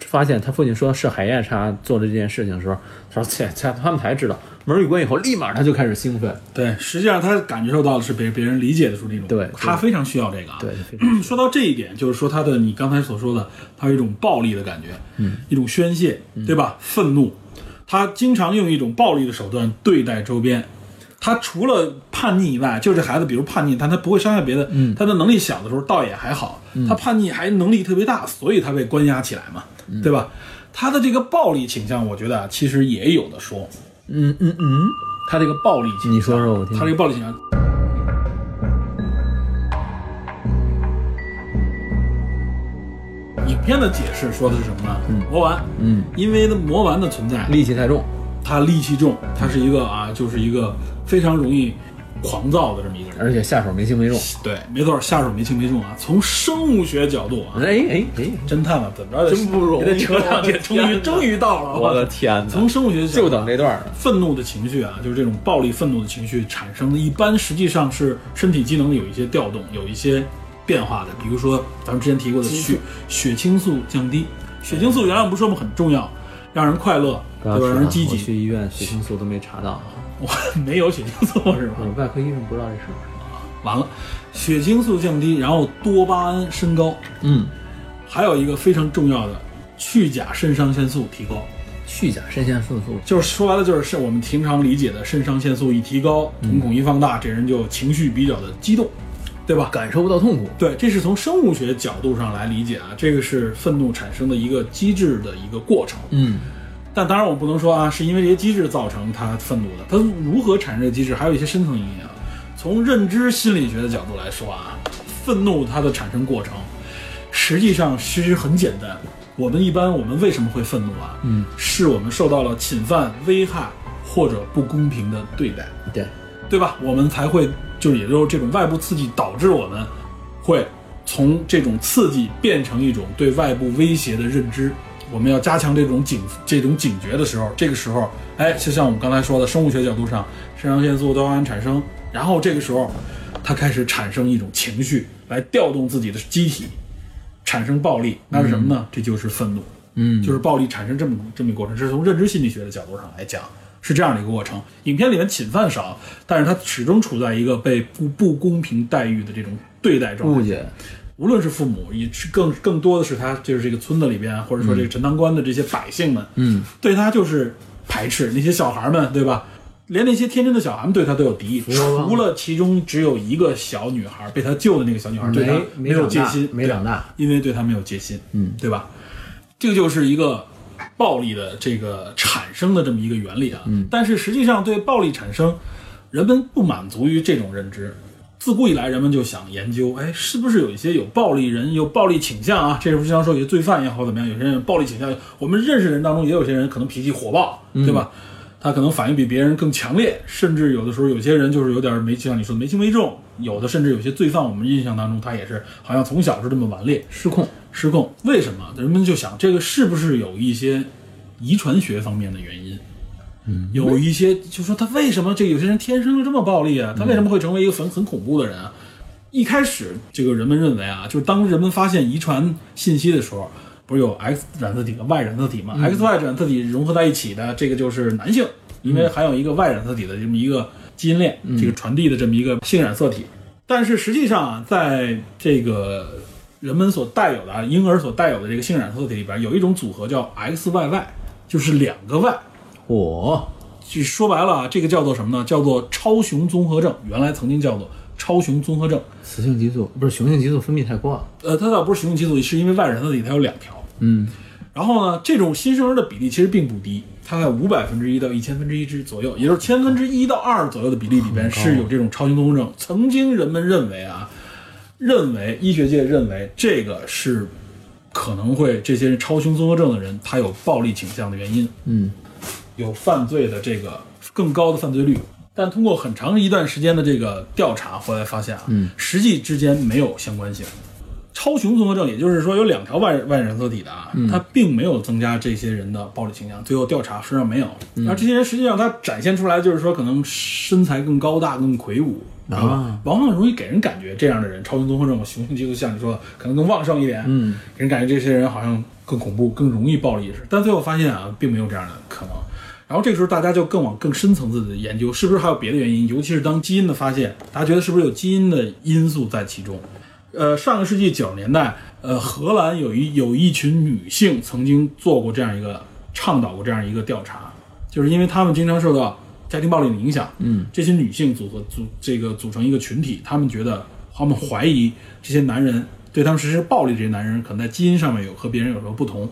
[SPEAKER 4] 发现他父亲说是海夜叉做的这件事情的时候，他说切切他们才知道门儿一关以后，立马他就开始兴奋，
[SPEAKER 2] 对，实际上他感受到的是别别人理解的出这种，
[SPEAKER 4] 对
[SPEAKER 2] 他非常需要这个啊。
[SPEAKER 4] 对，非 常
[SPEAKER 2] 说到这一点，就是说他的你刚才所说的，他有一种暴力的感觉，嗯，一种宣泄，对吧？愤怒，他经常用一种暴力的手段对待周边。他除了叛逆以外，就是这孩子，比如叛逆，但他不会伤害别的。嗯，他的能力小的时候倒也还好，
[SPEAKER 4] 嗯
[SPEAKER 2] 他叛逆还能力特别大，所以他被关押起来嘛，
[SPEAKER 4] 嗯
[SPEAKER 2] 对吧？他的这个暴力倾向，我觉得啊，其实也有的说。
[SPEAKER 4] 嗯嗯嗯，
[SPEAKER 2] 他这个暴力倾向，
[SPEAKER 4] 你说说我听听
[SPEAKER 2] 他这个暴力倾向，影片的解释说的是什么呢？魔丸，
[SPEAKER 4] 嗯，
[SPEAKER 2] 因为呢魔丸的存在，
[SPEAKER 4] 戾气太重，
[SPEAKER 2] 他戾气重，他是一个啊，就是一个非常容易狂躁的这么一个人。
[SPEAKER 4] 而且下手没轻没重。
[SPEAKER 2] 对，没错，下手没轻没重啊。从生物学角度啊，
[SPEAKER 4] 哎哎哎，
[SPEAKER 2] 侦探嘛，怎么着也
[SPEAKER 4] 真不容易啊
[SPEAKER 2] 也得扯两天，终于终于到了。
[SPEAKER 4] 我的天哪！
[SPEAKER 2] 从生物学角度
[SPEAKER 4] 就等这段儿呢。
[SPEAKER 2] 愤怒的情绪啊，就是这种暴力愤怒的情绪产生的，一般实际上是身体机能有一些调动，有一些变化的，比如说咱们之前提过的血血清素降低，血清素原来我们说嘛很重要，让人快乐，对
[SPEAKER 4] 刚
[SPEAKER 2] 吧？
[SPEAKER 4] 刚
[SPEAKER 2] 让
[SPEAKER 4] 说
[SPEAKER 2] 人
[SPEAKER 4] 了
[SPEAKER 2] 积
[SPEAKER 4] 啊我去
[SPEAKER 2] 极。
[SPEAKER 4] 医院血清素都没查到，
[SPEAKER 2] 我没有血清素是吧？
[SPEAKER 4] 嗯，外科医生不知道这是不是。
[SPEAKER 2] 完了，血清素降低，然后多巴胺升高，
[SPEAKER 4] 嗯，
[SPEAKER 2] 还有一个非常重要的去甲肾上腺素提高。
[SPEAKER 4] 去甲肾腺素素
[SPEAKER 2] 就是说白了，就是是我们平常理解的肾上腺素一提高，瞳孔一放大，这人就情绪比较的激动，对吧？
[SPEAKER 4] 感受不到痛苦。
[SPEAKER 2] 对，这是从生物学角度上来理解啊，这个是愤怒产生的一个机制的一个过程。
[SPEAKER 4] 嗯，
[SPEAKER 2] 但当然，我们不能说啊，是因为这些机制造成他愤怒的。他如何产生这个机制，还有一些深层影响。从认知心理学的角度来说啊，愤怒它的产生过程，实际上其实很简单。我们一般我们为什么会愤怒啊？嗯，是我们受到了侵犯、危害或者不公平的对待，
[SPEAKER 4] 嗯对，
[SPEAKER 2] 对吧？我们才会就是也就是这种外部刺激导致我们会从这种刺激变成一种对外部威胁的认知。我们要加强这种警这种警觉的时候，这个时候，哎，就像我们刚才说的，生物学角度上，肾上腺素多巴胺产生，然后这个时候，它开始产生一种情绪，来调动自己的机体，产生暴力，那是什么呢？这就是愤怒。
[SPEAKER 4] 嗯，
[SPEAKER 2] 就是暴力产生这么这么一个过程，是从认知心理学的角度上来讲，是这样的一个过程。影片里面侵犯少，但是它始终处在一个被不不公平待遇的这种对待状态。
[SPEAKER 4] 误解。
[SPEAKER 2] 无论是父母，也是更更多的是他就是这个村子里边，或者说这个陈塘关的这些百姓们，
[SPEAKER 4] 嗯，
[SPEAKER 2] 对他就是排斥。那些小孩们，对吧？连那些天真的小孩们对他都有敌意，除了其中只有一个小女孩被他救的那个小女孩，对他
[SPEAKER 4] 没
[SPEAKER 2] 有
[SPEAKER 4] 长
[SPEAKER 2] 戒
[SPEAKER 4] 大
[SPEAKER 2] 心，
[SPEAKER 4] 没
[SPEAKER 2] 对
[SPEAKER 4] 长大，
[SPEAKER 2] 因为对他没有戒心，嗯，对吧？这个就是一个暴力的这个产生的这么一个原理啊。嗯，但是实际上对暴力产生，人们不满足于这种认知。自古以来，人们就想研究，哎，是不是有一些有暴力人、有暴力倾向啊？这是不是经常说有些罪犯也好怎么样，有些人有暴力倾向。我们认识的人当中，也有些人可能脾气火爆，对吧？他可能反应比别人更强烈，甚至有的时候有些人就是有点没，就像你说的没轻没重，有的甚至有些罪犯，我们印象当中他也是好像从小是这么顽劣，
[SPEAKER 4] 失控。
[SPEAKER 2] 失控。为什么？人们就想，这个是不是有一些遗传学方面的原因？嗯，有一些就说他为什么这有些人天生就这么暴力啊？他为什么会成为一个很很恐怖的人啊？一开始，这个人们认为啊，就是当人们发现遗传信息的时候，不是有 X 染色体和 Y 染色体吗、x Y 染色体融合在一起的，这个就是男性，因为含有一个 Y 染色体的这么一个基因链，这个传递的这么一个性染色体。但是实际上啊，在这个人们所带有的啊，婴儿所带有的这个性染色体里边，有一种组合叫 XYY，就是两个 Y。
[SPEAKER 4] 我
[SPEAKER 2] 就说白了啊，这个叫做什么呢？叫做超雄综合症，原来曾经叫做超雄综合症。
[SPEAKER 4] 雌性激素不是雄性激素分泌太过了。
[SPEAKER 2] 呃，它倒不是雄性激素，是因为 Y 染色体它有两条。
[SPEAKER 4] 嗯，
[SPEAKER 2] 然后呢，这种新生儿的比例其实并不低，它在五百分之一到一千分之一之左右，也就是千分之一到二左右的比例里边是有这种超雄综合症。曾经人们认为啊，认为医学界认为这个是可能会这些人超雄综合症的人他有暴力倾向的原因，
[SPEAKER 4] 嗯，
[SPEAKER 2] 有犯罪的这个更高的犯罪率。但通过很长一段时间的这个调查，后来发现啊，嗯，实际之间没有相关性。超雄综合症，也就是说有两条外外染色体的啊，它并没有增加这些人的暴力倾向。最后调查实际上没有，而这些人实际上他展现出来就是说可能身材更高大、更魁梧，然后往往容易给人感觉这样的人超雄综合症、雄性激素像你说的可能更旺盛一点，嗯，给人感觉这些人好像更恐怖、更容易暴力意识。但最后发现啊，并没有这样的可能。然后这个时候，大家就更往更深层次的研究，是不是还有别的原因？尤其是当基因的发现，大家觉得是不是有基因的因素在其中？呃，上个世纪九十年代，呃，荷兰有一有一群女性曾经做过这样一个倡导过这样一个调查，就是因为她们经常受到家庭暴力的影响，嗯，这些女性组合组这个组成一个群体，她们觉得她们怀疑这些男人对她们实施暴力，这些男人可能在基因上面有和别人有什么不同，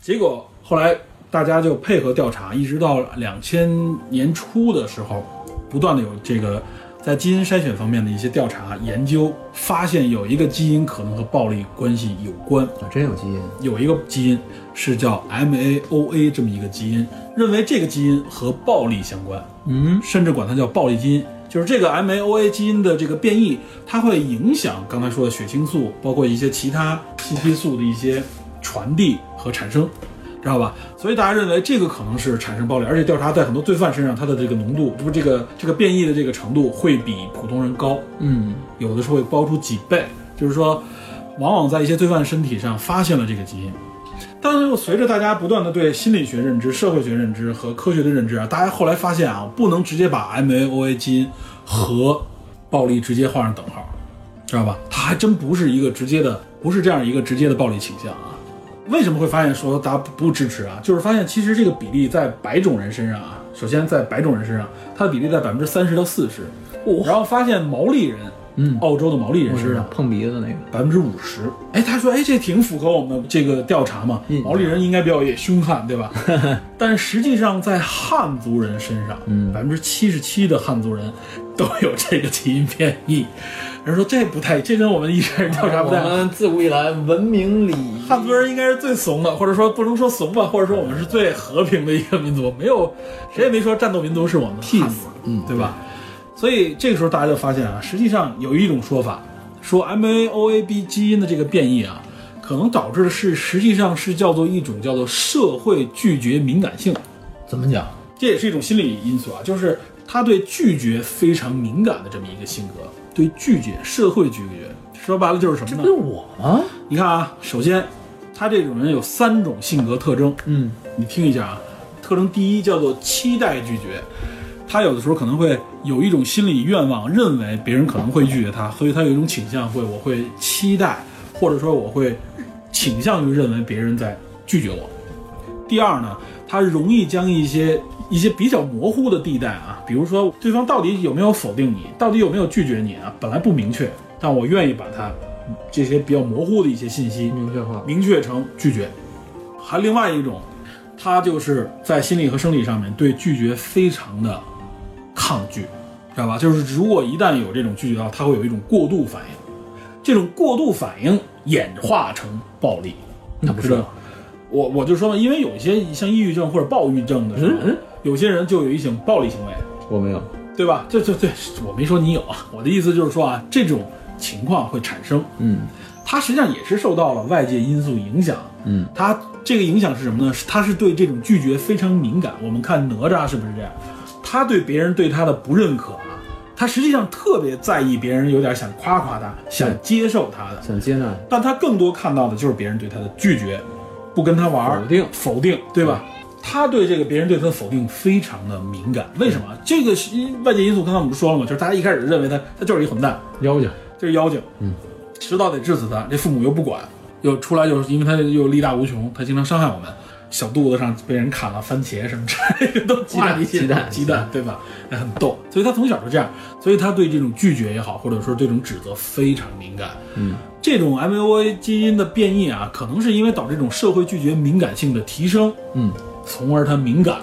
[SPEAKER 2] 结果后来大家就配合调查，一直到两千年初的时候，不断的有这个在基因筛选方面的一些调查研究，发现有一个基因可能和暴力关系有关，
[SPEAKER 4] 啊，真有基因。
[SPEAKER 2] 有一个基因是叫 MAOA 这么一个基因，认为这个基因和暴力相关，
[SPEAKER 4] 嗯，
[SPEAKER 2] 甚至管它叫暴力基因。就是这个 MAOA 基因的这个变异，它会影响刚才说的血清素，包括一些其他信息素的一些传递和产生，知道吧？所以大家认为这个可能是产生暴力，而且调查在很多罪犯身上，它的这个浓度，不是这个这个变异的这个程度会比普通人高，
[SPEAKER 4] 嗯，
[SPEAKER 2] 有的是会高出几倍，就是说，往往在一些罪犯身体上发现了这个基因。但是又随着大家不断的对心理学认知、社会学认知和科学的认知啊，大家后来发现啊，不能直接把 MAOA 基因和暴力直接画上等号，知道吧？它还真不是一个直接的，不是这样一个直接的暴力倾向啊。为什么会发现说大家不支持啊？就是发现其实这个比例在白种人身上啊，首先在白种人身上，它的比例在百分之三十到四十、然后发现哦毛利人，嗯，澳洲的毛利人身上
[SPEAKER 4] 碰鼻子那个。
[SPEAKER 2] 百分之五十。嗯哎，他说，哎，这挺符合我们的这个调查嘛，毛利人应该比较也凶悍， 对吧？但实际上在汉族人身上，百分之七十七的汉族人都有这个基因变异。人说这不太，这跟我们一开始调查不太。
[SPEAKER 4] 们自古以来文明礼仪
[SPEAKER 2] 汉族人应该是最怂的，或者说不能说怂吧，或者说我们是最和平的一个民族，没有谁也没说战斗民族是我们的汉族，嗯，对吧？所以这个时候大家就发现啊，实际上有一种说法，说 MAOAB 基因的这个变异啊，可能导致的是实际上是叫做一种叫做社会拒绝敏感性，
[SPEAKER 4] 怎么讲？
[SPEAKER 2] 这也是一种心理因素啊，就是他对拒绝非常敏感的这么一个性格，对拒绝社会拒绝，说白了就是什么呢
[SPEAKER 4] 不是？我吗？
[SPEAKER 2] 你看啊，首先他这种人有三种性格特征，
[SPEAKER 4] 嗯，
[SPEAKER 2] 你听一下啊，特征第一叫做期待拒绝，他有的时候可能会有一种心理愿望，认为别人可能会拒绝他，所以他有一种倾向会，我会期待，或者说我会倾向于认为别人在拒绝我。第二呢，他容易将一些一些比较模糊的地带啊，比如说对方到底有没有否定你，到底有没有拒绝你啊，本来不明确，但我愿意把它这些比较模糊的一些信息
[SPEAKER 3] 明确化。
[SPEAKER 2] 明确成拒绝。还另外一种，他就是在心理和生理上面对拒绝非常的抗拒，知道吧？就是如果一旦有这种拒绝到，他会有一种过度反应，这种过度反应演化成暴力。
[SPEAKER 4] 那不
[SPEAKER 2] 知
[SPEAKER 4] 是
[SPEAKER 2] 道，我我就说嘛，因为有一些像抑郁症或者暴郁症的时候，有些人就有一种暴力行为，
[SPEAKER 3] 我没有，
[SPEAKER 2] 对吧？对对对，我没说你有啊，我的意思就是说啊，这种情况会产生。
[SPEAKER 4] 嗯，
[SPEAKER 2] 它实际上也是受到了外界因素影响。
[SPEAKER 4] 嗯，
[SPEAKER 2] 它这个影响是什么呢？是它是对这种拒绝非常敏感。我们看哪吒是不是这样？他对别人对他的不认可啊，他实际上特别在意别人有点想夸夸他，想接受他的，
[SPEAKER 3] 想接纳。
[SPEAKER 2] 但他更多看到的就是别人对他的拒绝，不跟他玩儿，
[SPEAKER 4] 否定
[SPEAKER 2] 否定，对吧？他对这个别人对他的否定非常的敏感，为什么？这个是因外界因素，刚才我们说了嘛，就是大家一开始认为他他就是一混蛋，
[SPEAKER 3] 妖精，
[SPEAKER 2] 这是妖精，嗯，迟早得治死他。这父母又不管，又出来就是因为他又力大无穷，他经常伤害我们。小肚子上被人砍了番茄什么之类的都
[SPEAKER 4] 鸡蛋
[SPEAKER 2] 挂一些
[SPEAKER 4] 鸡蛋
[SPEAKER 2] 鸡蛋对吧？哎很逗，所以他从小就这样，所以他对这种拒绝也好，或者说对这种指责非常敏感。嗯，这种 MAO 基因的变异啊，可能是因为导致这种社会拒绝敏感性的提升，
[SPEAKER 4] 嗯，
[SPEAKER 2] 从而他敏感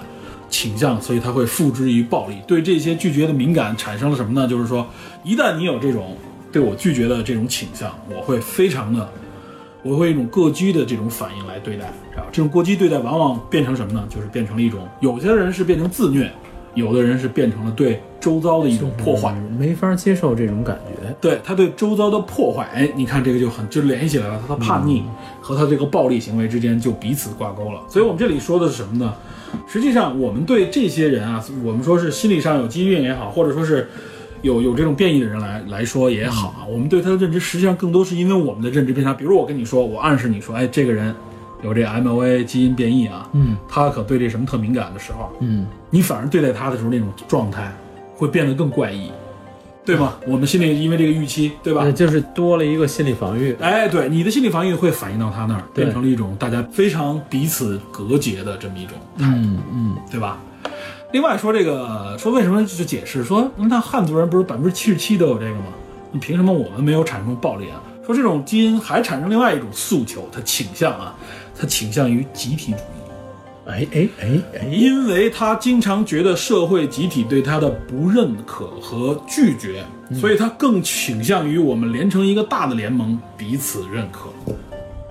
[SPEAKER 2] 倾向，所以他会付之于暴力。对这些拒绝的敏感产生了什么呢？就是说，一旦你有这种对我拒绝的这种倾向，我会非常的，我会有一种过激的这种反应来对待，知道吧这种过激对待往往变成什么呢？就是变成了一种，有些人是变成自虐，有的人是变成了对周遭的一种破坏。
[SPEAKER 4] 嗯没法接受这种感觉。
[SPEAKER 2] 对他对周遭的破坏，哎，你看这个就很就联系起来了，他的叛逆和他这个暴力行为之间就彼此挂钩了。所以我们这里说的是什么呢？实际上，我们对这些人啊，我们说是心理上有疾病也好，或者说是有有这种变异的人来来说也好啊，我们对他的认知实际上更多是因为我们的认知偏差。比如我跟你说，我暗示你说，哎，这个人有这 MOA 基因变异啊，嗯，他可对这什么特敏感的时候，
[SPEAKER 4] 嗯，
[SPEAKER 2] 你反而对待他的时候那种状态会变得更怪异，对吗？我们心里因为这个预期，对吧
[SPEAKER 4] 那？呃就是多了一个心理防御。
[SPEAKER 2] 哎，对，你的心理防御会反映到他那儿，
[SPEAKER 4] 对
[SPEAKER 2] 变成了一种大家非常彼此隔绝的这么一种态度，
[SPEAKER 4] 嗯嗯，
[SPEAKER 2] 对吧？另外说这个，说为什么就解释说，那汉族人不是百分之七十七都有这个吗？那凭什么我们没有产生暴力啊？说这种基因还产生另外一种诉求，它倾向啊，它倾向于集体主义。
[SPEAKER 4] 哎哎哎哎，
[SPEAKER 2] 因为他经常觉得社会集体对他的不认可和拒绝，
[SPEAKER 4] 嗯
[SPEAKER 2] 所以他更倾向于我们连成一个大的联盟，彼此认可。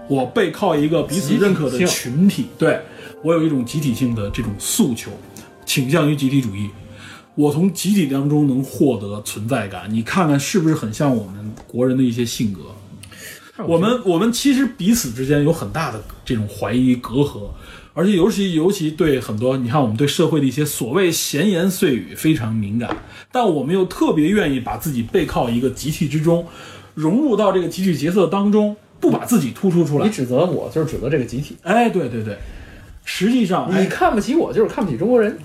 [SPEAKER 2] 我背靠一个彼此认可的
[SPEAKER 4] 集体性
[SPEAKER 2] 群体，对我有一种集体性的这种诉求，倾向于集体主义。我从集体当中能获得存在感，你看看是不是很像我们国人的一些性格？我们我们其实彼此之间有很大的这种怀疑隔阂，而且尤其尤其对很多你看我们对社会的一些所谓闲言碎语非常敏感，但我们又特别愿意把自己背靠一个集体之中，融入到这个集体角色当中，不把自己突出出来
[SPEAKER 4] 你。指责我就是指责这个集体，
[SPEAKER 2] 哎，对对对，实际上，哎
[SPEAKER 4] 你看不起我就是看不起中国人。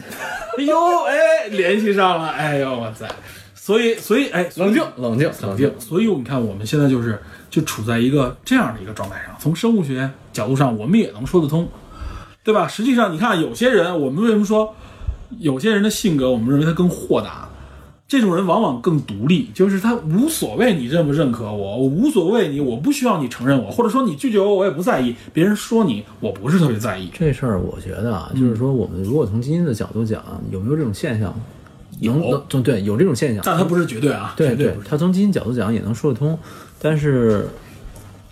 [SPEAKER 2] 哎呦，哎，联系上了，哎呦，我在，所以，所以，哎，
[SPEAKER 4] 冷静，冷静，
[SPEAKER 2] 冷静。所以我们看，我们现在就是就处在一个这样的一个状态上。从生物学角度上，我们也能说得通，对吧？实际上，你看有些人，我们为什么说有些人的性格，我们认为他更豁达，这种人往往更独立，就是他无所谓你认不认可我，我无所谓你，我不需要你承认我，或者说你拒绝我，我也不在意。别人说你，我不是特别在意。
[SPEAKER 4] 这事儿我觉得啊，就是说我们如果从基因的角度讲，有没有这种现象？能
[SPEAKER 2] 有
[SPEAKER 4] 能对对，有这种现象。
[SPEAKER 2] 但他不是绝对啊，
[SPEAKER 4] 对
[SPEAKER 2] 绝
[SPEAKER 4] 对
[SPEAKER 2] 不，是
[SPEAKER 4] 他从基因角度讲也能说得通，但是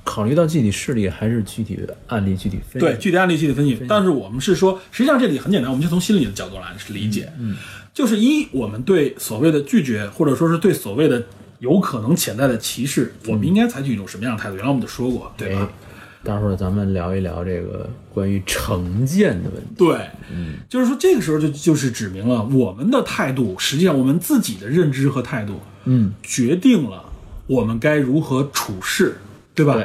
[SPEAKER 4] 考虑到具体事例还是具体的案例具体分析。
[SPEAKER 2] 对，具体案例具体分析。但是我们是说，实际上这里很简单，我们就从心理的角度来理解。嗯，就是一，我们对所谓的拒绝，或者说是对所谓的有可能潜在的歧视，我们应该采取一种什么样的态度？原来我们就说过，对吧？
[SPEAKER 4] 哎，待会儿咱们聊一聊这个关于成见的问题。
[SPEAKER 2] 对，
[SPEAKER 4] 嗯
[SPEAKER 2] 就是说这个时候就就是指明了我们的态度，实际上我们自己的认知和态度，
[SPEAKER 4] 嗯，
[SPEAKER 2] 决定了我们该如何处事，对吧？
[SPEAKER 4] 对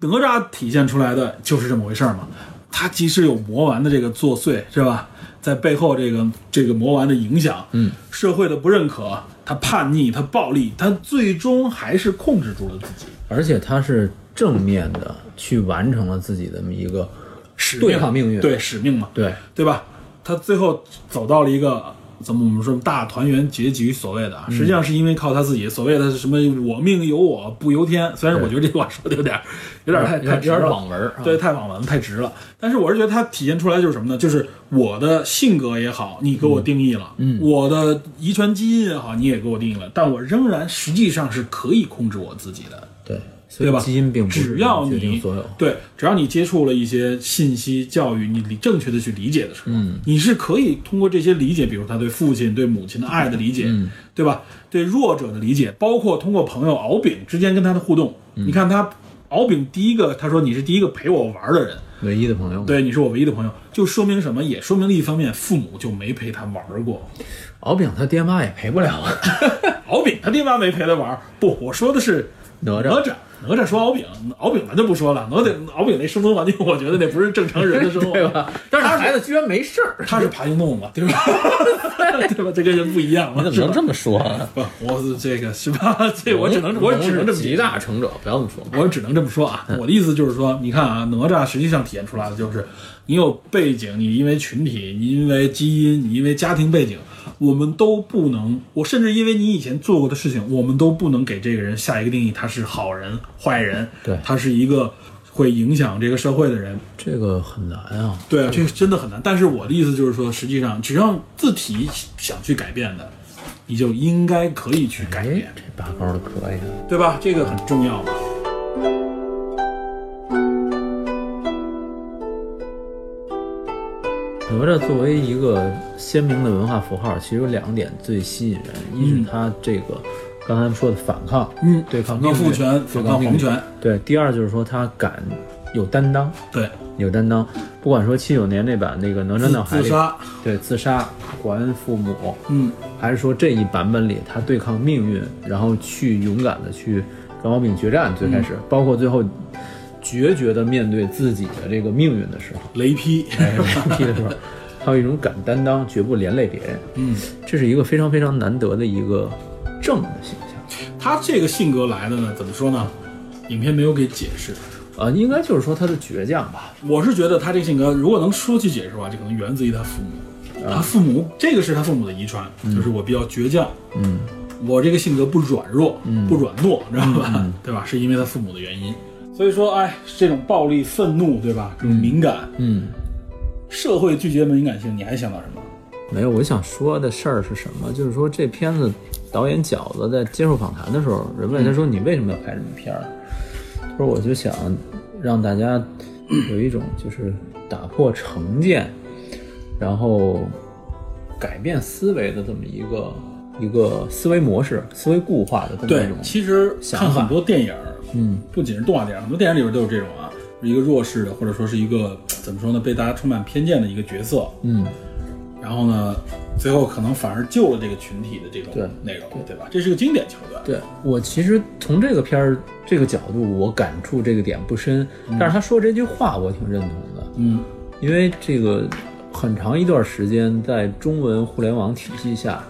[SPEAKER 2] 哪吒体现出来的就是这么回事儿嘛。他即使有魔丸的这个作祟，是吧？在背后这个这个魔丸的影响，嗯，社会的不认可，他叛逆，他暴力，他最终还是控制住了自己。
[SPEAKER 4] 而且他是正面的去完成了自己的这么一个
[SPEAKER 2] 使
[SPEAKER 4] 对抗命运
[SPEAKER 2] 对使命嘛，
[SPEAKER 4] 对
[SPEAKER 2] 对吧？他最后走到了一个怎么我们说大团圆结局，所谓的啊，
[SPEAKER 4] 嗯
[SPEAKER 2] 实际上是因为靠他自己，所谓的是什么“我命由我不由天”。虽然我觉得这句话说的有点有点太
[SPEAKER 4] 有点
[SPEAKER 2] 太直
[SPEAKER 4] 有点
[SPEAKER 2] 了
[SPEAKER 4] 网文儿啊
[SPEAKER 2] 对，太网文太直了。但是我是觉得它体现出来就是什么呢？就是我的性格也好，你给我定义了，嗯，我的遗传基因也好，你也给我定义了，但我仍然实际上是可以控制我自己的。
[SPEAKER 4] 对，所
[SPEAKER 2] 对
[SPEAKER 4] 以
[SPEAKER 2] 吧？
[SPEAKER 4] 基因并不是
[SPEAKER 2] 只要
[SPEAKER 4] 决
[SPEAKER 2] 你
[SPEAKER 4] 定所有。
[SPEAKER 2] 对，只要你接触了一些信息教育，你理正确的去理解的时候，
[SPEAKER 4] 嗯
[SPEAKER 2] 你是可以通过这些理解，比如他对父亲、对母亲的爱的理解，
[SPEAKER 4] 嗯
[SPEAKER 2] 对吧？对弱者的理解，包括通过朋友敖丙之间跟他的互动，
[SPEAKER 4] 嗯
[SPEAKER 2] 你看他敖丙第一个，他说你是第一个陪我玩的人，
[SPEAKER 4] 唯一的朋友。，
[SPEAKER 2] 对，你是我唯一的朋友，就说明什么？也说明了一方面，父母就没陪他玩过。
[SPEAKER 4] 敖丙他爹妈也陪不了啊。
[SPEAKER 2] 敖丙他爹妈没陪他玩儿，不，我说的是
[SPEAKER 4] 哪吒
[SPEAKER 2] 哪吒，哪吒说敖丙，敖丙咱就不说了。哪吒敖丙那生存环境，我觉得那不是正常人的 生活，对吧？
[SPEAKER 4] 但是孩子居然没事儿，
[SPEAKER 2] 他是爬行动物嘛，对吧？ 对吧？这跟人不一样嘛，是吧？
[SPEAKER 4] 这么说啊？
[SPEAKER 2] 不，我是这个是吧？这我只能我只能这么
[SPEAKER 4] 集大成者，不要这么说。
[SPEAKER 2] 我只能这么说啊。我的意思就是说，你看啊，哪吒实际上体现出来的就是，你有背景，你因为群体，你因为基因，你因为家庭背景，我们都不能，我甚至因为你以前做过的事情，我们都不能给这个人下一个定义，他是好人、坏人，
[SPEAKER 4] 对
[SPEAKER 2] 他是一个会影响这个社会的人，
[SPEAKER 4] 这个很难啊。
[SPEAKER 2] 对啊，这个真的很难。但是我的意思就是说，实际上只要自己想去改变的，你就应该可以去改
[SPEAKER 4] 哎
[SPEAKER 2] 变，，
[SPEAKER 4] 这拔高的可以啊。
[SPEAKER 2] 对吧？这个很重要嘛。
[SPEAKER 4] 哪吒作为一个鲜明的文化符号，其实有两点最吸引人，一是他这个刚才说的反抗，
[SPEAKER 2] 嗯
[SPEAKER 4] 对抗
[SPEAKER 2] 反抗
[SPEAKER 4] 命运
[SPEAKER 2] 父权
[SPEAKER 4] 对
[SPEAKER 2] 反抗
[SPEAKER 4] 命
[SPEAKER 2] 皇
[SPEAKER 4] 运
[SPEAKER 2] 权，
[SPEAKER 4] 对；第二就是说他敢有担当，
[SPEAKER 2] 对，
[SPEAKER 4] 有担当，不管说七九年那版那个哪吒闹海
[SPEAKER 2] 自
[SPEAKER 4] 里，
[SPEAKER 2] 杀，
[SPEAKER 4] 对自杀还父母，
[SPEAKER 2] 嗯。
[SPEAKER 4] 还是说这一版本里他对抗命运，然后去勇敢的去跟敖丙决战，最开
[SPEAKER 2] 嗯
[SPEAKER 4] 始，包括最后决绝的面对自己的这个命运的时候。
[SPEAKER 2] 雷劈，
[SPEAKER 4] 哎 批的时候，还有一种敢担当，绝不连累别人。
[SPEAKER 2] 嗯，
[SPEAKER 4] 这是一个非常非常难得的一个正的形象
[SPEAKER 2] 他这个性格来的呢，怎么说呢？影片没有给解释。
[SPEAKER 4] 啊、应该就是说他的倔强吧。
[SPEAKER 2] 我是觉得他这个性格，如果能说去解释的话，这可能源自于他父母。
[SPEAKER 4] 啊
[SPEAKER 2] 他父母这个是他父母的遗传，就是我比较倔强，
[SPEAKER 4] 嗯，
[SPEAKER 2] 我这个性格不软弱，不软糯，知道
[SPEAKER 4] 嗯
[SPEAKER 2] 吧？对吧？是因为他父母的原因。所以说，哎，这种暴力、愤怒，对吧？这种敏感，
[SPEAKER 4] 嗯，
[SPEAKER 2] 社会拒绝敏感性，你还想到什么？
[SPEAKER 4] 没有，我想说的事儿是什么？就是说这片子导演饺子在接受访谈的时候，人问他说：“你为什么要拍这么片儿？”他说：“我就想让大家有一种就是打破成见，然后改变思维的这么一个一个思维模式、思维固化的这么一
[SPEAKER 2] 对
[SPEAKER 4] 种，
[SPEAKER 2] 其实
[SPEAKER 4] 想
[SPEAKER 2] 看
[SPEAKER 4] 法
[SPEAKER 2] 很多电影，
[SPEAKER 4] 嗯，
[SPEAKER 2] 不仅是动画电影，很多电影里边都有这种啊，一个弱势的，或者说是一个怎么说呢，被大家充满偏见的一个角色，
[SPEAKER 4] 嗯，
[SPEAKER 2] 然后呢，最后可能反而救了这个群体的这种
[SPEAKER 4] 对
[SPEAKER 2] 内容，对吧？这是个经典桥段。
[SPEAKER 4] 对我其实从这个片儿这个角度，我感触这个点不深，但是他说这句话我挺认同的，
[SPEAKER 2] 嗯，
[SPEAKER 4] 因为这个很长一段时间在中文互联网体系下，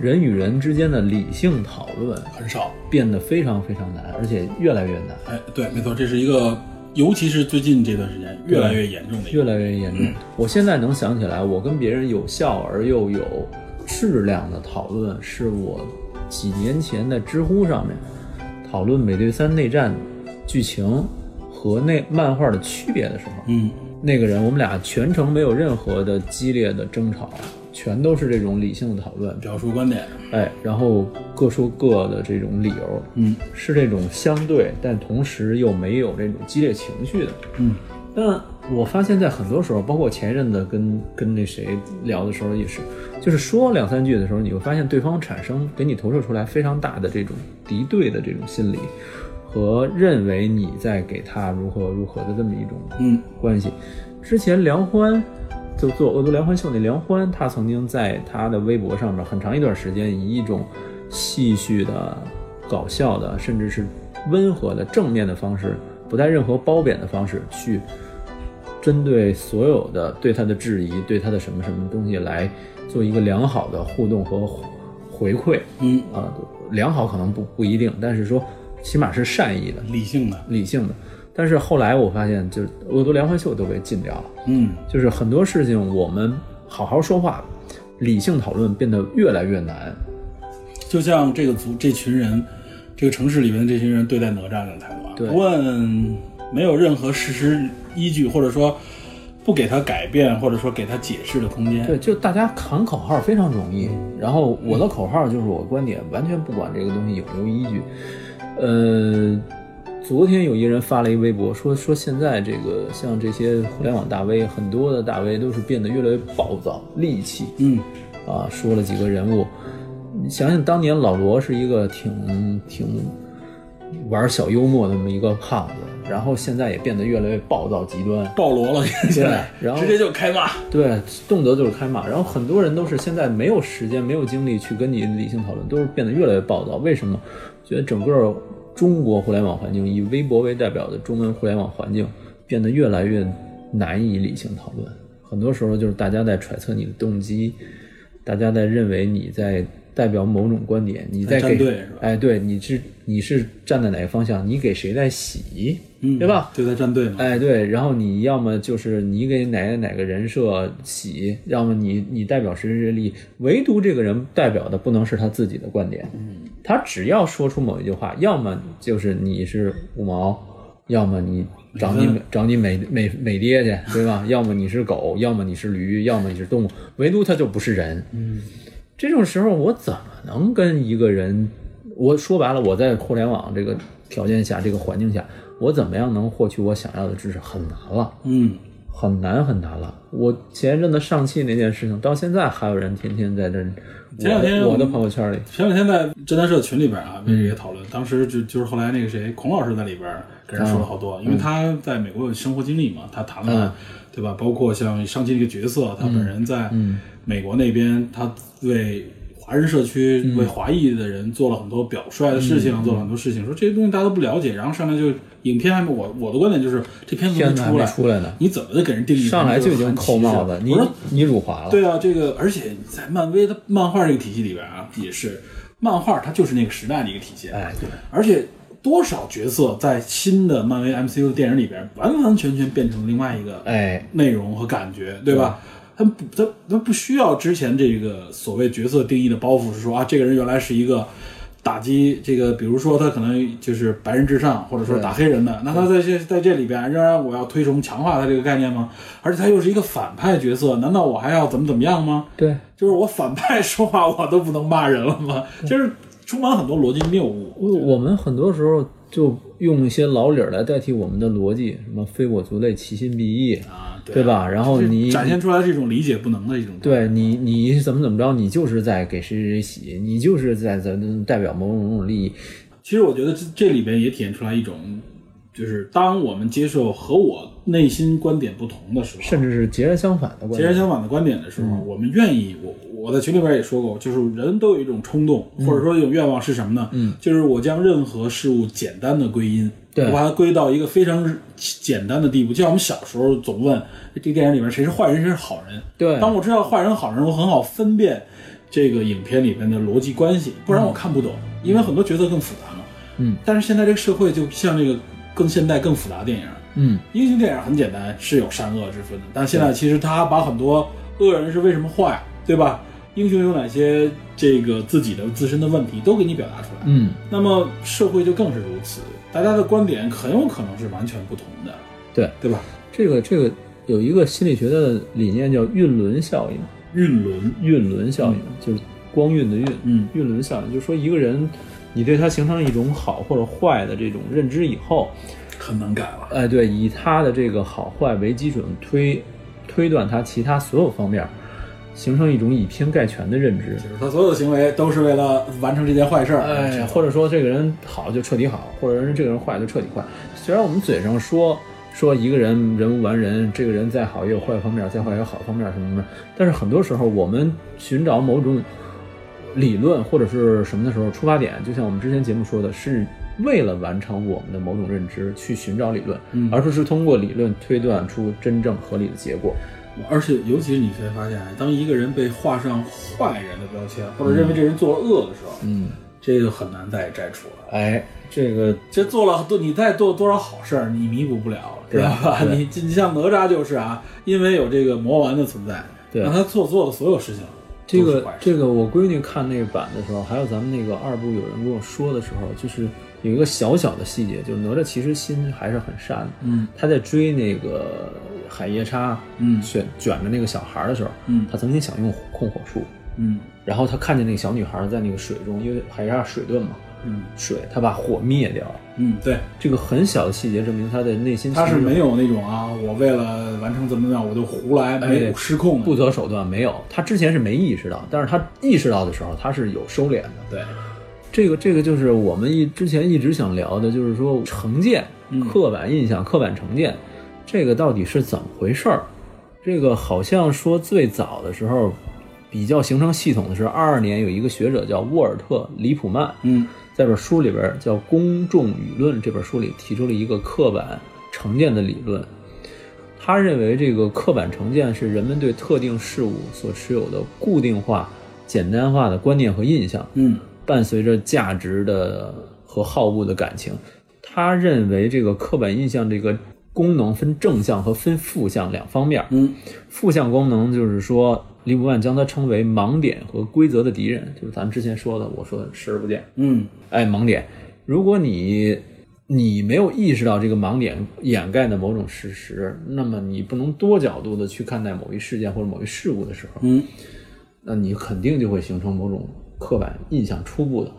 [SPEAKER 4] 人与人之间的理性讨论
[SPEAKER 2] 很少。
[SPEAKER 4] 变得非常非常难，而且越来越难，
[SPEAKER 2] 哎，对，没错，这是一个，尤其是最近这段时间越来越严重的一个。
[SPEAKER 4] 越来越严重。我现在能想起来，我跟别人有效而又有质量的讨论，是我几年前在知乎上面讨论《美队三》内战剧情和那漫画的区别的时候，
[SPEAKER 2] 嗯，
[SPEAKER 4] 那个人我们俩全程没有任何的激烈的争吵，全都是这种理性的讨论，
[SPEAKER 2] 表述观点，
[SPEAKER 4] 哎，然后各说各的这种理由，
[SPEAKER 2] 嗯，
[SPEAKER 4] 是这种相对，但同时又没有这种激烈情绪的，
[SPEAKER 2] 嗯。
[SPEAKER 4] 但我发现，在很多时候，包括我前一阵子跟跟那谁聊的时候也是，就是说两三句的时候，你会发现对方产生给你投射出来非常大的这种敌对的这种心理，和认为你在给他如何如何的这么一种
[SPEAKER 2] 嗯
[SPEAKER 4] 关系。之前梁欢就做恶毒梁欢秀那梁欢，他曾经在他的微博上面很长一段时间，以一种戏谑的、搞笑的，甚至是温和的、正面的方式，不带任何褒贬的方式去针对所有的对他的质疑、对他的什么什么东西来做一个良好的互动和回馈
[SPEAKER 2] 嗯，
[SPEAKER 4] 啊、良好可能不不一定，但是说起码是善意的。
[SPEAKER 2] 理性的，
[SPEAKER 4] 理性的。但是后来我发现，就是恶毒连环秀都被禁掉了，
[SPEAKER 2] 嗯，
[SPEAKER 4] 就是很多事情我们好好说话，理性讨论变得越来越难。
[SPEAKER 2] 就像这个族这群人，这个城市里面的这群人对待哪吒的态度啊，
[SPEAKER 4] 对
[SPEAKER 2] 不问没有任何事实依据，或者说不给他改变，或者说给他解释的空间。
[SPEAKER 4] 对，就大家喊口号非常容易，然后我的口号就是我的观点，完全不管这个东西有没有依据。呃，昨天有一人发了一微博说说现在这个像这些互联网大 V，很多的大 V 都是变得越来越暴躁、戾气，
[SPEAKER 2] 嗯，
[SPEAKER 4] 啊，说了几个人物。你想想，当年老罗是一个挺挺玩小幽默的那么一个胖子，然后现在也变得越来越暴躁极端，
[SPEAKER 2] 暴罗了，现在
[SPEAKER 4] 然后
[SPEAKER 2] 直接就开骂。
[SPEAKER 4] 对，动辄就是开骂。然后很多人都是现在没有时间、没有精力去跟你理性讨论，都是变得越来越暴躁。为什么？觉得整个中国互联网环境，以微博为代表的中文互联网环境，变得越来越难以理性讨论。很多时候就是大家在揣测你的动机，大家在认为你在代表某种观点，你在
[SPEAKER 2] 站
[SPEAKER 4] 给
[SPEAKER 2] 队是吧
[SPEAKER 4] 哎，对，你是你是站在哪个方向，你给谁在洗，
[SPEAKER 2] 嗯，
[SPEAKER 4] 对吧？
[SPEAKER 2] 就在站队嘛。
[SPEAKER 4] 哎，对，然后你要么就是你给哪个哪个人设洗，要么你你代表谁谁谁利益，唯独这个人代表的不能是他自己的观点，嗯，他只要说出某一句话，要么就是你是五毛，要么你找你找你美美美爹去，对吧？要么你是狗，要么你是驴，要么你是动物，唯独他就不是人，嗯，这种时候我怎么能跟一个人？我说白了，我在互联网这个条件下、这个环境下，我怎么样能获取我想要的知识很难了，
[SPEAKER 2] 嗯，
[SPEAKER 4] 很难很难了。我前一阵子上汽那件事情，到现在还有人天天在这儿，
[SPEAKER 2] 前两天
[SPEAKER 4] 我我
[SPEAKER 2] 我
[SPEAKER 4] 的
[SPEAKER 2] 们
[SPEAKER 4] 朋友圈里，
[SPEAKER 2] 前两天在侦探社群里边啊，
[SPEAKER 4] 嗯
[SPEAKER 2] 为这个也讨论，当时就就是后来那个谁，孔老师在里边跟
[SPEAKER 4] 啊
[SPEAKER 2] 人说了好多，
[SPEAKER 4] 嗯
[SPEAKER 2] 因为他在美国有生活经历嘛，他谈了，对吧？包括像上期那个角色，他本人
[SPEAKER 4] 嗯
[SPEAKER 2] 在美国那边，他为华人社区、
[SPEAKER 4] 嗯
[SPEAKER 2] 为华裔的人做了很多表率的事情，做了很多事情，说这些东西大家都不了解，然后上来就影片还没我我的观点就是这片子
[SPEAKER 4] 片
[SPEAKER 2] 没
[SPEAKER 4] 子还没
[SPEAKER 2] 来，
[SPEAKER 4] 出来呢，
[SPEAKER 2] 你怎么就给人定义成
[SPEAKER 4] 上来就已
[SPEAKER 2] 很
[SPEAKER 4] 经扣
[SPEAKER 2] 歧视
[SPEAKER 4] 帽子，你
[SPEAKER 2] 我说
[SPEAKER 4] 你辱华了，
[SPEAKER 2] 对啊，这个而且在漫威的漫画这个体系里边啊，也是漫画它就是那个时代的一个体现。
[SPEAKER 4] 哎，对，
[SPEAKER 2] 而且多少角色在新的漫威 MCU 的电影里边，完完全全变成另外一个
[SPEAKER 4] 哎，
[SPEAKER 2] 内容和感觉，对吧？他们不，他他不需要之前这个所谓角色定义的包袱，是说啊，这个人原来是一个打击这个，比如说他可能就是白人至上，或者说打黑人的，那他在这在这里边仍然我要推崇强化他这个概念吗？而且他又是一个反派角色，难道我还要怎么怎么样吗？
[SPEAKER 4] 对，
[SPEAKER 2] 就是我反派说话我都不能骂人了吗？
[SPEAKER 4] 嗯
[SPEAKER 2] 就是充满很多逻辑谬误。
[SPEAKER 4] 我我们很多时候就用一些老理儿来代替我们的逻辑，什么非我族类，其心必异
[SPEAKER 2] 啊对啊
[SPEAKER 4] 对吧？然后你
[SPEAKER 2] 展现出来是一种理解不能的一种，
[SPEAKER 4] 对你，你怎么怎么着，你就是在给谁谁谁洗，你就是在在代表某种某种利益。
[SPEAKER 2] 其实我觉得这这里边也体现出来一种，就是当我们接受和我内心观点不同的时候，
[SPEAKER 3] 甚至是截然相反的观
[SPEAKER 2] 截然
[SPEAKER 3] 点。
[SPEAKER 2] 相反的观点的时候，我们愿意，我我在群里边也说过，就是人都有一种冲动，或者说一种愿望是什么呢？嗯，就是我将任何事物简单的归因，
[SPEAKER 4] 对
[SPEAKER 2] 我把它归到一个非常简单的地步。就像我们小时候总问这电影里边谁是坏人，谁是好人。
[SPEAKER 4] 对
[SPEAKER 2] 当我知道坏人好人，我很好分辨这个影片里面的逻辑关系，不然我看不懂，因为很多角色更复杂嘛。
[SPEAKER 4] 嗯，
[SPEAKER 2] 但是现在这个社会就像这个更现代、更复杂的电影，
[SPEAKER 4] 嗯，
[SPEAKER 2] 英雄电影很简单，是有善恶之分的。但现在其实他把很多恶人是为什么坏，对吧？英雄有哪些这个自己的自身的问题都给你表达出来。
[SPEAKER 4] 嗯，
[SPEAKER 2] 那么社会就更是如此，大家的观点很有可能是完全不同的，
[SPEAKER 4] 对
[SPEAKER 2] 对吧？
[SPEAKER 4] 这个这个有一个心理学的理念叫运轮效应，
[SPEAKER 2] 运轮，
[SPEAKER 4] 运轮效应、就是光晕的运，
[SPEAKER 2] 嗯
[SPEAKER 4] 运轮效应就是说一个人，你对他形成一种好或者坏的这种认知以后，
[SPEAKER 2] 很难改了。
[SPEAKER 4] 哎，对，以他的这个好坏为基准推推断他其他所有方面，形成一种以偏概全的认知
[SPEAKER 2] 就。是他所有的行为都是为了完成这件坏事儿，
[SPEAKER 4] 哎，或者说这个人好就彻底好，或者人这个人坏就彻底坏。虽然我们嘴上说说一个人人无完人，这个人再好也有坏方面，再坏也有好方面什么什么，但是很多时候我们寻找某种理论或者是什么的时候，出发点就像我们之前节目说的，是为了完成我们的某种认知去寻找理论，
[SPEAKER 2] 嗯
[SPEAKER 4] 而不是通过理论推断出真正合理的结果。
[SPEAKER 2] 而且，尤其是你会发现，当一个人被画上坏人的标签，或者认为这人做了恶的时候，
[SPEAKER 4] 嗯，
[SPEAKER 2] 这个很难再摘除了。
[SPEAKER 4] 哎，这个
[SPEAKER 2] 这做了多，你再做多少好事儿，你弥补不了，知
[SPEAKER 4] 对
[SPEAKER 2] 道吧？
[SPEAKER 4] 对
[SPEAKER 2] 你 你像哪吒就是啊，因为有这个魔丸的存在，
[SPEAKER 4] 对
[SPEAKER 2] 让他做做的所有事情
[SPEAKER 4] 这
[SPEAKER 2] 都是
[SPEAKER 4] 个
[SPEAKER 2] 坏事
[SPEAKER 4] 这个，我闺女看那个版的时候，还有咱们那个二部有人跟我说的时候，就是有一个小小的细节，就是哪吒其实心还是很善的。
[SPEAKER 2] 嗯
[SPEAKER 4] 他在追那个海夜叉，
[SPEAKER 2] 嗯
[SPEAKER 4] 卷卷着那个小孩儿的时候，
[SPEAKER 2] 嗯
[SPEAKER 4] 他曾经想用控火术，
[SPEAKER 2] 嗯
[SPEAKER 4] 然后他看见那个小女孩在那个水中，因为海夜叉水遁嘛，
[SPEAKER 2] 嗯
[SPEAKER 4] 水他把火灭掉了。
[SPEAKER 2] 嗯，对，
[SPEAKER 4] 这个很小的细节证明他的内心
[SPEAKER 2] 他是
[SPEAKER 4] 其实
[SPEAKER 2] 没有那种啊，我为了完成怎么怎么样，我就胡来，没有失控的，
[SPEAKER 4] 哎不择手段，没有。他之前是没意识到，但是他意识到的时候，他是有收敛的。
[SPEAKER 2] 对，
[SPEAKER 4] 这个这个就是我们一之前一直想聊的，就是说成见
[SPEAKER 2] 嗯、
[SPEAKER 4] 刻板印象、刻板成见，这个到底是怎么回事儿？这个好像说最早的时候，比较形成系统的是二二年有一个学者叫沃尔特·里普曼，
[SPEAKER 2] 嗯
[SPEAKER 4] 在这本书里边叫《公众舆论》这本书里提出了一个刻板成见的理论。他认为这个刻板成见是人们对特定事物所持有的固定化、简单化的观念和印象。
[SPEAKER 2] 嗯
[SPEAKER 4] 伴随着价值的和好恶的感情。他认为这个刻板印象这个功能分正向和分负向两方面。
[SPEAKER 2] 嗯
[SPEAKER 4] 负向功能就是说，利布曼将它称为盲点和规则的敌人，就是咱们之前说的，我说的视而不见。
[SPEAKER 2] 嗯
[SPEAKER 4] 哎，盲点，如果你你没有意识到这个盲点掩盖的某种事实，那么你不能多角度的去看待某一事件或者某一事物的时候，
[SPEAKER 2] 嗯，
[SPEAKER 4] 那你肯定就会形成某种刻板印象初步的。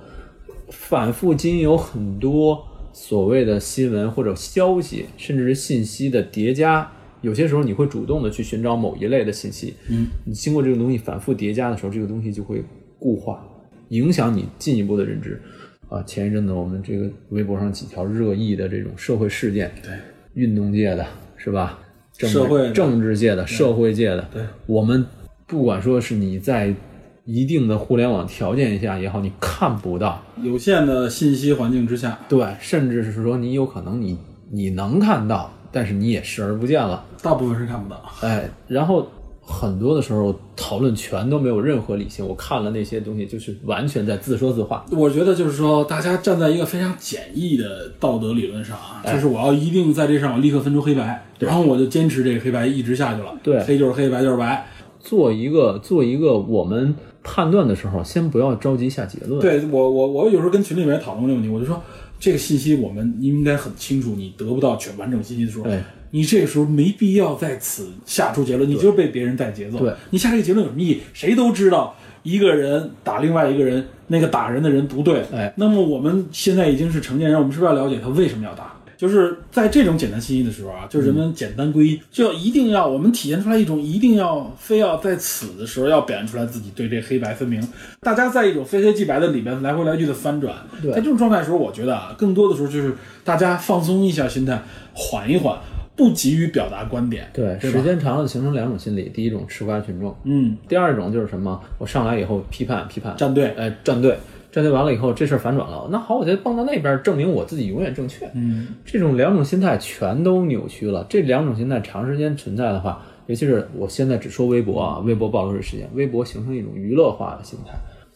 [SPEAKER 4] 反复经由很多所谓的新闻或者消息，甚至是信息的叠加，有些时候你会主动的去寻找某一类的信息。嗯，你经过这个东西反复叠加的时候，这个东西就会固化，影响你进一步的认知。啊，前一阵子我们这个微博上几条热议的这种社会事件，
[SPEAKER 2] 对，
[SPEAKER 4] 运动界的是吧？政治
[SPEAKER 2] 社会的
[SPEAKER 4] 政治界的、社会界的，
[SPEAKER 2] 对，
[SPEAKER 4] 我们不管说是你在一定的互联网条件下也好，你看不到，
[SPEAKER 2] 有限的信息环境之下，
[SPEAKER 4] 对，甚至是说你有可能你你能看到，但是你也视而不见了，
[SPEAKER 2] 大部分是看不到。
[SPEAKER 4] 哎，然后很多的时候讨论全都没有任何理性，我看了那些东西就是完全在自说自话，
[SPEAKER 2] 我觉得就是说，大家站在一个非常简易的道德理论上啊，
[SPEAKER 4] 哎
[SPEAKER 2] 就是我要一定在这上我立刻分出黑白，然后我就坚持这个黑白一直下去了，
[SPEAKER 4] 对
[SPEAKER 2] 黑就是黑，白就是白。
[SPEAKER 4] 做一个做一个我们判断的时候，先不要着急下结论，，
[SPEAKER 2] 对我，我我有时候跟群里面讨论这个问题，我就说这个信息我们应该很清楚，你得不到全完整信息的时候
[SPEAKER 4] 对，
[SPEAKER 2] 你这个时候没必要在此下出结论，你就是被别人带节奏。
[SPEAKER 4] 对
[SPEAKER 2] 你下这个结论有什么意义？谁都知道一个人打另外一个人，那个打人的人不对。
[SPEAKER 4] 哎
[SPEAKER 2] 那么我们现在已经是成年人，我们是不是要了解他为什么要打？就是在这种简单信息的时候啊，就人们简单归一，就要一定要我们体现出来一种一定要非要在此的时候要表现出来自己对这黑白分明。大家在一种非黑即白的里面来回来去的翻转，
[SPEAKER 4] 对
[SPEAKER 2] 在这种状态的时候，我觉得啊，更多的时候就是大家放松一下心态，缓一缓。不急于表达观点，
[SPEAKER 4] 对，
[SPEAKER 2] 对
[SPEAKER 4] 时
[SPEAKER 2] 吧？
[SPEAKER 4] 间长了形成两种心理，第一种吃瓜群众，
[SPEAKER 2] 嗯，
[SPEAKER 4] 第二种就是什么？我上来以后批判批判
[SPEAKER 2] 站队
[SPEAKER 4] 呃，站队，站队完了以后，这事儿反转了，那好，我就蹦到那边儿证明我自己永远正确。
[SPEAKER 2] 嗯，
[SPEAKER 4] 这种两种心态全都扭曲了。这两种心态长时间存在的话，尤其是我现在只说微博啊，微博暴露这事件，微博形成一种娱乐化的心态，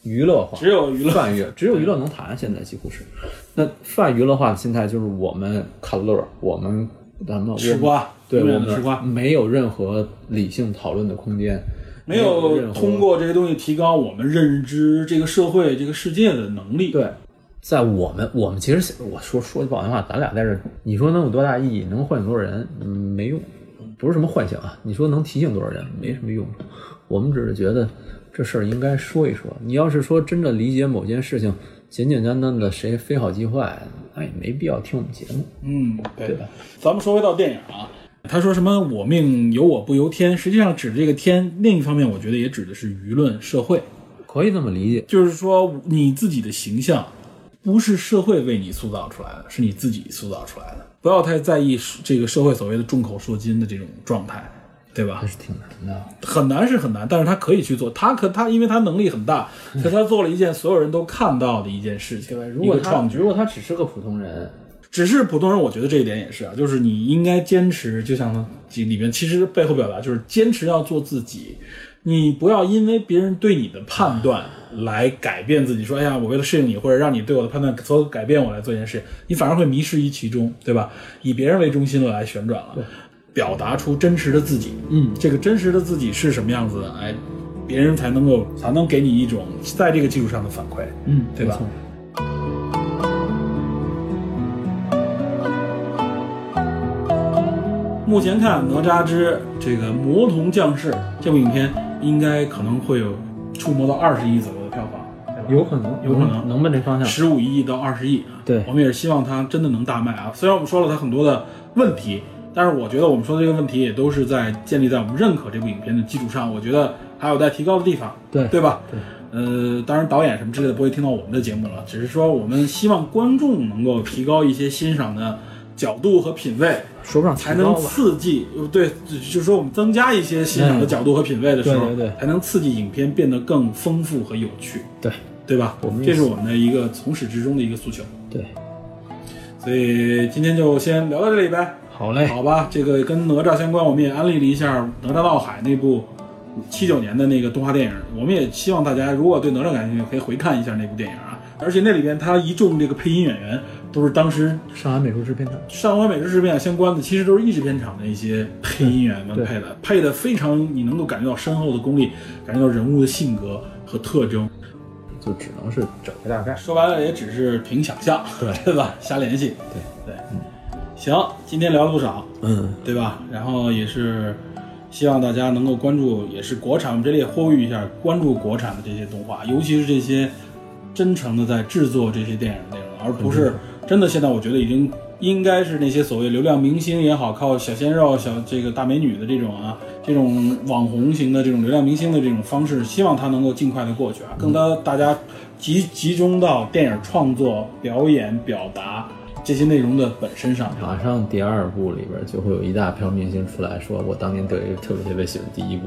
[SPEAKER 4] 娱乐化，
[SPEAKER 2] 只有娱乐
[SPEAKER 4] 泛娱，只有娱乐能谈，现在几乎是。那泛娱乐化的心态就是我们看乐儿，我们咱们
[SPEAKER 2] 吃瓜，
[SPEAKER 4] 对
[SPEAKER 2] 永
[SPEAKER 4] 我
[SPEAKER 2] 远
[SPEAKER 4] 们
[SPEAKER 2] 的吃瓜，
[SPEAKER 4] 没有任何理性讨论的空间，
[SPEAKER 2] 没
[SPEAKER 4] 任
[SPEAKER 2] 有
[SPEAKER 4] 何
[SPEAKER 2] 通过这些东西提高我们认知这个社会、这个世界的能力。，
[SPEAKER 4] 对，在我们我们其实我说说句不好听话，咱俩在这儿，你说能有多大意义？能唤醒多少人？嗯没用，不是什么唤醒啊。你说能提醒多少人？没什么用。我们只是觉得这事儿应该说一说。你要是说真的理解某件事情，简简单单的谁非好即坏，那也没必要听我们节目。
[SPEAKER 2] 嗯，对
[SPEAKER 4] 对吧
[SPEAKER 2] 咱们说回到电影啊，他说什么“我命由我不由天”，实际上指这个天，另一方面我觉得也指的是舆论、社会，
[SPEAKER 4] 可以这么理解，
[SPEAKER 2] 就是说你自己的形象不是社会为你塑造出来的，是你自己塑造出来的。不要太在意这个社会所谓的众口铄金的这种状态，对吧
[SPEAKER 4] 还？是挺难的。
[SPEAKER 2] 很难是很难，但是他可以去做。他可他因为他能力很大，所以他做了一件所有人都看到的一件事情，
[SPEAKER 4] 如
[SPEAKER 2] 一
[SPEAKER 4] 果
[SPEAKER 2] 个
[SPEAKER 4] 他
[SPEAKER 2] 创举
[SPEAKER 4] 如。果他只是个普通人，
[SPEAKER 2] 只是普通人，我觉得这一点也是啊，就是你应该坚持，就像这里面其实背后表达就是坚持要做自己，你不要因为别人对你的判断来改变自己，说哎呀，我为了适应你或者让你对我的判断所有改变我来做一件事，你反而会迷失于其中，对吧？以别人为中心来旋转了，表达出真实的自己。
[SPEAKER 4] 嗯
[SPEAKER 2] 这个真实的自己是什么样子的？哎，别人才能够才能给你一种在这个基础上的反馈。
[SPEAKER 4] 嗯
[SPEAKER 2] 对吧
[SPEAKER 4] 没错
[SPEAKER 2] 目前看《哪吒之这个魔童降世》这部影片，应该可能会有触摸到二十亿左右的票房，对吧？
[SPEAKER 4] 有可能，
[SPEAKER 2] 有可能
[SPEAKER 4] 能奔这方向。
[SPEAKER 2] 十五亿到二十亿啊。
[SPEAKER 4] 对
[SPEAKER 2] 我们也是希望它真的能大卖啊。虽然我们说了它很多的问题，但是我觉得我们说的这个问题也都是在建立在我们认可这部影片的基础上，我觉得还有待提高的地方，
[SPEAKER 4] 对
[SPEAKER 2] 对吧？对。呃，当然导演什么之类的不会听到我们的节目了，只是说我们希望观众能够提高一些欣赏的角度和品味，
[SPEAKER 4] 说不上
[SPEAKER 2] 才
[SPEAKER 4] 提高
[SPEAKER 2] 能
[SPEAKER 4] 吧
[SPEAKER 2] 刺激，呃对，就就是说我们增加一些欣赏的角度和品味的时候，
[SPEAKER 4] 嗯对对对
[SPEAKER 2] 才能刺激影片变得更丰富和有趣，
[SPEAKER 4] 对
[SPEAKER 2] 对吧？
[SPEAKER 4] 我们也
[SPEAKER 2] 这是我们的一个从始至终的一个诉求，
[SPEAKER 4] 对，
[SPEAKER 2] 所以今天就先聊到这里呗，
[SPEAKER 4] 好嘞，
[SPEAKER 2] 好吧？这个跟哪吒相关，我们也安利了一下《哪吒闹海》那部七九年的那个动画电影，我们也希望大家如果对哪吒感兴趣，可以回看一下那部电影啊。而且那里边他一众这个配音演员都是当时
[SPEAKER 4] 上海美术制片厂。
[SPEAKER 2] 上完美日事变相关的，其实都是译制片厂的一些配音员们配的，配的非常，你能够感觉到深厚的功力，感觉到人物的性格和特征。
[SPEAKER 4] 就只能是整个大概。
[SPEAKER 2] 说白了，也只是凭想象，对吧？瞎联系。对对，行，今天聊了不少，
[SPEAKER 4] 嗯，
[SPEAKER 2] 对吧？然后也是希望大家能够关注，也是国产，我们这里也呼吁一下，关注国产的这些动画，尤其是这些真诚的在制作这些电影内容，而不是真的现在我觉得已经应该是那些所谓流量明星也好，靠小鲜肉、小这个大美女的这种啊，这种网红型的这种流量明星的这种方式，希望它能够尽快的过去啊，更多大家集集中到电影创作、表演、表达这些内容的本身上。
[SPEAKER 4] 马上第二部里边就会有一大票明星出来说，我当年特别特别特别喜欢第一部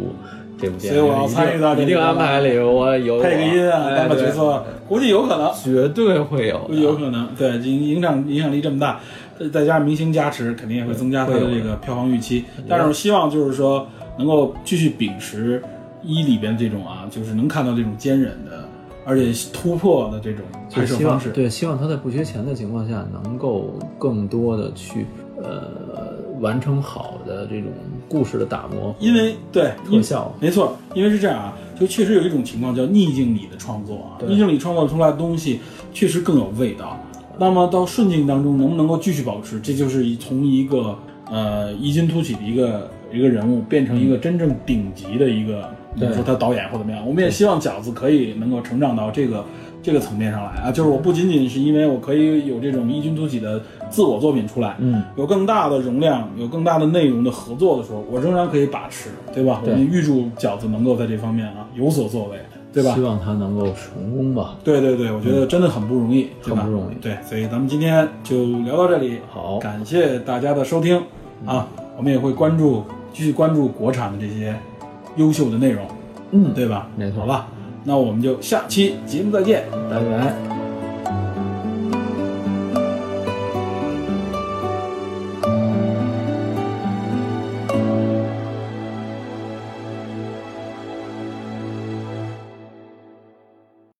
[SPEAKER 4] 这部电影，
[SPEAKER 2] 所以我要参与到这
[SPEAKER 4] 一
[SPEAKER 2] 里
[SPEAKER 4] 定安排里，我有
[SPEAKER 2] 配个音啊，
[SPEAKER 4] 我
[SPEAKER 2] 当个角，
[SPEAKER 4] 哎
[SPEAKER 2] 色，估计有可能，
[SPEAKER 4] 对绝对会有
[SPEAKER 2] 估计有
[SPEAKER 4] 的。
[SPEAKER 2] 可能，对，影影响影响力这么大，再再加上明星加持，肯定也会增加它的嗯这个票房预期。但是我希望就是说能够继续秉持一里边这种啊，就是能看到这种坚韧的，而且突破的这种
[SPEAKER 4] 就
[SPEAKER 2] 拍摄
[SPEAKER 4] 希
[SPEAKER 2] 方
[SPEAKER 4] 望
[SPEAKER 2] 式。
[SPEAKER 4] 对，希望他在不缺钱的情况下，能够更多的去呃完成好的这种故事的打磨，
[SPEAKER 2] 因为对
[SPEAKER 4] 特效
[SPEAKER 2] 没错，因为是这样啊，就确实有一种情况叫逆境里的创作啊，
[SPEAKER 4] 对
[SPEAKER 2] 逆境里创作出来的东西确实更有味道。那么到顺境当中能不能够继续保持，这就是一从一个呃异军突起的一个一个人物变成一个真正顶级的一个，比如说他导演或怎么样，我们也希望饺子可以能够成长到这个这个层面上来啊，就是我不仅仅是因为我可以有这种异军突起的自我作品出来，
[SPEAKER 4] 嗯，
[SPEAKER 2] 有更大的容量、有更大的内容的合作的时候，我仍然可以把持，对吧？我们预祝饺子能够在这方面啊有所作为，对吧
[SPEAKER 4] 希？望他能够成功吧。
[SPEAKER 2] 对对对，我觉得真的很不容易，对吧
[SPEAKER 4] 嗯很不容易
[SPEAKER 2] 对，所以咱们今天就聊到这里，
[SPEAKER 4] 好嗯
[SPEAKER 2] 感谢大家的收听啊，我们也会关注，继续关注国产的这些优秀的内容，
[SPEAKER 4] 嗯，
[SPEAKER 2] 对吧？
[SPEAKER 4] 没错
[SPEAKER 2] 好吧，那我们就下期节目再见，拜拜。